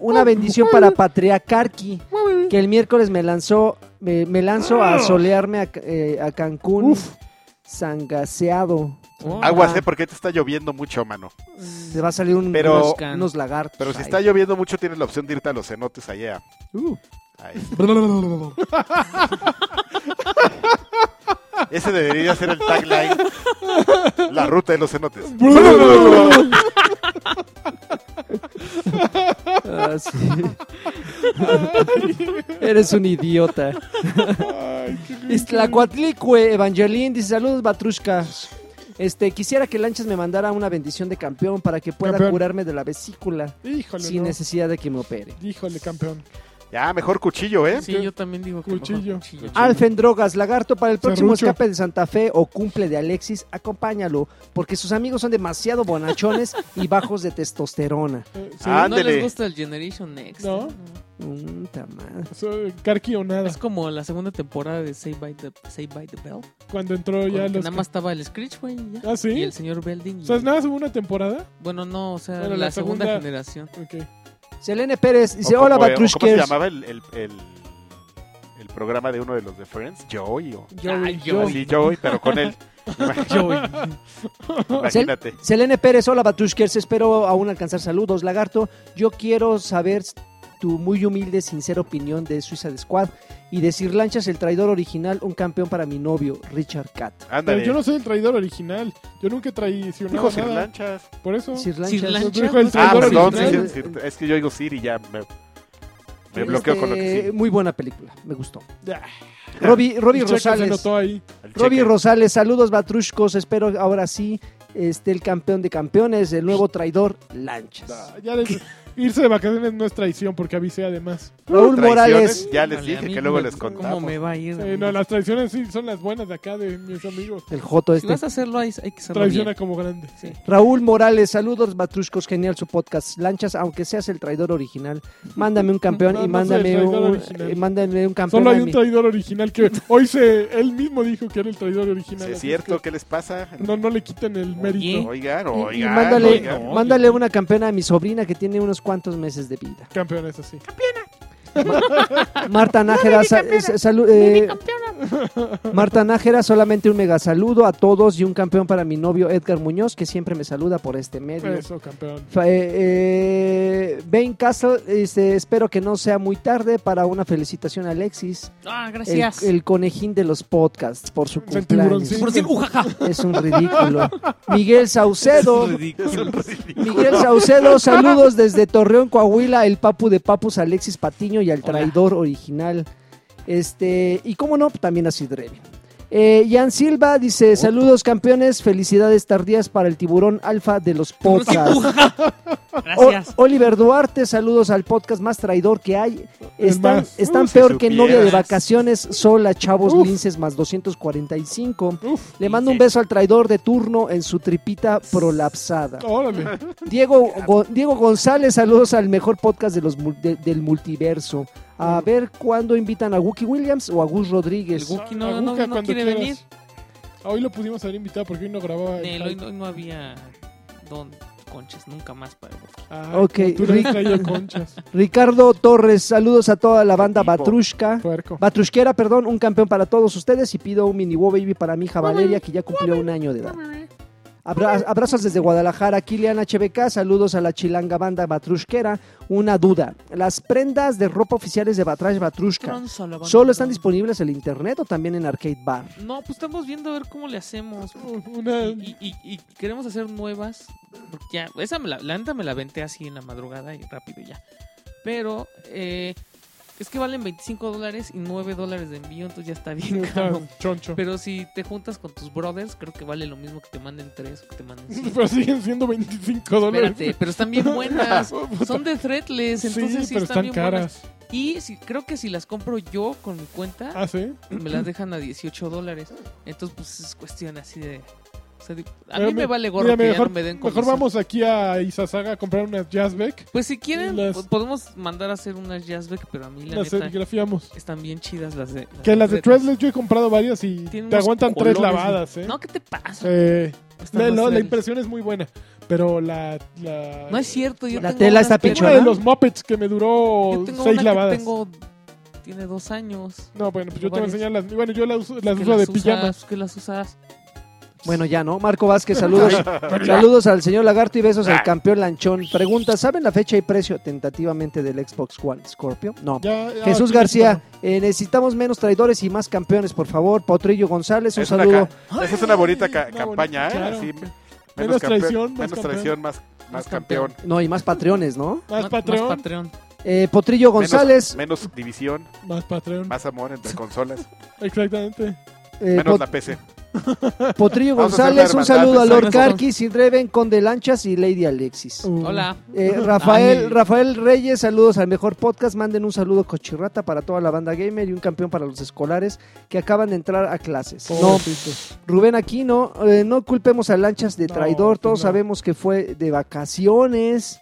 una bendición para patriarcarqui que el miércoles me lanzó me, me lanzo a solearme a, eh, a Cancún sangaseado.
Aguas, eh, porque te está lloviendo mucho, mano.
Te va a salir un-
Pero-
unos, unos lagartos.
Pero si
ahí. Uh.
está lloviendo mucho, tienes la opción de irte a los cenotes allá. Ahí. Ese debería ser el tagline. La ruta de los cenotes.
Ah, sí. Eres un idiota.
ay, qué
Istlacuatlicue Evangelín dice saludos Batrushkas. Este, quisiera que Lanchas me mandara una bendición de campeón para que pueda
Campeón.
curarme de la vesícula
Híjole,
sin
no.
necesidad de que me opere.
Híjole, campeón.
Ya, mejor cuchillo, ¿eh?
Sí, yo también digo que mejor
Cuchillo.
cuchillo.
Alfen Drogas, Lagarto, para el próximo
Serrucho.
escape de Santa Fe o cumple de Alexis, acompáñalo, porque sus amigos son demasiado bonachones y bajos de testosterona.
Eh, sí.
Ah,
No les
Ándele.
gusta el Generation Next.
No.
Mm, ta madre.
So, Karki o nada.
Es como la segunda temporada de Save by the, Save by the Bell.
Cuando entró
con
ya
que
los.
Nada más estaba el Screech, güey. y ya.
Ah, sí.
Y el señor Belding. y-
O sea, nada, más hubo una temporada.
Bueno, no, o sea,
Bueno,
la,
la
segunda,
segunda-
generación.
Ok.
Selene Pérez
O
dice,
como- eh,
hola
o ¿Cómo se
Batrushkers.
llamaba el, el, el, el programa de uno de los de Friends, Joey. O...
Joey,
Yo.
Joey.
Joey, pero con él.
Joey.
Imagínate.
Selene Pérez, hola Batushkers, espero aún alcanzar saludos. Lagarto, yo quiero saber tu muy humilde, sincera opinión de Suiza Squad y decir Lanchas el traidor original, un campeón para mi novio, Richard Cat.
Pero
Ándale.
yo no soy el traidor original. Yo nunca he traicionado
Dijo
nada.
Sir Lanchas.
Por eso.
Sir
Sir
Lanchas.
Lanchas.
Yo digo el
Ah,
Ah,
traidor
perdón.
original.
sí, sí, es cierto. es que yo digo Sir y ya me, me
Este,
bloqueo con lo que sí.
Muy buena película, me gustó.
Ah,
Robbie, Robbie
el cheque se
Rosales.
notó ahí.
El
Robbie
cheque.
Rosales, saludos Batrushcos, espero ahora sí esté el campeón de campeones, el nuevo traidor, Lanchas.
Ah, ya les- Irse de vacaciones no es traición porque avisé además.
Raúl
Traiciones,
Morales,
Ya les
Híjole, a
dije
mí
que luego
me-
les contamos.
¿Cómo me va a ir?
Eh,
amigo?
no, las traiciones sí son las buenas de acá de mis amigos.
el Joto
Si
este.
vas a hacerlo, hay, hay que hacerlo
Traiciona
bien.
como grande.
Sí.
Raúl Morales, saludos Batruscos, genial su podcast. Lanchas, aunque seas el traidor original, mándame un campeón
No,
y
no soy el
mándame
traidor
un,
original.
eh, mándame un campeón.
Solo
a
hay un
mí.
traidor original que hoy se él mismo dijo que era el traidor original.
Sí, es
así
cierto,
que
¿qué les pasa?
No, no le quiten el mérito.
Oigan,
Y- y
oigan.
mándale,
oigan.
no.
mándale una campeona a mi sobrina que tiene unos cuantos meses de vida.
Campeón es así.
Marta Nájera, sa- sa- salu- eh, Marta Nájera, solamente un mega saludo a todos y un campeón para mi novio Edgar Muñoz, que siempre me saluda por este medio.
Eso, campeón.
Fa- eh, eh, Bane Castle, este, espero que no sea muy tarde para una felicitación a Alexis.
Ah,
El,
gracias.
el conejín de los podcasts por su
Es el
cumpleaños.
tiburoncín.
Por decir, ujaja.
Es un ridículo. Miguel Saucedo.
Es un ridículo.
Miguel Saucedo, saludos desde Torreón, Coahuila, el papu de papus Alexis Patiño y al
Hola.
traidor original. Este, y cómo no, también a Sidrevia. Eh, Jan Silva dice, saludos campeones, felicidades tardías para el tiburón alfa de los
Por Oh, decir,
podcasts.
ujaja.
O-
Gracias.
Oliver Duarte, saludos al podcast más traidor que hay.
El
Están,
más.
están
Uh, si
peor que
supieras.
novia de vacaciones, sola, chavos
Uf.
linces más 245.
Uf,
Le mando un
Lince.
beso al traidor de turno en su tripita prolapsada.
órale.
Diego, Go- Diego González, saludos al mejor podcast de los, mul- de- del multiverso. A ver cuándo invitan a Wookie Williams o a Gus
El
Rodríguez.
Wookie no, no,
Aguja,
no
cuando
quiere
quieras.
venir.
Hoy lo pudimos haber invitado porque hoy no grababa. el
Nel, hoy,
hype.
no- hoy no había don conches, nunca más para el Wookie.
Ah,
Ok,
Tú no has
Rick.
traído conchas,
Ricardo Torres, saludos a toda la banda
Tipo.
Batrushka.
puerco.
Batrusquera, perdón, un campeón para todos ustedes y pido un mini Wo Baby para mi hija Valeria que ya cumplió un año de edad. Abra- abrazos desde Guadalajara, Kilian HBK, saludos a la chilanga banda Batrusquera. Una duda, ¿las prendas de ropa oficiales de Batrash Batrushka
Tronzo, la banda.
solo están disponibles en internet o también en Arcade Bar?
No, pues estamos viendo a ver cómo le hacemos.
Uh, Una...
Y, y- y queremos hacer nuevas. Porque ya, esa me la, la neta me la venté así en la madrugada y rápido ya. Pero eh, es que valen 25 dólares y 9 dólares de envío, entonces ya está bien
está
caro.
choncho.
Pero si te juntas con tus brothers, creo que vale lo mismo que te manden 3 o que te manden 5.
Pero siguen siendo 25 dólares.
Espérate, pero están bien buenas.
Puta.
Son de threadless, entonces sí,
pero
están,
están,
bien buenas.
caras.
Y si, creo que si las compro yo con mi cuenta,
Ah, sí.
me las dejan a 18 dólares. Entonces, pues es cuestión así de. o sea, digo, a
Pero
mí
mi-
me vale gorro
mira,
que
mejor,
ya no me den
mejor
comisión.
vamos aquí a Isasaga a comprar unas Jazzbeck.
Pues si quieren,
Las-
po- podemos mandar a hacer unas Jazzbeck, pero a mí la
Las
neta
serigrafiamos.
están bien chidas las de.
Que las de
Threadless.
Threadless yo he comprado varias y
Tienen
te
unos
aguantan tres
colores,
lavadas, ¿eh?
No, ¿qué te pasa?
Eh, no,
Están las
no, la
Threadless.
impresión es muy buena, pero la... la
No es cierto. Yo
La
tengo
tela
una
está
que-
Una de
pichona.
los Muppets que me duró
Yo tengo
seis
una
lavadas.
que tengo. Tiene dos años.
No, bueno, pues yo te voy a
Varias.
enseñar las... Bueno, yo las uso, las
Que
uso de pijamas.
usas, Que las usas.
Bueno, ya no. Marco Vázquez, saludos. saludos al señor Lagarto y besos
Ah.
al campeón Lanchón. Pregunta, ¿saben la fecha y precio tentativamente del Xbox One Scorpio? No.
ah,
Jesús García, eh, necesitamos menos traidores y más campeones, por favor. Potrillo González, un
Es una
saludo.
ca- Esa es una bonita ca-
Una bonita,
campaña, ¿eh?
claro.
Así,
Menos
campeón-
traición, más
menos
campeón.
traición, más, más
Más
campeón.
campeón.
No, y más patreones, ¿no?
Más
Ma-
Patreon,
Más Patreon.
Eh, Potrillo
Menos-
González,
Menos, división,
más Patreon.
más amor entre consolas,
Exactamente.
eh,
menos
Pot-
la PC.
Potrillo
Vamos a hacer
González,
la
un saludo a
hermandad,
Lord
exacto.
Carquis, Sidreven, Conde Lanchas y Lady Alexis.
Uh,
Hola.
Eh, Rafael,
Ay.
Rafael Reyes, saludos al mejor podcast. Manden un saludo cochirrata para toda la banda gamer y un campeón para los escolares que acaban de entrar a clases.
Uh, Oh,
No,
pobrecitos.
Rubén Aquino, eh, no culpemos a Lanchas de
No, pues
traidor. Todos
no.
sabemos que fue de vacaciones.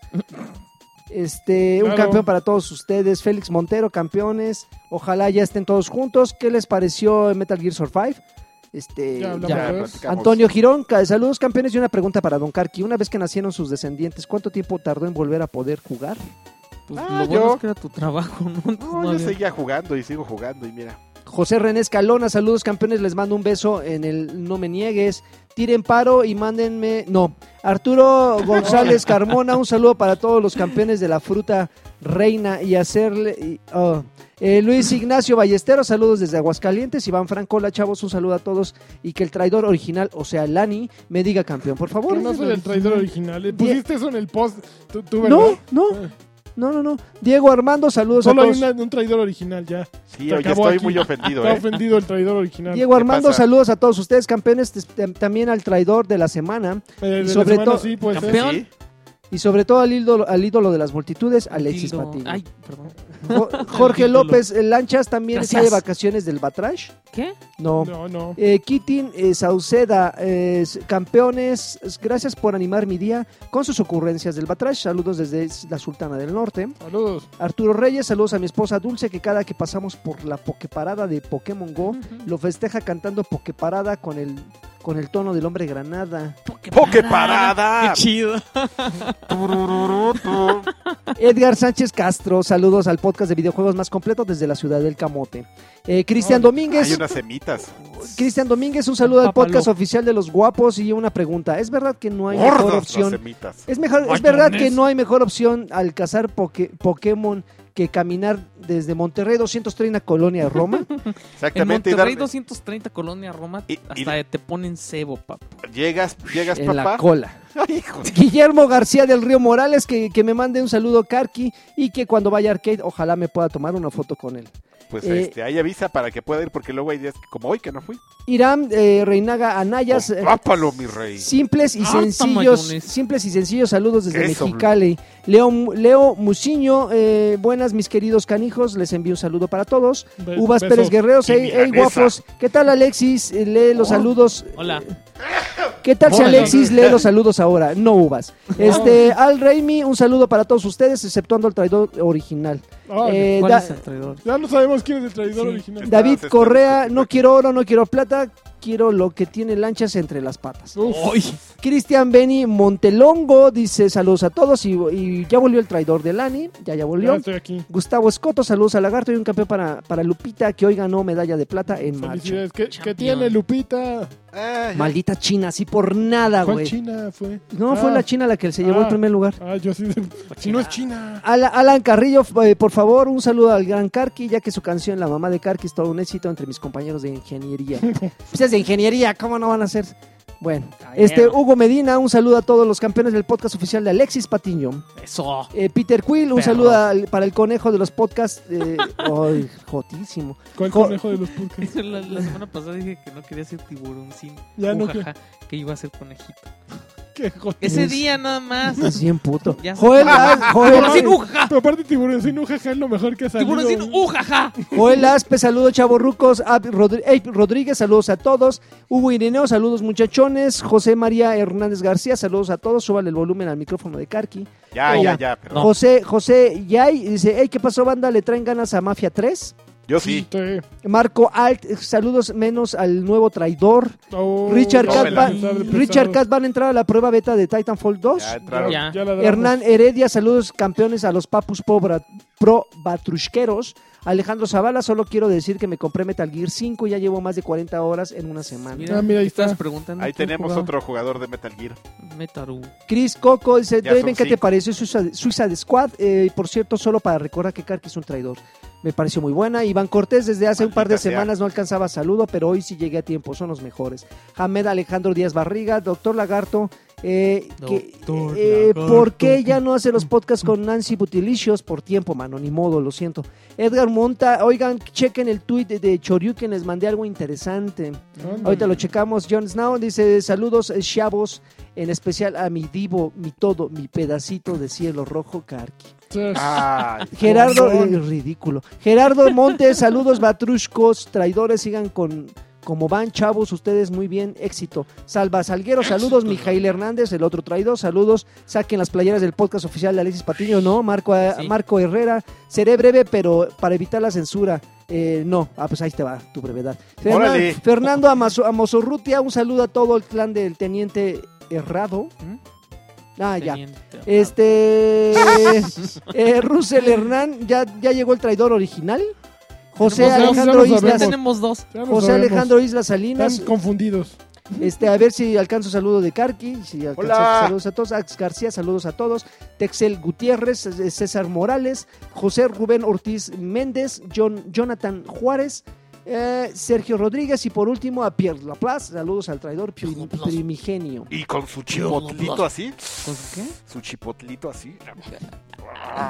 Este, un
Claro.
campeón para todos ustedes. Félix Montero, campeones. Ojalá ya estén todos juntos. ¿Qué les pareció Metal Gear Survive? Este,
Ya hablamos
ya.
de eso.
platicamos.
Antonio Girón, ca- saludos campeones y una pregunta para Don Carqui. Una vez que nacieron sus descendientes, ¿cuánto tiempo tardó en volver a poder jugar?
Pues
Ah,
lo bueno
yo-
es que era tu trabajo, ¿no?
No,
No
yo
había-
seguía jugando y sigo jugando y mira.
José René Escalona, saludos campeones, les mando un beso en el No Me Niegues. Tiren paro y mándenme. No, Arturo González Carmona, un saludo para todos los campeones de la fruta reina y hacerle. y- oh. Eh, Luis Ignacio Ballesteros, saludos desde Aguascalientes. Iván Francola, chavos, un saludo a todos. Y que el traidor original, o sea, Lani, me diga campeón, por favor.
no soy el traidor original. Eh, Pusiste eso en el post. Tú, tú, ¿verdad?
No, no, no, no, no. Diego Armando, saludos
Solo
a
hay
todos.
una- un traidor original ya.
Sí,
Se
oye,
acabó
estoy
aquí.
muy ofendido,
Está
¿eh?
ofendido el traidor original.
Diego
¿Qué
Armando,
pasa?
saludos a todos ustedes, campeones. Tes- tam- También al traidor de la semana.
Eh, de la
sobre
semana
todo-
sí, pues, eh.
Campeón.
Sí.
Y sobre todo al ídolo, al ídolo de las multitudes, Alexis
Tildo.
Patiño.
Ay, perdón.
Jo- Jorge
Título.
López eh, Lanchas también
Gracias.
está de vacaciones del Batrash.
¿Qué?
No.
No, no.
Eh, Kitin eh, Sauceda, eh, s- campeones, s- gracias por animar mi día con sus ocurrencias del Batrash. Saludos desde s- la Sultana del Norte.
Saludos.
Arturo Reyes, saludos a mi esposa Dulce, que cada que pasamos por la Pokeparada de Pokémon Go, lo festeja cantando Pokeparada con el, con el tono del hombre granada.
Poke,
¡Poke parada!
Qué chido.
Turururutu.
Edgar Sánchez Castro, saludos al podcast de videojuegos más completo desde la ciudad del Camote. Eh, Cristian
Ay,
Domínguez,
Hay unas semitas.
Cristian Domínguez, un saludo al
Papalo.
podcast oficial de los guapos y una pregunta. ¿Es verdad que no hay mejor
Gordas las
opción?
semitas.
Es mejor, es
Guayones.
verdad que no hay mejor opción al cazar poke- Pokémon que caminar desde Monterrey 230 Colonia Roma.
En
Exactamente. y
Monterrey
darle-
230 Colonia Roma
Y- y-
hasta te ponen cebo, papá.
Llegas, llegas,
en la
papá.
cola.
Ay, hijo de-
Guillermo García del Río Morales, que, que me mande un saludo Karki y que cuando vaya a arcade, ojalá me pueda tomar una foto con él.
Pues
Eh,
este, ahí avisa para que pueda ir, porque luego hay días que- como hoy que no fui.
Irán eh, Reinaga Anayas.
Oh,
eh,
Rápalo, mi rey.
Simples y
Ah,
sencillos,
tamayones.
simples y sencillos saludos desde
Eso,
Mexicali. Leo, Leo Muciño, eh, buenas mis queridos canijos, les envío un saludo para todos.
Be-
Uvas
besos.
Pérez Guerreros,
Y
hey, hey,
milanesa.
guapos, ¿qué tal Alexis? Eh, Lee los saludos.
Hola.
¿Qué tal si
Órale.
Alexis lee los saludos ahora? No uvas. Este, Al Raimi, un saludo para todos ustedes, exceptuando al traidor original.
Ay,
Eh,
¿Cuál
da-
es el traidor?
ya no sabemos quién es el traidor
sí.
original.
David
Estás- estás
Correa,
discutiendo
no
aquí.
quiero oro, no quiero plata, quiero lo que tiene lanchas entre las patas.
Uf.
Ay,
Cristian Beni Montelongo dice saludos a todos y, y ya volvió el traidor de Lani, ya ya
Ya
volvió.
estoy aquí.
Gustavo Escoto, saludos a Lagarto y un campeón para, para Lupita que hoy ganó medalla de plata en marcha.
Felicidades. ¿Qué, qué
Champion.
tiene Lupita?
Ah, ya.
Maldita China, así por nada,
¿Cuál
Ah, güey.
China fue?
No, fue
Ah.
la China la que se llevó
Ah.
el primer lugar.
Ah, yo sí. Si no es China.
Ala- Alan Carrillo, eh, por favor, un saludo al gran Karki, ya que su canción La mamá de Karki es todo un éxito entre mis compañeros de ingeniería. pues es de ingeniería, ¿cómo no van a ser? Bueno, este Hugo Medina, un saludo a todos los campeones del podcast oficial de Alexis Patiño.
Eso.
Eh, Peter Quill, un
Perro.
saludo al- para el conejo de los podcasts. eh, ay, jotísimo.
¿Cuál
Ah, Jo-
conejo de los podcasts?
La, la semana pasada dije que no quería ser tiburón sin
Ya no
ujaja, que iba a ser conejito.
¿Qué joder?
Ese
Es-
día nada más.
Es bien puto.
Ya sé.
Joel, As- Joel,
Tiburón sin uja.
Pero aparte tiburón sin ujaja es lo mejor que ha salido.
Tiburón sin ujaja.
Joel Aspe, saludos chavorrucos. Ab- Rodri- Ey, Rodríguez, saludos a todos. Hugo Ireneo, saludos muchachones. José María Hernández García, saludos a todos. Súbale el volumen al micrófono de Karki.
Ya,
Hola.
ya, ya. pero-
No.
José, José Yay dice, hey, ¿qué pasó banda? ¿Le traen ganas a Mafia 3?
Yo sí.
Sí.
Marco Alt, eh, saludos menos al nuevo traidor.
Oh,
Richard
no,
Cat
me
va-
la pesar de pesar.
Richard Cat van a entrar a la prueba beta de Titanfall 2.
Ya entraron.
Ya.
Ya la damos.
Hernán Heredia, saludos campeones a los papus pobra, pro batrusqueros. Alejandro Zavala, solo quiero decir que me compré Metal Gear 5 y ya llevo más de 40 horas en una semana.
Mira,
Ah, mira, ahí
estás
está.
preguntando.
Ahí
quién
tenemos
jugaba.
otro jugador de Metal Gear.
Metaru.
Chris Coco dice,
Ya son
Draven, ¿qué te
cinco.
pareció Suicide, Suicide Squad? Eh, y por cierto, solo para recordar que Karki es un traidor. Me pareció muy buena. Iván Cortés, desde hace un par de
Maldita sea.
semanas no alcanzaba saludo, pero hoy sí llegué a tiempo. Son los mejores. Hamed Alejandro Díaz Barriga, Doctor Lagarto. eh, que,
Doctor
eh,
Lagarto.
¿Por qué ya no hace los podcasts con Nancy Butilicios? Por tiempo, mano, ni modo, lo siento. Edgar Monta, oigan, chequen el tweet de Choriuken, les mandé algo interesante.
Ándale.
Ahorita lo checamos. John Snow dice: Saludos, eh, chavos, en especial a mi divo, mi todo, mi pedacito de cielo rojo, Karki.
Sí.
Ah,
Gerardo,
Con-
eh, ridículo. Gerardo Montes, saludos, batruscos, traidores, sigan con. Como van, chavos, ustedes muy bien, éxito. Salva Salguero, saludos. Mijail Hernández, el otro traidor, saludos. Saquen las playeras del podcast oficial de Alexis Patiño, no. Marco, eh,
Sí.
Marco Herrera, seré breve, pero para evitar la censura. eh, no, ah, pues ahí te va tu brevedad. Fernan-
Órale.
Fernando Amazo- Amozorrutia, un saludo a todo el clan del teniente Herrado. Ah, ya.
Teniente. Ah,
Este. eh, Russell Hernán, ya, ya llegó el traidor original. José
Tenemos dos,
Alejandro
ya lo
Ya
Islas.
sabemos.
tenemos dos.
Ya no
José
sabemos.
Alejandro Islas
Están
Salinas.
confundidos.
Este, a ver si alcanzo saludo de Carqui. Si alcanzo
Hola.
saludos a todos. Ax García, saludos a todos. Texel Gutiérrez, eh, César Morales, José Rubén Ortiz Méndez, John, Jonathan Juárez, eh, Sergio Rodríguez y por último a Pierre Laplace. Saludos al traidor prim-
Laplace.
primigenio.
Y con su chipotlito así.
¿Con su qué?
Su chipotlito así.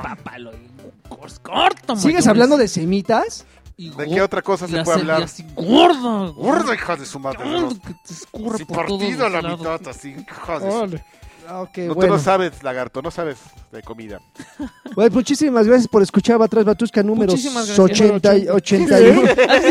Pápalo. Ah, y cors- Corto,
¿Sigues hablando de semitas?
¿De qué otra cosa se puede hablar?
Así gorda.
Gorda, hija de su madre.
Gorda, que te escurre
Si
por todos
partido a la
lados.
mitad, así, hija de su-
Órale.
Ah, Ok,
No te
bueno.
lo sabes, lagarto, no sabes de comida.
Pues muchísimas gracias por escuchar Batrás Batusca número
Muchísimas gracias.
80 y 81.
Así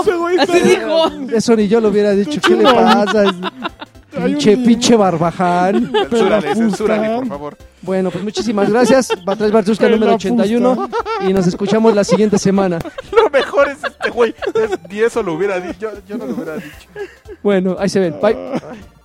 Ese güey
Así
está-
dijo.
Eso ni yo lo hubiera dicho. ¿Qué le
chingón.
pasa? Es-
Hay un
Pinche,
limón.
pinche barbaján.
Censúrale,
puta.
censúrale, por favor.
Bueno, pues muchísimas gracias. Batrás Batusca
Pela
número 81. Y nos escuchamos la siguiente semana.
Lo mejor es este güey. Es- Ni eso lo hubiera dicho. Yo, yo no lo hubiera dicho.
Bueno, ahí se ven. Bye.
Ah.